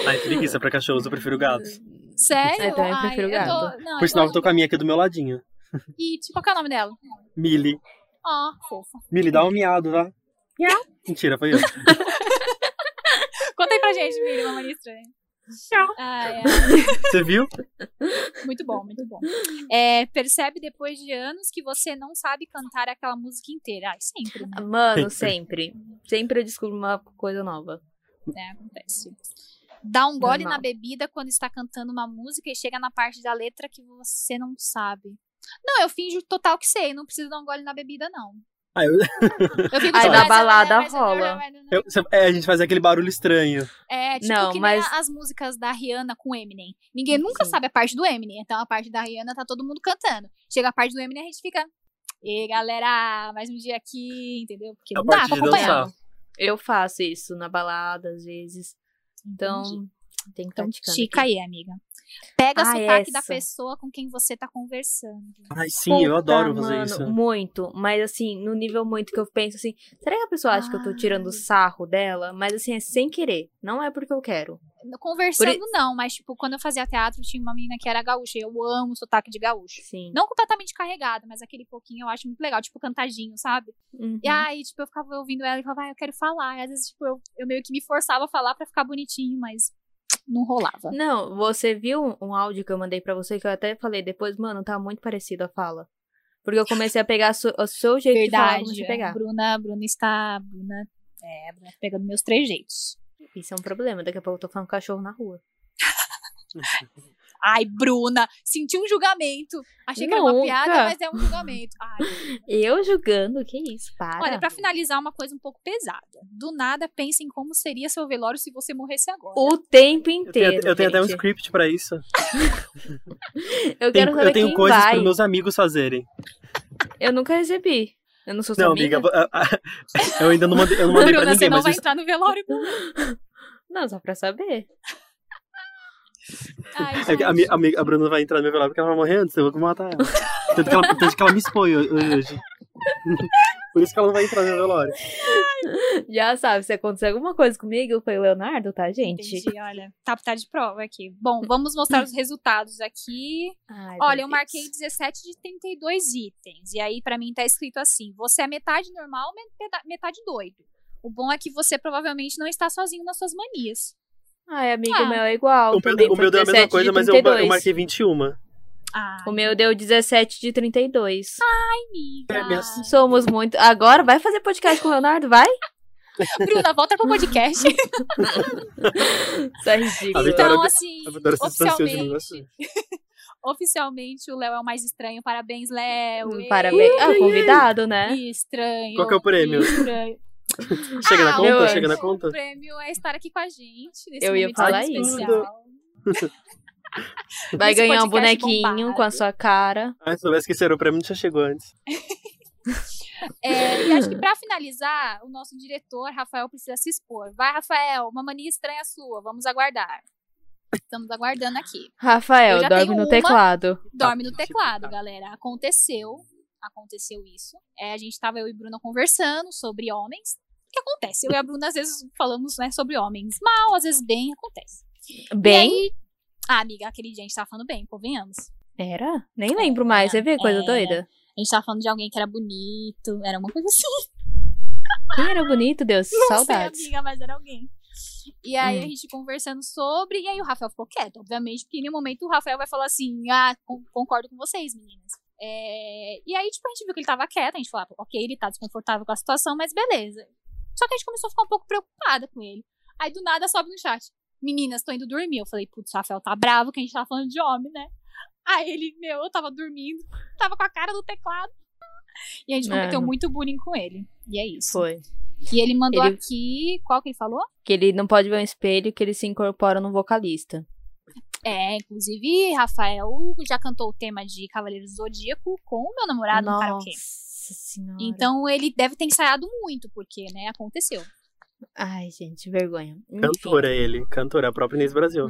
[SPEAKER 3] Ai, preguiça pra cachorros, eu prefiro gatos.
[SPEAKER 1] Sério?
[SPEAKER 2] Eu
[SPEAKER 1] Ai,
[SPEAKER 2] também É, então prefiro
[SPEAKER 1] tô. Não,
[SPEAKER 3] Por
[SPEAKER 1] eu
[SPEAKER 3] sinal, eu
[SPEAKER 1] tô...
[SPEAKER 3] tô com a minha aqui do meu ladinho.
[SPEAKER 1] E, tipo, qual que é o nome dela?
[SPEAKER 3] Millie.
[SPEAKER 1] Ó, fofa.
[SPEAKER 3] Millie, dá um miado, tá? Mentira, foi eu.
[SPEAKER 1] Conta aí pra gente, Miriam, uma mania estranha.
[SPEAKER 2] Tchau.
[SPEAKER 1] Ai, ai.
[SPEAKER 3] Você viu?
[SPEAKER 1] Ah, é. Muito bom, muito
[SPEAKER 2] *laughs*
[SPEAKER 1] bom. É, percebe depois de anos que você não sabe cantar aquela música inteira. Ai, sempre, né?
[SPEAKER 2] Mano, sempre. Sempre eu descubro uma coisa nova.
[SPEAKER 1] Né, Acontece. Dá um gole na
[SPEAKER 2] Normal.
[SPEAKER 1] bebida quando está cantando uma música e chega na parte da letra que você não sabe. Não, eu finjo total que sei, não preciso dar um gole na bebida, não.
[SPEAKER 3] Ah, eu-
[SPEAKER 1] Eu fico
[SPEAKER 2] Aí
[SPEAKER 1] tipo,
[SPEAKER 2] na
[SPEAKER 1] mas-
[SPEAKER 2] balada
[SPEAKER 1] mas-
[SPEAKER 2] rola.
[SPEAKER 3] eu- cê- é, a gente faz aquele barulho estranho.
[SPEAKER 1] É, tipo
[SPEAKER 2] Não,
[SPEAKER 1] que nem
[SPEAKER 2] mas-
[SPEAKER 1] a- as músicas da Rihanna com Eminem. Ninguém nunca
[SPEAKER 2] Sim.
[SPEAKER 1] sabe a parte do Eminem, então a parte da Rihanna tá todo mundo cantando. Chega a parte do Eminem, a gente fica... Ei, galera, mais um dia aqui, entendeu? Porque
[SPEAKER 3] A
[SPEAKER 1] não dá
[SPEAKER 3] parte
[SPEAKER 1] pra
[SPEAKER 3] de dançar.
[SPEAKER 1] acompanhar.
[SPEAKER 2] Eu faço isso na balada, às vezes. Então,
[SPEAKER 1] Entendi.
[SPEAKER 2] tem que
[SPEAKER 1] Então,
[SPEAKER 2] praticar.
[SPEAKER 1] chica aí, amiga. Pega
[SPEAKER 2] Ah,
[SPEAKER 1] o sotaque da
[SPEAKER 2] essa.
[SPEAKER 1] pessoa com quem você tá conversando.
[SPEAKER 3] Ai, sim, eu adoro
[SPEAKER 1] né,
[SPEAKER 3] fazer isso.
[SPEAKER 2] um Muito, mas assim, no nível muito que eu penso assim, será que a pessoa acha que eu tô tirando
[SPEAKER 1] Ai.
[SPEAKER 2] sarro dela? Mas assim, é sem querer. Não é porque eu quero.
[SPEAKER 1] Conversando,
[SPEAKER 2] Por
[SPEAKER 1] não, mas, tipo, quando eu fazia teatro, tinha uma menina que era gaúcha. e Eu amo o sotaque de gaúcho.
[SPEAKER 2] Sim.
[SPEAKER 1] Não completamente carregado, mas aquele pouquinho eu acho muito legal, tipo, cantadinho, sabe?
[SPEAKER 2] Uhum.
[SPEAKER 1] E aí, tipo, eu ficava ouvindo ela e falava, ah, eu quero falar. E às vezes, tipo, eu, eu meio que me forçava a falar pra ficar bonitinho, mas não rolava.
[SPEAKER 2] Não, você viu um áudio que eu mandei pra você que eu até falei depois, mano, tá muito parecido a fala. Porque eu comecei a pegar su- o seu jeito de falar,
[SPEAKER 1] Verdade. é.
[SPEAKER 2] eu comecei a pegar.
[SPEAKER 1] Bruna, Bruna está. Bruna, é, Bruna tá pegando meus trejeitos.
[SPEAKER 2] Isso é um problema, daqui a pouco eu tô falando com cachorro na rua.
[SPEAKER 1] Ai, Bruna, senti um julgamento. Achei que era uma
[SPEAKER 2] Nunca.
[SPEAKER 1] piada, mas é um julgamento.
[SPEAKER 2] *laughs*
[SPEAKER 1] Ai,
[SPEAKER 2] Eu julgando, que isso, para.
[SPEAKER 1] Olha, pra finalizar, uma coisa um pouco pesada. Do nada, pensa em como seria seu velório se você morresse agora.
[SPEAKER 2] O tempo
[SPEAKER 3] Eu tenho,
[SPEAKER 2] inteiro.
[SPEAKER 3] eu tenho até um
[SPEAKER 2] gente.
[SPEAKER 3] script pra isso.
[SPEAKER 2] Eu
[SPEAKER 3] Tenho-
[SPEAKER 2] quero saber
[SPEAKER 3] eu tenho
[SPEAKER 2] quem
[SPEAKER 3] coisas
[SPEAKER 2] vai.
[SPEAKER 3] pros meus amigos fazerem.
[SPEAKER 2] Eu nunca recebi. Eu não sou sua
[SPEAKER 3] Não,
[SPEAKER 2] amiga?
[SPEAKER 3] amiga, a- a- eu ainda não mandei, eu não mandei pra
[SPEAKER 1] Bruna, você
[SPEAKER 3] ninguém,
[SPEAKER 1] não
[SPEAKER 3] mas
[SPEAKER 1] vai
[SPEAKER 3] isso-
[SPEAKER 1] entrar no velório.
[SPEAKER 2] *laughs* Não, só pra saber. *laughs*
[SPEAKER 1] Ai,
[SPEAKER 3] é que a, mi-
[SPEAKER 1] gente.
[SPEAKER 3] a mi- a Bruna vai entrar no meu velório porque ela vai morrer antes, eu vou matar ela. Tanto que ela, tanto que ela me expõe ho- hoje. Por isso que ela não vai entrar no meu velório.
[SPEAKER 2] Já sabe, se acontecer alguma coisa comigo, foi o Leonardo, tá, gente?
[SPEAKER 1] Entendi, olha. Tá, tá de prova aqui. Bom, vamos
[SPEAKER 2] *laughs*
[SPEAKER 1] mostrar os resultados aqui.
[SPEAKER 2] Ai, meu
[SPEAKER 1] Olha, eu
[SPEAKER 2] Deus.
[SPEAKER 1] marquei 17 de 32 itens. E aí, pra mim, tá escrito assim: você é metade normal, meta- metade doido. O bom é que você provavelmente não está sozinho nas suas manias.
[SPEAKER 2] Ai, amiga,
[SPEAKER 1] Ah.
[SPEAKER 2] o meu é igual.
[SPEAKER 3] o meu,
[SPEAKER 2] também
[SPEAKER 3] o
[SPEAKER 2] foi
[SPEAKER 3] meu deu a
[SPEAKER 2] 17
[SPEAKER 3] mesma
[SPEAKER 2] de
[SPEAKER 3] coisa, mas eu, ba-
[SPEAKER 2] 32.
[SPEAKER 3] eu marquei 21.
[SPEAKER 1] Ah,
[SPEAKER 2] O meu deu 17 de 32.
[SPEAKER 3] *laughs*
[SPEAKER 1] amiga.
[SPEAKER 3] É, minha-
[SPEAKER 2] Somos muito. Agora vai fazer podcast com o Leonardo, vai?
[SPEAKER 1] Bruna, volta pro podcast.
[SPEAKER 2] Isso é ridículo.
[SPEAKER 3] *laughs* A Vitória-
[SPEAKER 1] Então,
[SPEAKER 3] de-
[SPEAKER 1] assim,
[SPEAKER 3] a Vitória se distanciou de mim
[SPEAKER 1] oficialmente, *laughs* oficialmente o Léo é o mais estranho. Parabéns, Léo.
[SPEAKER 2] Hum,
[SPEAKER 1] Ei,
[SPEAKER 2] Parabéns. Ah, convidado, né?
[SPEAKER 1] que Estranho.
[SPEAKER 3] Qual que é o prêmio?
[SPEAKER 1] que Estranho.
[SPEAKER 3] Chega
[SPEAKER 1] Ah,
[SPEAKER 3] na
[SPEAKER 2] eu
[SPEAKER 3] conta?
[SPEAKER 2] acho.
[SPEAKER 3] Chega na
[SPEAKER 1] O
[SPEAKER 3] conta?
[SPEAKER 1] prêmio é estar aqui com a gente nesse
[SPEAKER 2] Eu ia
[SPEAKER 1] momento
[SPEAKER 2] falar
[SPEAKER 1] tão
[SPEAKER 2] isso.
[SPEAKER 1] especial.
[SPEAKER 2] Vai
[SPEAKER 1] Esse
[SPEAKER 2] ganhar um
[SPEAKER 1] podcast
[SPEAKER 2] bonequinho
[SPEAKER 1] bombado.
[SPEAKER 2] com a sua cara.
[SPEAKER 3] Ai, se soubesse que esse era o prêmio, já chegou antes.
[SPEAKER 1] É, e acho que pra finalizar, o nosso diretor, Rafael, precisa se expor. Vai, Rafael, uma mania estranha sua, vamos aguardar. Estamos aguardando aqui. Eu
[SPEAKER 2] Rafael,
[SPEAKER 1] já
[SPEAKER 2] dorme
[SPEAKER 1] tenho
[SPEAKER 2] no
[SPEAKER 1] uma.
[SPEAKER 2] teclado.
[SPEAKER 1] Dorme no
[SPEAKER 3] Tá, tipo,
[SPEAKER 1] teclado,
[SPEAKER 3] tá.
[SPEAKER 1] galera. Aconteceu, aconteceu isso. É, a gente tava, eu e Bruna, conversando sobre homens. O que acontece? Eu e a Bruna, às vezes, falamos né, sobre homens mal, às vezes bem, acontece.
[SPEAKER 2] Bem?
[SPEAKER 1] E aí- ah, amiga, aquele dia a gente tava falando bem, convenhamos.
[SPEAKER 2] Era? Nem lembro mais. Você vê coisa
[SPEAKER 1] Era.
[SPEAKER 2] doida?
[SPEAKER 1] A gente tava falando de alguém que era bonito, era uma coisa assim.
[SPEAKER 2] Quem era bonito, Deus?
[SPEAKER 1] Não
[SPEAKER 2] Saudades.
[SPEAKER 1] sei, amiga, mas era alguém. E aí a
[SPEAKER 2] Hum.
[SPEAKER 1] gente conversando sobre, e aí o Rafael ficou quieto, obviamente, porque em nenhum momento o Rafael vai falar assim, ah, con- concordo com vocês, meninas. É, E aí, tipo, a gente viu que ele tava quieto, a gente falava, ok, ele tá desconfortável com a situação, mas beleza. Só que a gente começou a ficar um pouco preocupada com ele. Aí do nada sobe no chat, meninas, tô indo dormir. Eu falei, putz, o Rafael tá bravo que a gente tava falando de homem, né? Aí ele, meu, eu tava dormindo, *laughs* tava com a cara no teclado. E a gente cometeu
[SPEAKER 2] Mano.
[SPEAKER 1] muito bullying com ele. E é isso.
[SPEAKER 2] Foi.
[SPEAKER 1] E ele mandou
[SPEAKER 2] Ele-
[SPEAKER 1] aqui. Qual que ele falou?
[SPEAKER 2] Que ele não pode ver um espelho, que ele se incorpora no vocalista.
[SPEAKER 1] É, inclusive, Rafael já cantou o tema de Cavaleiro do Zodíaco com o meu namorado no
[SPEAKER 2] Nossa
[SPEAKER 1] karaokê.
[SPEAKER 2] senhora.
[SPEAKER 1] Então ele deve ter ensaiado muito, porque, né, aconteceu.
[SPEAKER 2] Ai, gente, vergonha. Enfim.
[SPEAKER 3] Cantora é ele, cantora, a própria Inês Brasil.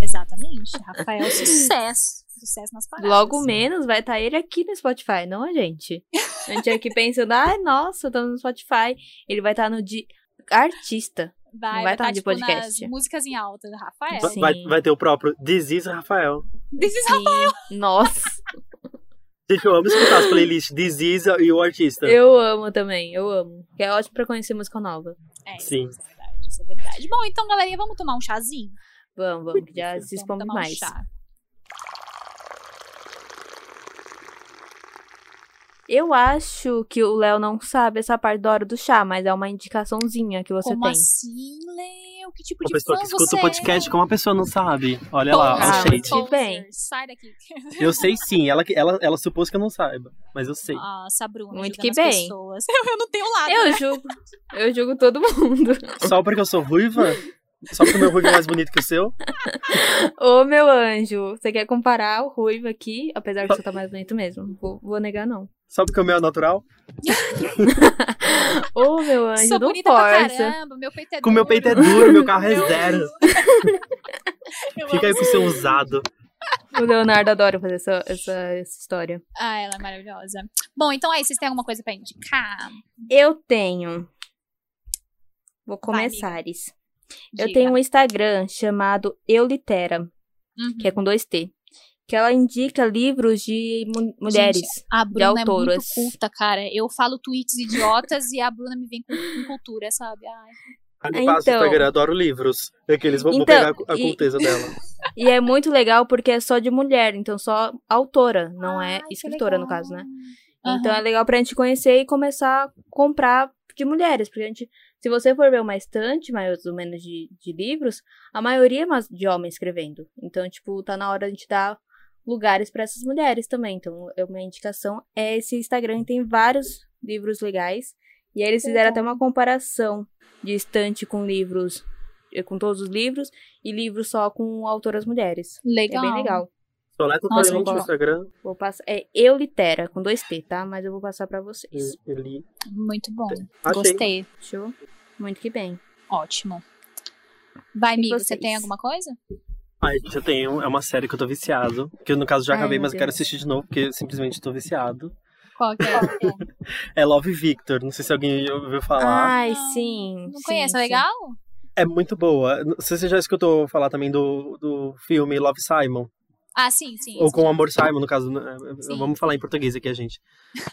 [SPEAKER 1] Exatamente.
[SPEAKER 2] *laughs*
[SPEAKER 1] Rafael, sucesso. Sucesso nas paradas.
[SPEAKER 2] Logo menos vai estar ele aqui no Spotify, não a gente. A gente aqui pensando, ai, nossa, estamos no Spotify. Ele vai estar no de artista.
[SPEAKER 1] Vai,
[SPEAKER 2] vai
[SPEAKER 1] vai
[SPEAKER 2] tá
[SPEAKER 1] tá,
[SPEAKER 2] de
[SPEAKER 1] tipo,
[SPEAKER 2] podcast.
[SPEAKER 1] nas músicas em alta do
[SPEAKER 3] Va-
[SPEAKER 1] Rafael.
[SPEAKER 2] Sim.
[SPEAKER 3] Vai, vai ter o próprio Diziz Rafael.
[SPEAKER 1] This is-
[SPEAKER 2] Sim. Nossa,
[SPEAKER 3] Gente, eu amo escutar as playlists Diziz e o artista.
[SPEAKER 2] eu amo também, eu amo. Que é ótimo pra conhecer música nova.
[SPEAKER 1] *laughs* É,
[SPEAKER 3] Sim.
[SPEAKER 1] Isso é verdade, isso é verdade. Bom, então, galerinha, vamos tomar um chazinho?
[SPEAKER 2] Vamos, vamos, que já se
[SPEAKER 1] Vamos
[SPEAKER 2] expõe
[SPEAKER 1] tomar um
[SPEAKER 2] mais.
[SPEAKER 1] chá.
[SPEAKER 2] Eu acho que o Léo não sabe essa parte da hora do chá, mas é uma indicaçãozinha que você
[SPEAKER 1] Como
[SPEAKER 2] tem.
[SPEAKER 1] assim, Léo? Que tipo
[SPEAKER 3] Uma
[SPEAKER 1] de
[SPEAKER 3] pessoa
[SPEAKER 1] fã
[SPEAKER 3] que escuta
[SPEAKER 1] você
[SPEAKER 3] o podcast, como a pessoa não sabe? Olha lá,
[SPEAKER 1] Poser,
[SPEAKER 3] ó,
[SPEAKER 2] Ah,
[SPEAKER 3] o shade.
[SPEAKER 2] mas- Bem.
[SPEAKER 1] Sai daqui.
[SPEAKER 3] Eu sei sim, ela, ela, ela supôs que eu não saiba, mas eu sei.
[SPEAKER 1] Nossa, Bruna.
[SPEAKER 2] Muito
[SPEAKER 1] julgando
[SPEAKER 2] que
[SPEAKER 1] as
[SPEAKER 2] bem.
[SPEAKER 1] pessoas. *laughs* Eu, eu não tenho lado. né?
[SPEAKER 2] Eu julgo, eu julgo todo mundo. *laughs*
[SPEAKER 3] Só porque eu sou ruiva? Só porque o meu ruivo é mais bonito que o seu?
[SPEAKER 2] Ô, meu anjo, você quer comparar o ruivo aqui? Apesar que você tá mais bonito mesmo. Vou, vou negar, não.
[SPEAKER 3] Só porque o meu é natural?
[SPEAKER 2] Ô, meu anjo,
[SPEAKER 1] Sou
[SPEAKER 2] não
[SPEAKER 1] bonita pra
[SPEAKER 2] força.
[SPEAKER 1] caramba. Meu peito é
[SPEAKER 3] Com o meu
[SPEAKER 1] *laughs*
[SPEAKER 3] peito é duro, meu carro é zero. Fica aí pro seu usado.
[SPEAKER 2] O Leonardo adora fazer essa, essa, essa história.
[SPEAKER 1] Ah, ela é maravilhosa. Bom, então aí, vocês têm alguma coisa pra indicar?
[SPEAKER 2] Eu tenho. Vou
[SPEAKER 1] Vai, amiga.
[SPEAKER 2] começar. Ares.
[SPEAKER 1] Diga.
[SPEAKER 2] Eu tenho um Instagram chamado Eulitera,
[SPEAKER 1] Uhum.
[SPEAKER 2] que é com dois T. Que ela indica livros de mu- mulheres.
[SPEAKER 1] *laughs* A Bruna é muito
[SPEAKER 2] autoras.
[SPEAKER 1] culta, cara. Eu falo tweets idiotas e a Bruna me vem com, com cultura, sabe? Ai.
[SPEAKER 3] Aí passa o
[SPEAKER 2] Então.
[SPEAKER 3] Instagram, eu adoro livros. É Daqueles, vou, vou
[SPEAKER 2] Então,
[SPEAKER 3] pegar a cu- a
[SPEAKER 2] e-
[SPEAKER 3] culteza dela.
[SPEAKER 2] E é muito legal porque é só de mulher, então só autora, não
[SPEAKER 1] Ai,
[SPEAKER 2] é
[SPEAKER 1] Ah, que
[SPEAKER 2] escritora, no
[SPEAKER 1] legal.
[SPEAKER 2] caso, né?
[SPEAKER 1] Aham.
[SPEAKER 2] Então é legal pra gente conhecer e começar a comprar de mulheres. Porque a gente, se você for ver uma estante, mais ou menos, de, de livros, a maioria é mas- de homens escrevendo. Então, tipo, tá na hora de a gente dar lugares pra essas mulheres também. Então, é uma indicação é esse Instagram tem vários livros legais. E aí eles fizeram até uma comparação de estante com livros, eh, com todos os livros, e livros só com autoras mulheres.
[SPEAKER 1] Legal.
[SPEAKER 2] É bem legal.
[SPEAKER 3] Soleta pra
[SPEAKER 1] Nossa,
[SPEAKER 3] gente no
[SPEAKER 2] legal.
[SPEAKER 3] Instagram.
[SPEAKER 2] Vou passar. É Eu Litera, com dois T, tá? Mas eu vou passar pra vocês.
[SPEAKER 3] Eu, eu li.
[SPEAKER 1] Muito bom.
[SPEAKER 3] Achei.
[SPEAKER 1] Gostei.
[SPEAKER 2] Show. Muito que bem.
[SPEAKER 1] Ótimo. Vai, amigo, você
[SPEAKER 2] vocês?
[SPEAKER 1] tem alguma coisa?
[SPEAKER 3] Ai, gente, eu tenho. É uma série que eu tô viciado. Que eu, no caso, já
[SPEAKER 2] Ai,
[SPEAKER 3] acabei,
[SPEAKER 2] meu
[SPEAKER 3] mas eu quero
[SPEAKER 2] Deus.
[SPEAKER 3] assistir de novo, porque eu simplesmente tô viciado.
[SPEAKER 1] Qual que é? Qual
[SPEAKER 2] *laughs*
[SPEAKER 1] que é?
[SPEAKER 3] É Love Victor. Não sei se alguém já ouviu falar.
[SPEAKER 2] Ai,
[SPEAKER 1] Ah,
[SPEAKER 2] sim.
[SPEAKER 1] Não
[SPEAKER 2] sim,
[SPEAKER 1] conheço, é
[SPEAKER 2] sim.
[SPEAKER 1] legal?
[SPEAKER 3] É muito boa. Não sei se Você já escutou falar também do, do filme Love Simon?
[SPEAKER 1] Ah, sim, sim.
[SPEAKER 3] Ou
[SPEAKER 1] esse
[SPEAKER 3] com
[SPEAKER 1] já.
[SPEAKER 3] Amor Simon, no caso. né?
[SPEAKER 1] Sim.
[SPEAKER 3] Vamos falar em português aqui, a gente.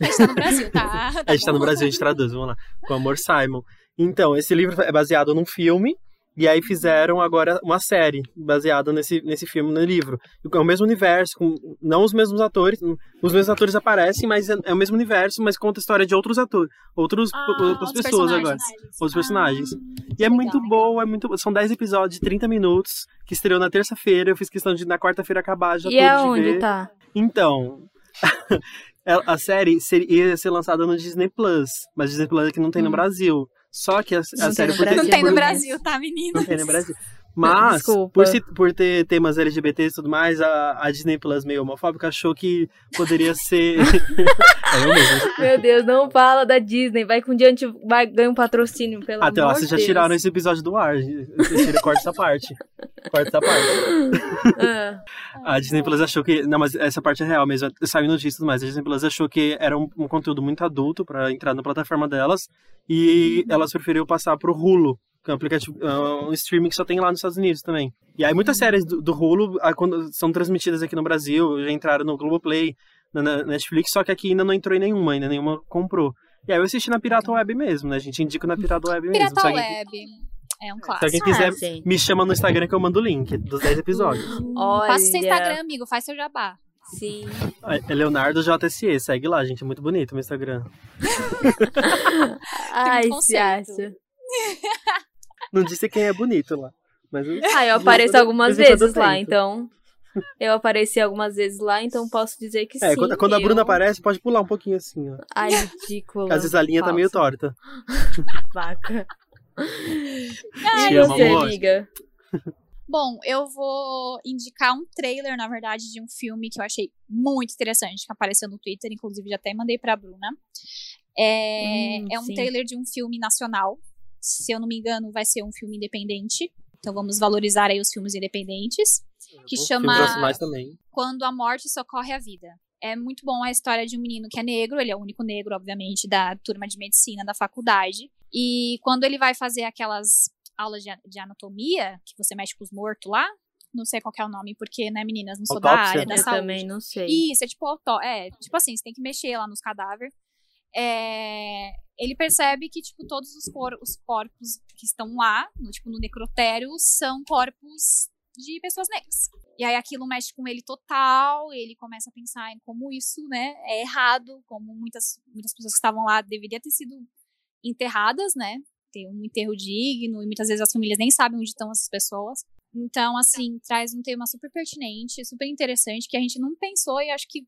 [SPEAKER 1] A gente tá no Brasil, tá?
[SPEAKER 3] *laughs* A gente
[SPEAKER 1] *laughs*
[SPEAKER 3] tá no
[SPEAKER 1] bom.
[SPEAKER 3] Brasil, a gente traduz, vamos lá. Com Amor Simon. Então, esse livro é baseado num filme, e aí fizeram agora uma série baseada nesse, nesse filme, no livro. É o mesmo universo, com, não os mesmos atores. Os mesmos atores aparecem, mas é, é o mesmo universo, mas conta a história de outros atores, outros,
[SPEAKER 1] Ah,
[SPEAKER 3] outras
[SPEAKER 1] outros
[SPEAKER 3] pessoas
[SPEAKER 1] personagens.
[SPEAKER 3] agora. Outros personagens.
[SPEAKER 1] Ah,
[SPEAKER 3] E é
[SPEAKER 1] legal,
[SPEAKER 3] muito
[SPEAKER 1] legal.
[SPEAKER 3] bom, é muito São 10 episódios de 30 minutos, que estreou na terça-feira. Eu fiz questão de na quarta-feira acabar já
[SPEAKER 2] E
[SPEAKER 1] é
[SPEAKER 3] tudo de
[SPEAKER 2] aonde
[SPEAKER 3] ver.
[SPEAKER 2] tá?
[SPEAKER 3] Então, *laughs* a a série seria, ia ser lançada no Disney Plus, mas Disney Plus aqui não tem no
[SPEAKER 2] Hum.
[SPEAKER 3] Brasil. Só que a, a
[SPEAKER 2] Não tem
[SPEAKER 3] série
[SPEAKER 2] no
[SPEAKER 3] por ter-
[SPEAKER 2] Brasil.
[SPEAKER 1] Não tem no
[SPEAKER 3] por-
[SPEAKER 1] Brasil, tá, menina?
[SPEAKER 3] Não tem no Brasil. Mas,
[SPEAKER 2] Desculpa.
[SPEAKER 3] por, se- por ter temas LGBTs e tudo mais, a, a Disney Plus meio homofóbica achou que
[SPEAKER 2] *laughs*
[SPEAKER 3] poderia ser. é eu mesmo.
[SPEAKER 2] Meu Deus, não fala da Disney. Vai que um dia a gente vai ganhar um patrocínio, pelo
[SPEAKER 3] Até
[SPEAKER 2] amor de
[SPEAKER 3] lá, Ah, então, vocês já
[SPEAKER 2] Deus.
[SPEAKER 3] tiraram esse episódio do ar. Vocês tiram, corta essa parte. Corta essa parte.
[SPEAKER 2] Ah,
[SPEAKER 3] A Disney Plus achou que. Não, mas essa parte é real mesmo. Saiu notícia e tudo mais. A Disney Plus achou que era um, um conteúdo muito adulto pra entrar na plataforma delas. E
[SPEAKER 1] Uhum.
[SPEAKER 3] elas preferiram passar pro Hulu, que é um aplicativo. é um streaming que só tem lá nos Estados Unidos também. E aí
[SPEAKER 1] Uhum.
[SPEAKER 3] muitas séries do, do Hulu ah, quando são transmitidas aqui no Brasil, já entraram no Globoplay, na, na Netflix, só que aqui ainda não entrou em nenhuma, ainda nenhuma comprou. E aí eu assisti na Pirata Web mesmo, né? A gente indica na Pirata Web mesmo.
[SPEAKER 1] Uhum. Pirata
[SPEAKER 3] Se alguém-
[SPEAKER 1] Web. É um
[SPEAKER 3] Se
[SPEAKER 1] clássico.
[SPEAKER 3] alguém quiser,
[SPEAKER 2] Ah, gente.
[SPEAKER 3] me chama no Instagram que eu mando o link dos
[SPEAKER 1] *laughs*
[SPEAKER 3] 10 episódios.
[SPEAKER 2] Olha.
[SPEAKER 1] Faça o seu Instagram, amigo. Faz seu jabá.
[SPEAKER 2] Sim.
[SPEAKER 3] É Leonardo JSE, segue lá, gente. É muito bonito o meu Instagram.
[SPEAKER 2] Ai, se
[SPEAKER 1] conceito. *laughs*
[SPEAKER 2] acha.
[SPEAKER 3] Não disse quem é bonito lá. Mas eu-
[SPEAKER 2] Ah, eu apareço algumas
[SPEAKER 3] De vez em quando
[SPEAKER 2] vezes
[SPEAKER 3] eu
[SPEAKER 2] lá,
[SPEAKER 3] tento.
[SPEAKER 2] então. Eu apareci algumas vezes lá, então posso dizer que
[SPEAKER 3] é,
[SPEAKER 2] sim.
[SPEAKER 3] quando, quando a
[SPEAKER 2] eu-
[SPEAKER 3] Bruna aparece, pode pular um pouquinho assim, ó.
[SPEAKER 2] Ai, ridículo.
[SPEAKER 3] *laughs* Às vezes a linha tá meio
[SPEAKER 2] Falsa.
[SPEAKER 3] torta.
[SPEAKER 2] *laughs* Vaca.
[SPEAKER 3] Te
[SPEAKER 2] Ai,
[SPEAKER 3] amo,
[SPEAKER 2] você,
[SPEAKER 3] amor.
[SPEAKER 2] amiga.
[SPEAKER 1] Bom, eu vou indicar um trailer, na verdade, de um filme que eu achei muito interessante, que apareceu no Twitter, inclusive já até mandei pra Bruna. É,
[SPEAKER 2] Hum,
[SPEAKER 1] é um
[SPEAKER 2] sim.
[SPEAKER 1] trailer de um filme nacional. Se eu não me engano, vai ser um filme independente. Então vamos valorizar aí os filmes independentes. Que
[SPEAKER 3] Os
[SPEAKER 1] chama-
[SPEAKER 3] filmes nacionais também.
[SPEAKER 1] Quando a morte socorre a vida. É muito bom a história de um menino que é negro, ele é o único negro, obviamente, da turma de medicina da faculdade. E quando ele vai fazer aquelas aulas de, a- de anatomia, que você mexe com os mortos lá, não sei qual que é o nome, porque, né, meninas, não sou da
[SPEAKER 3] Autópsia?
[SPEAKER 1] área da
[SPEAKER 2] eu
[SPEAKER 1] saúde.
[SPEAKER 2] também não sei.
[SPEAKER 1] Isso, é tipo autó... É, tipo assim, você tem que mexer lá nos cadáveres. É, ele percebe que, tipo, todos os, cor- os corpos que estão lá, no, tipo, no necrotério, são corpos de pessoas negras. E aí aquilo mexe com ele total, ele começa a pensar em como isso, né, é errado, como muitas, muitas pessoas que estavam lá deveriam ter sido enterradas, né, ter um enterro digno, e muitas vezes as famílias nem sabem onde estão essas pessoas. Então, assim, traz um tema super pertinente, super interessante, que a gente não pensou e acho que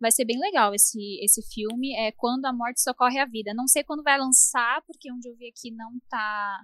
[SPEAKER 1] vai ser bem legal esse, esse filme. É Quando a Morte Socorre a Vida. Não sei quando vai lançar, porque onde eu vi aqui não tá.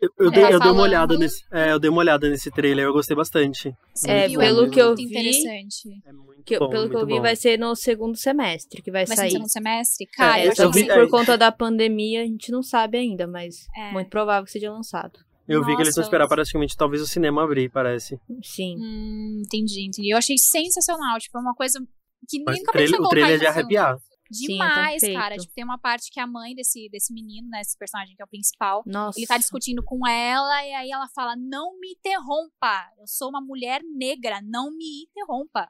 [SPEAKER 3] Eu, eu
[SPEAKER 1] É,
[SPEAKER 3] dei,
[SPEAKER 1] tá
[SPEAKER 3] eu dei uma
[SPEAKER 1] falando-
[SPEAKER 3] olhado nesse. É, eu dei uma olhada nesse trailer, eu gostei bastante.
[SPEAKER 2] É,
[SPEAKER 1] Viu?
[SPEAKER 2] pelo
[SPEAKER 1] muito
[SPEAKER 2] que eu vi,
[SPEAKER 1] interessante.
[SPEAKER 3] É muito
[SPEAKER 2] Que-
[SPEAKER 3] bom,
[SPEAKER 2] pelo que
[SPEAKER 3] muito
[SPEAKER 2] eu vi,
[SPEAKER 3] bom.
[SPEAKER 2] vai ser no segundo semestre que vai,
[SPEAKER 1] Vai ser no
[SPEAKER 2] sair.
[SPEAKER 1] segundo semestre? Cara,
[SPEAKER 2] É,
[SPEAKER 1] eu,
[SPEAKER 3] eu
[SPEAKER 1] acho
[SPEAKER 2] só
[SPEAKER 1] que
[SPEAKER 2] que
[SPEAKER 3] vi-
[SPEAKER 1] sim.
[SPEAKER 2] por conta da pandemia a gente não sabe ainda, mas
[SPEAKER 1] É.
[SPEAKER 2] muito provável que seja lançado.
[SPEAKER 3] Eu vi que eles
[SPEAKER 1] Nossa.
[SPEAKER 3] vão esperar praticamente talvez o cinema abrir, parece.
[SPEAKER 2] Sim.
[SPEAKER 1] Hum, entendi, entendi. Eu achei sensacional. Tipo, é uma coisa que
[SPEAKER 3] Mas o
[SPEAKER 1] nunca
[SPEAKER 3] trailer,
[SPEAKER 1] pensou
[SPEAKER 3] o
[SPEAKER 1] em colocar
[SPEAKER 3] trailer é de
[SPEAKER 1] em filme.
[SPEAKER 3] arrepiar.
[SPEAKER 2] Sim, é
[SPEAKER 1] Demais,
[SPEAKER 2] perfeito.
[SPEAKER 1] cara. Tipo, tem uma parte que a mãe desse, desse menino, né, esse personagem que é o principal,
[SPEAKER 2] Nossa.
[SPEAKER 1] Ele tá discutindo com ela e aí ela fala: Não me interrompa. Eu sou uma mulher negra, não me interrompa.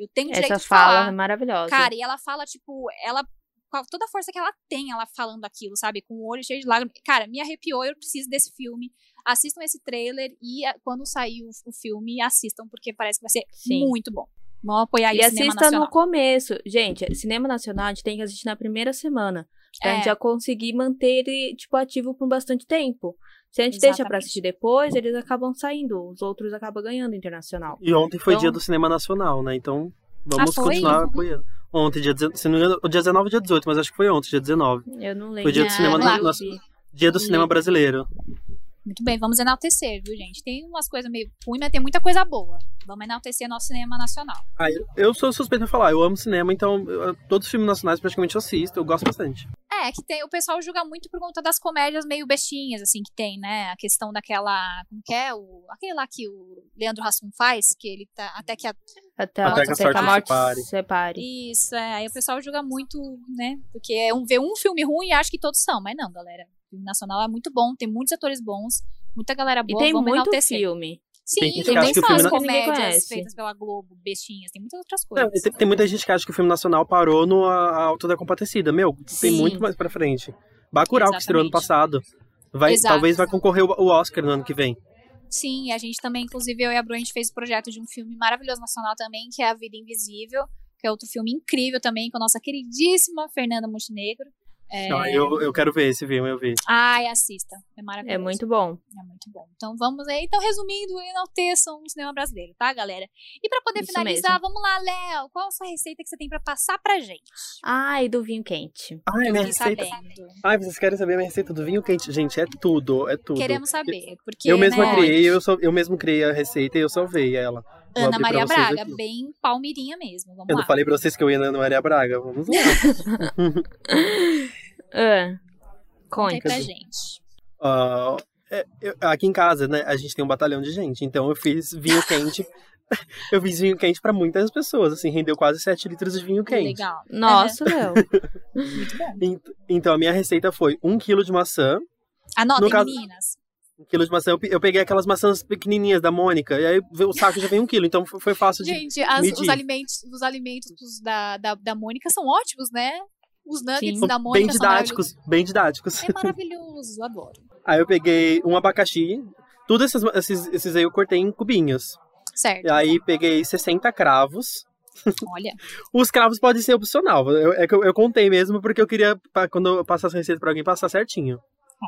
[SPEAKER 1] Eu tenho direito
[SPEAKER 2] Essa
[SPEAKER 1] de
[SPEAKER 2] fala é
[SPEAKER 1] falar.
[SPEAKER 2] maravilhosa.
[SPEAKER 1] Cara, e ela fala, tipo, ela. Com a- toda a força que ela tem, ela falando aquilo, sabe? Com o olho cheio de lágrimas. Cara, me arrepiou, eu preciso desse filme. Assistam esse trailer e a- quando sair o, o filme, assistam, porque parece que vai ser
[SPEAKER 2] Sim.
[SPEAKER 1] muito bom. Vamos apoiar
[SPEAKER 2] e
[SPEAKER 1] aí o cinema
[SPEAKER 2] assista no tá?
[SPEAKER 1] nacional.
[SPEAKER 2] começo. Gente, cinema nacional a gente tem que assistir na primeira semana. Pra
[SPEAKER 1] É.
[SPEAKER 2] gente já conseguir manter ele, tipo, ativo por bastante tempo. Se a gente deixa pra
[SPEAKER 1] Exatamente.
[SPEAKER 2] assistir depois, eles acabam saindo. Os outros acabam ganhando internacional.
[SPEAKER 3] E ontem foi
[SPEAKER 2] Então- Ah,
[SPEAKER 3] dia do cinema nacional, né? Então vamos
[SPEAKER 1] foi?
[SPEAKER 3] continuar apoiando. Ontem, dia, dezen- se não me engano, o dia 19 ou dia 18, mas acho que foi ontem, dia 19.
[SPEAKER 2] Eu não lembro.
[SPEAKER 3] Foi dia do
[SPEAKER 1] Ah,
[SPEAKER 3] cinema
[SPEAKER 1] lá.
[SPEAKER 3] na-
[SPEAKER 2] Sim.
[SPEAKER 3] Dia do cinema brasileiro.
[SPEAKER 1] Muito bem, vamos enaltecer, viu, gente? Tem umas coisas meio ruins, mas tem muita coisa boa. Vamos enaltecer nosso cinema nacional.
[SPEAKER 3] Ah, eu- eu sou suspeito em falar, eu amo cinema, então eu- todos os filmes nacionais praticamente eu assisto, eu gosto bastante.
[SPEAKER 1] É, que tem, o pessoal julga muito por conta das comédias meio bestinhas, assim, que tem, né? A questão daquela. Como que é? O, aquele lá que o Leandro Hassum faz, que ele tá. Até que a. Até
[SPEAKER 2] Até, a-
[SPEAKER 1] que a
[SPEAKER 2] até
[SPEAKER 1] sorte
[SPEAKER 2] que a
[SPEAKER 1] nos
[SPEAKER 2] morte
[SPEAKER 3] separe.
[SPEAKER 2] se separe.
[SPEAKER 1] Isso, é. Aí o pessoal julga muito, né? Porque é um, vê um filme ruim e acha que todos são. Mas não, galera. O filme nacional é muito bom, tem muitos atores bons, muita galera
[SPEAKER 2] E
[SPEAKER 1] boa.
[SPEAKER 2] tem
[SPEAKER 1] vamos
[SPEAKER 2] muito
[SPEAKER 1] enaltecer.
[SPEAKER 2] filme.
[SPEAKER 1] Sim,
[SPEAKER 3] Tem
[SPEAKER 1] tem
[SPEAKER 3] gente que acha
[SPEAKER 1] nem
[SPEAKER 3] que o
[SPEAKER 1] só as
[SPEAKER 3] filme
[SPEAKER 2] não- Ninguém
[SPEAKER 1] comédias
[SPEAKER 2] conhece.
[SPEAKER 1] feitas pela Globo, bestinhas, tem muitas outras
[SPEAKER 3] Não,
[SPEAKER 1] coisas.
[SPEAKER 3] e É, tem, tem muita gente que acha que o filme nacional parou no A- A Alto da Compadecida. Meu,
[SPEAKER 2] Sim.
[SPEAKER 3] tem muito mais pra frente. Bacurau, que estreou ano
[SPEAKER 1] Exatamente.
[SPEAKER 3] passado. Vai,
[SPEAKER 1] Exato.
[SPEAKER 3] talvez vai concorrer o- o Oscar no ano que vem.
[SPEAKER 1] Sim, e a gente também, inclusive, eu e a Bru, a gente fez o projeto de um filme maravilhoso nacional também, que é A Vida Invisível, que é outro filme incrível também, com a nossa queridíssima Fernanda Montenegro. É,
[SPEAKER 3] Não, Ah, eu, eu quero ver esse filme, eu vi.
[SPEAKER 1] Ai, assista. É maravilhoso.
[SPEAKER 2] É muito bom.
[SPEAKER 1] É muito bom. Então vamos aí. Então, resumindo, enalteçam o cinema brasileiro, tá, galera? E pra poder
[SPEAKER 2] Isso
[SPEAKER 1] finalizar, vamos lá, Léo. Qual a sua receita que você tem pra passar pra gente?
[SPEAKER 2] Ai, do vinho quente.
[SPEAKER 3] Ai,
[SPEAKER 1] Eu
[SPEAKER 3] minha
[SPEAKER 1] fiquei
[SPEAKER 3] receita.
[SPEAKER 1] sabendo.
[SPEAKER 3] Ai, vocês querem saber a minha receita do vinho quente? Gente, é tudo, é tudo.
[SPEAKER 1] Queremos saber. Porque,
[SPEAKER 3] eu mesma
[SPEAKER 1] né,
[SPEAKER 3] criei, eu, só, eu mesmo criei a receita e eu salvei ela. Vou
[SPEAKER 1] Ana
[SPEAKER 3] abrir pra
[SPEAKER 1] Maria
[SPEAKER 3] vocês
[SPEAKER 1] Braga,
[SPEAKER 3] aqui.
[SPEAKER 1] bem palmirinha mesmo. Vamos
[SPEAKER 3] Eu
[SPEAKER 1] lá.
[SPEAKER 3] não falei pra vocês que eu ia na Ana Maria Braga. Vamos lá.
[SPEAKER 2] Ah,
[SPEAKER 1] Conta aí
[SPEAKER 2] conta.
[SPEAKER 1] pra
[SPEAKER 3] né?
[SPEAKER 1] gente.
[SPEAKER 3] Ah, é, eu- aqui em casa, né, a gente tem um batalhão de gente, então eu fiz vinho quente. *laughs* eu fiz vinho quente pra muitas pessoas, assim, rendeu quase 7 litros de vinho quente.
[SPEAKER 1] Legal.
[SPEAKER 2] Nossa, Léo. *laughs*
[SPEAKER 1] Muito bom.
[SPEAKER 3] Ent- Então a minha receita foi 1 kg de maçã.
[SPEAKER 1] Anotem,
[SPEAKER 3] No caso-
[SPEAKER 1] meninas.
[SPEAKER 3] 1 kg de maçã, eu pe- eu peguei aquelas maçãs pequenininhas da Mônica, e aí veio- o saco já veio 1 kg, então foi foi fácil de.
[SPEAKER 1] Gente, as- os
[SPEAKER 3] medir.
[SPEAKER 1] alimentos, os alimentos da, da, da Mônica são ótimos, né? Os nuggets
[SPEAKER 2] Sim.
[SPEAKER 1] da
[SPEAKER 3] Bem
[SPEAKER 1] Mônica são maravilhosos.
[SPEAKER 3] didáticos, bem didáticos.
[SPEAKER 1] É maravilhoso, adoro.
[SPEAKER 3] Aí eu peguei um abacaxi, tudo esses, esses, esses aí eu cortei em cubinhos.
[SPEAKER 1] Certo.
[SPEAKER 3] E aí peguei 60 cravos.
[SPEAKER 1] Olha,
[SPEAKER 3] Os cravos podem ser opcional. Eu, é que eu, eu contei mesmo porque eu queria, pra, quando eu passasse a receita pra alguém, passar certinho.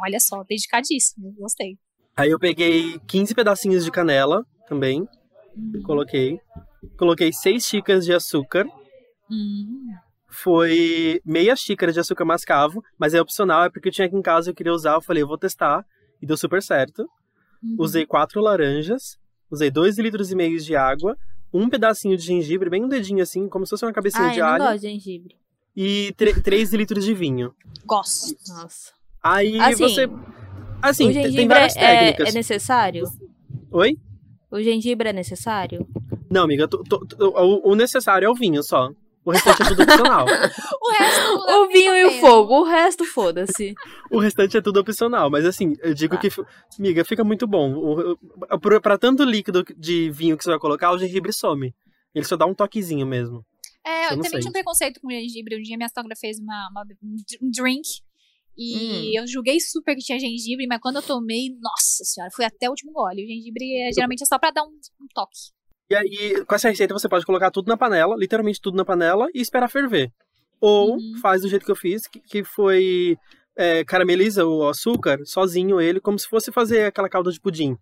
[SPEAKER 1] olha só, dedicadíssimo. Gostei.
[SPEAKER 3] Aí eu peguei 15 pedacinhos de canela também, coloquei. Coloquei 6 xícaras de açúcar.
[SPEAKER 1] Hum,
[SPEAKER 3] Foi meia xícara de açúcar mascavo, mas é opcional, é porque eu tinha aqui em casa eu queria usar. Eu falei, eu vou testar. E deu super certo.
[SPEAKER 1] uhum.
[SPEAKER 3] Usei 4 laranjas, usei 2 litros e meio de água, um pedacinho de gengibre, bem um dedinho assim, como se fosse uma cabecinha
[SPEAKER 2] Ai,
[SPEAKER 3] de
[SPEAKER 2] Ah, eu não
[SPEAKER 3] alho,
[SPEAKER 2] gosto de gengibre.
[SPEAKER 3] e 3 litros de vinho.
[SPEAKER 1] Gosto.
[SPEAKER 2] Nossa.
[SPEAKER 3] Aí
[SPEAKER 2] Assim,
[SPEAKER 3] você. Assim,
[SPEAKER 2] o
[SPEAKER 3] tem-
[SPEAKER 2] gengibre
[SPEAKER 3] tem várias
[SPEAKER 2] é-
[SPEAKER 3] técnicas.
[SPEAKER 2] é necessário?
[SPEAKER 3] Oi?
[SPEAKER 2] O gengibre é necessário?
[SPEAKER 3] Não, amiga, tô- tô- tô- o, o necessário é o vinho só. O restante é
[SPEAKER 2] *laughs*
[SPEAKER 3] tudo opcional.
[SPEAKER 1] O resto. não dá
[SPEAKER 2] O
[SPEAKER 1] nem
[SPEAKER 2] vinho e o
[SPEAKER 1] saber.
[SPEAKER 2] fogo, o resto foda-se.
[SPEAKER 3] O restante é tudo opcional. Mas assim, eu digo
[SPEAKER 2] Tá.
[SPEAKER 3] que. fi- Amiga, fica muito bom. O- o- pro- Pra tanto líquido de vinho que você vai colocar, o gengibre some. Ele só dá um toquezinho mesmo.
[SPEAKER 1] É,
[SPEAKER 3] Eu
[SPEAKER 1] eu
[SPEAKER 3] não
[SPEAKER 1] também
[SPEAKER 3] sei.
[SPEAKER 1] tinha um preconceito com gengibre. Um dia minha sogra fez uma, uma- um drink. E
[SPEAKER 3] Hum.
[SPEAKER 1] eu julguei super que tinha gengibre, mas quando eu tomei, nossa senhora, fui até o último gole. O gengibre é, geralmente é só pra dar um, um toque.
[SPEAKER 3] E aí, com essa receita, você pode colocar tudo na panela, literalmente tudo na panela, e esperar ferver. Ou
[SPEAKER 1] Uhum.
[SPEAKER 3] faz do jeito que eu fiz, que, que foi. é, carameliza o açúcar sozinho ele, como se fosse fazer aquela calda de pudim.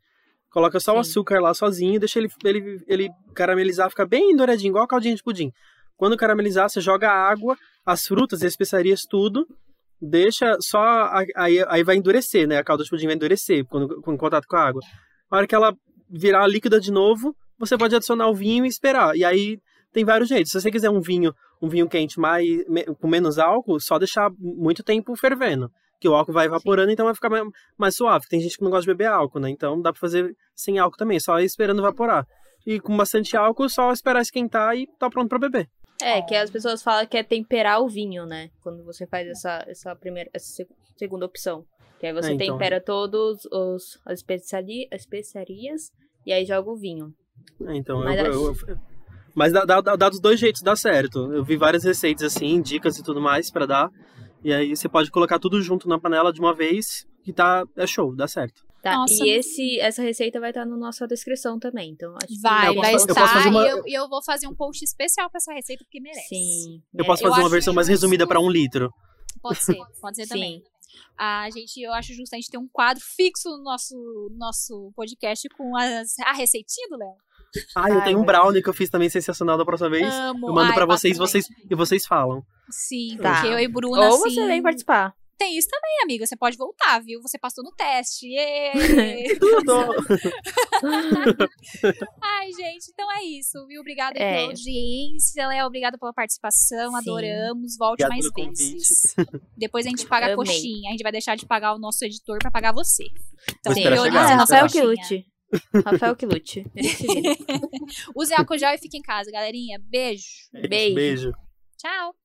[SPEAKER 3] Coloca só o
[SPEAKER 2] Sim.
[SPEAKER 3] açúcar lá sozinho, deixa ele, ele, ele caramelizar, fica bem douradinho, igual a caldinha de pudim. Quando caramelizar, você joga a água, as frutas, as especiarias, tudo. Deixa só. a- Aí, aí vai endurecer, né? A calda de pudim vai endurecer quando, com contato com a água. Na hora que ela virar líquida de novo, você pode adicionar o vinho e esperar. E aí tem vários jeitos. Se você quiser um vinho, um vinho quente mais, me- com menos álcool, só deixar muito tempo fervendo. Que o álcool vai evaporando, então vai ficar mais, mais suave. Tem gente que não gosta de beber álcool, né? Então dá pra fazer sem álcool também, só ir esperando evaporar. E com bastante álcool, só esperar esquentar e tá pronto pra beber.
[SPEAKER 2] É, que as pessoas falam que é temperar o vinho, né? Quando você faz essa, essa primeira, essa se- segunda opção. Que aí você
[SPEAKER 3] É, então.
[SPEAKER 2] tempera todos os as especiari- as especiarias e aí joga o vinho.
[SPEAKER 3] É, Então, eu-
[SPEAKER 2] Mas
[SPEAKER 3] eu- eu- mas dá, dá- dá- dá dos dois jeitos, dá certo. Eu vi várias receitas assim, dicas e tudo mais pra dar. E aí você pode colocar tudo junto na panela de uma vez e tá, é show, dá certo.
[SPEAKER 2] Tá,
[SPEAKER 1] Nossa.
[SPEAKER 2] e esse, essa receita vai estar na nossa descrição também, então acho que
[SPEAKER 1] Vai,
[SPEAKER 3] Eu
[SPEAKER 1] vai
[SPEAKER 3] posso- eu posso
[SPEAKER 1] estar.
[SPEAKER 3] fazer uma-
[SPEAKER 1] E eu, e eu vou fazer um post especial pra essa receita, porque merece.
[SPEAKER 2] Sim. é,
[SPEAKER 3] Eu posso
[SPEAKER 1] É, eu
[SPEAKER 3] fazer uma
[SPEAKER 1] acho
[SPEAKER 3] versão mais
[SPEAKER 1] justo.
[SPEAKER 3] resumida pra um litro.
[SPEAKER 1] Pode ser, pode ser também.
[SPEAKER 2] Sim.
[SPEAKER 1] A gente, eu acho justo a gente ter um quadro fixo no nosso, nosso podcast com as- a receitinha do Léo.
[SPEAKER 3] Ah, eu
[SPEAKER 2] Ai,
[SPEAKER 3] tenho um
[SPEAKER 2] vai.
[SPEAKER 3] brownie que eu fiz também sensacional da próxima vez.
[SPEAKER 1] Amo.
[SPEAKER 3] Eu mando
[SPEAKER 1] Ai,
[SPEAKER 3] pra vocês,
[SPEAKER 1] bato
[SPEAKER 3] vocês
[SPEAKER 1] também.
[SPEAKER 3] e vocês falam.
[SPEAKER 1] Sim,
[SPEAKER 2] Tá.
[SPEAKER 1] porque eu e Bruna,
[SPEAKER 2] Ou
[SPEAKER 1] assim,
[SPEAKER 2] você vem participar.
[SPEAKER 1] Tem isso também, amiga. Você pode voltar, viu? Você passou no teste.
[SPEAKER 3] *laughs*
[SPEAKER 1] Ê!
[SPEAKER 3] Tudo!
[SPEAKER 1] Ai, gente, então é isso, viu? Obrigada
[SPEAKER 2] É.
[SPEAKER 1] pela audiência, Léo. Obrigada pela participação.
[SPEAKER 2] Sim.
[SPEAKER 1] Adoramos. Volte
[SPEAKER 3] Obrigado
[SPEAKER 1] mais
[SPEAKER 3] pelo
[SPEAKER 1] vezes. Depois a gente paga a
[SPEAKER 2] Amei.
[SPEAKER 1] coxinha. A gente vai deixar de pagar o nosso editor pra pagar você. Então,
[SPEAKER 3] Vou esperar
[SPEAKER 1] priorize
[SPEAKER 3] chegar,
[SPEAKER 1] a
[SPEAKER 2] Ah,
[SPEAKER 3] vou
[SPEAKER 1] nossa
[SPEAKER 2] Rafael que
[SPEAKER 1] coxinha.
[SPEAKER 2] lute. Rafael que lute. Ele se *laughs* vira.
[SPEAKER 1] Use álcool gel e fique em casa, galerinha. Beijo.
[SPEAKER 2] Beijo.
[SPEAKER 3] Beijo.
[SPEAKER 1] Tchau.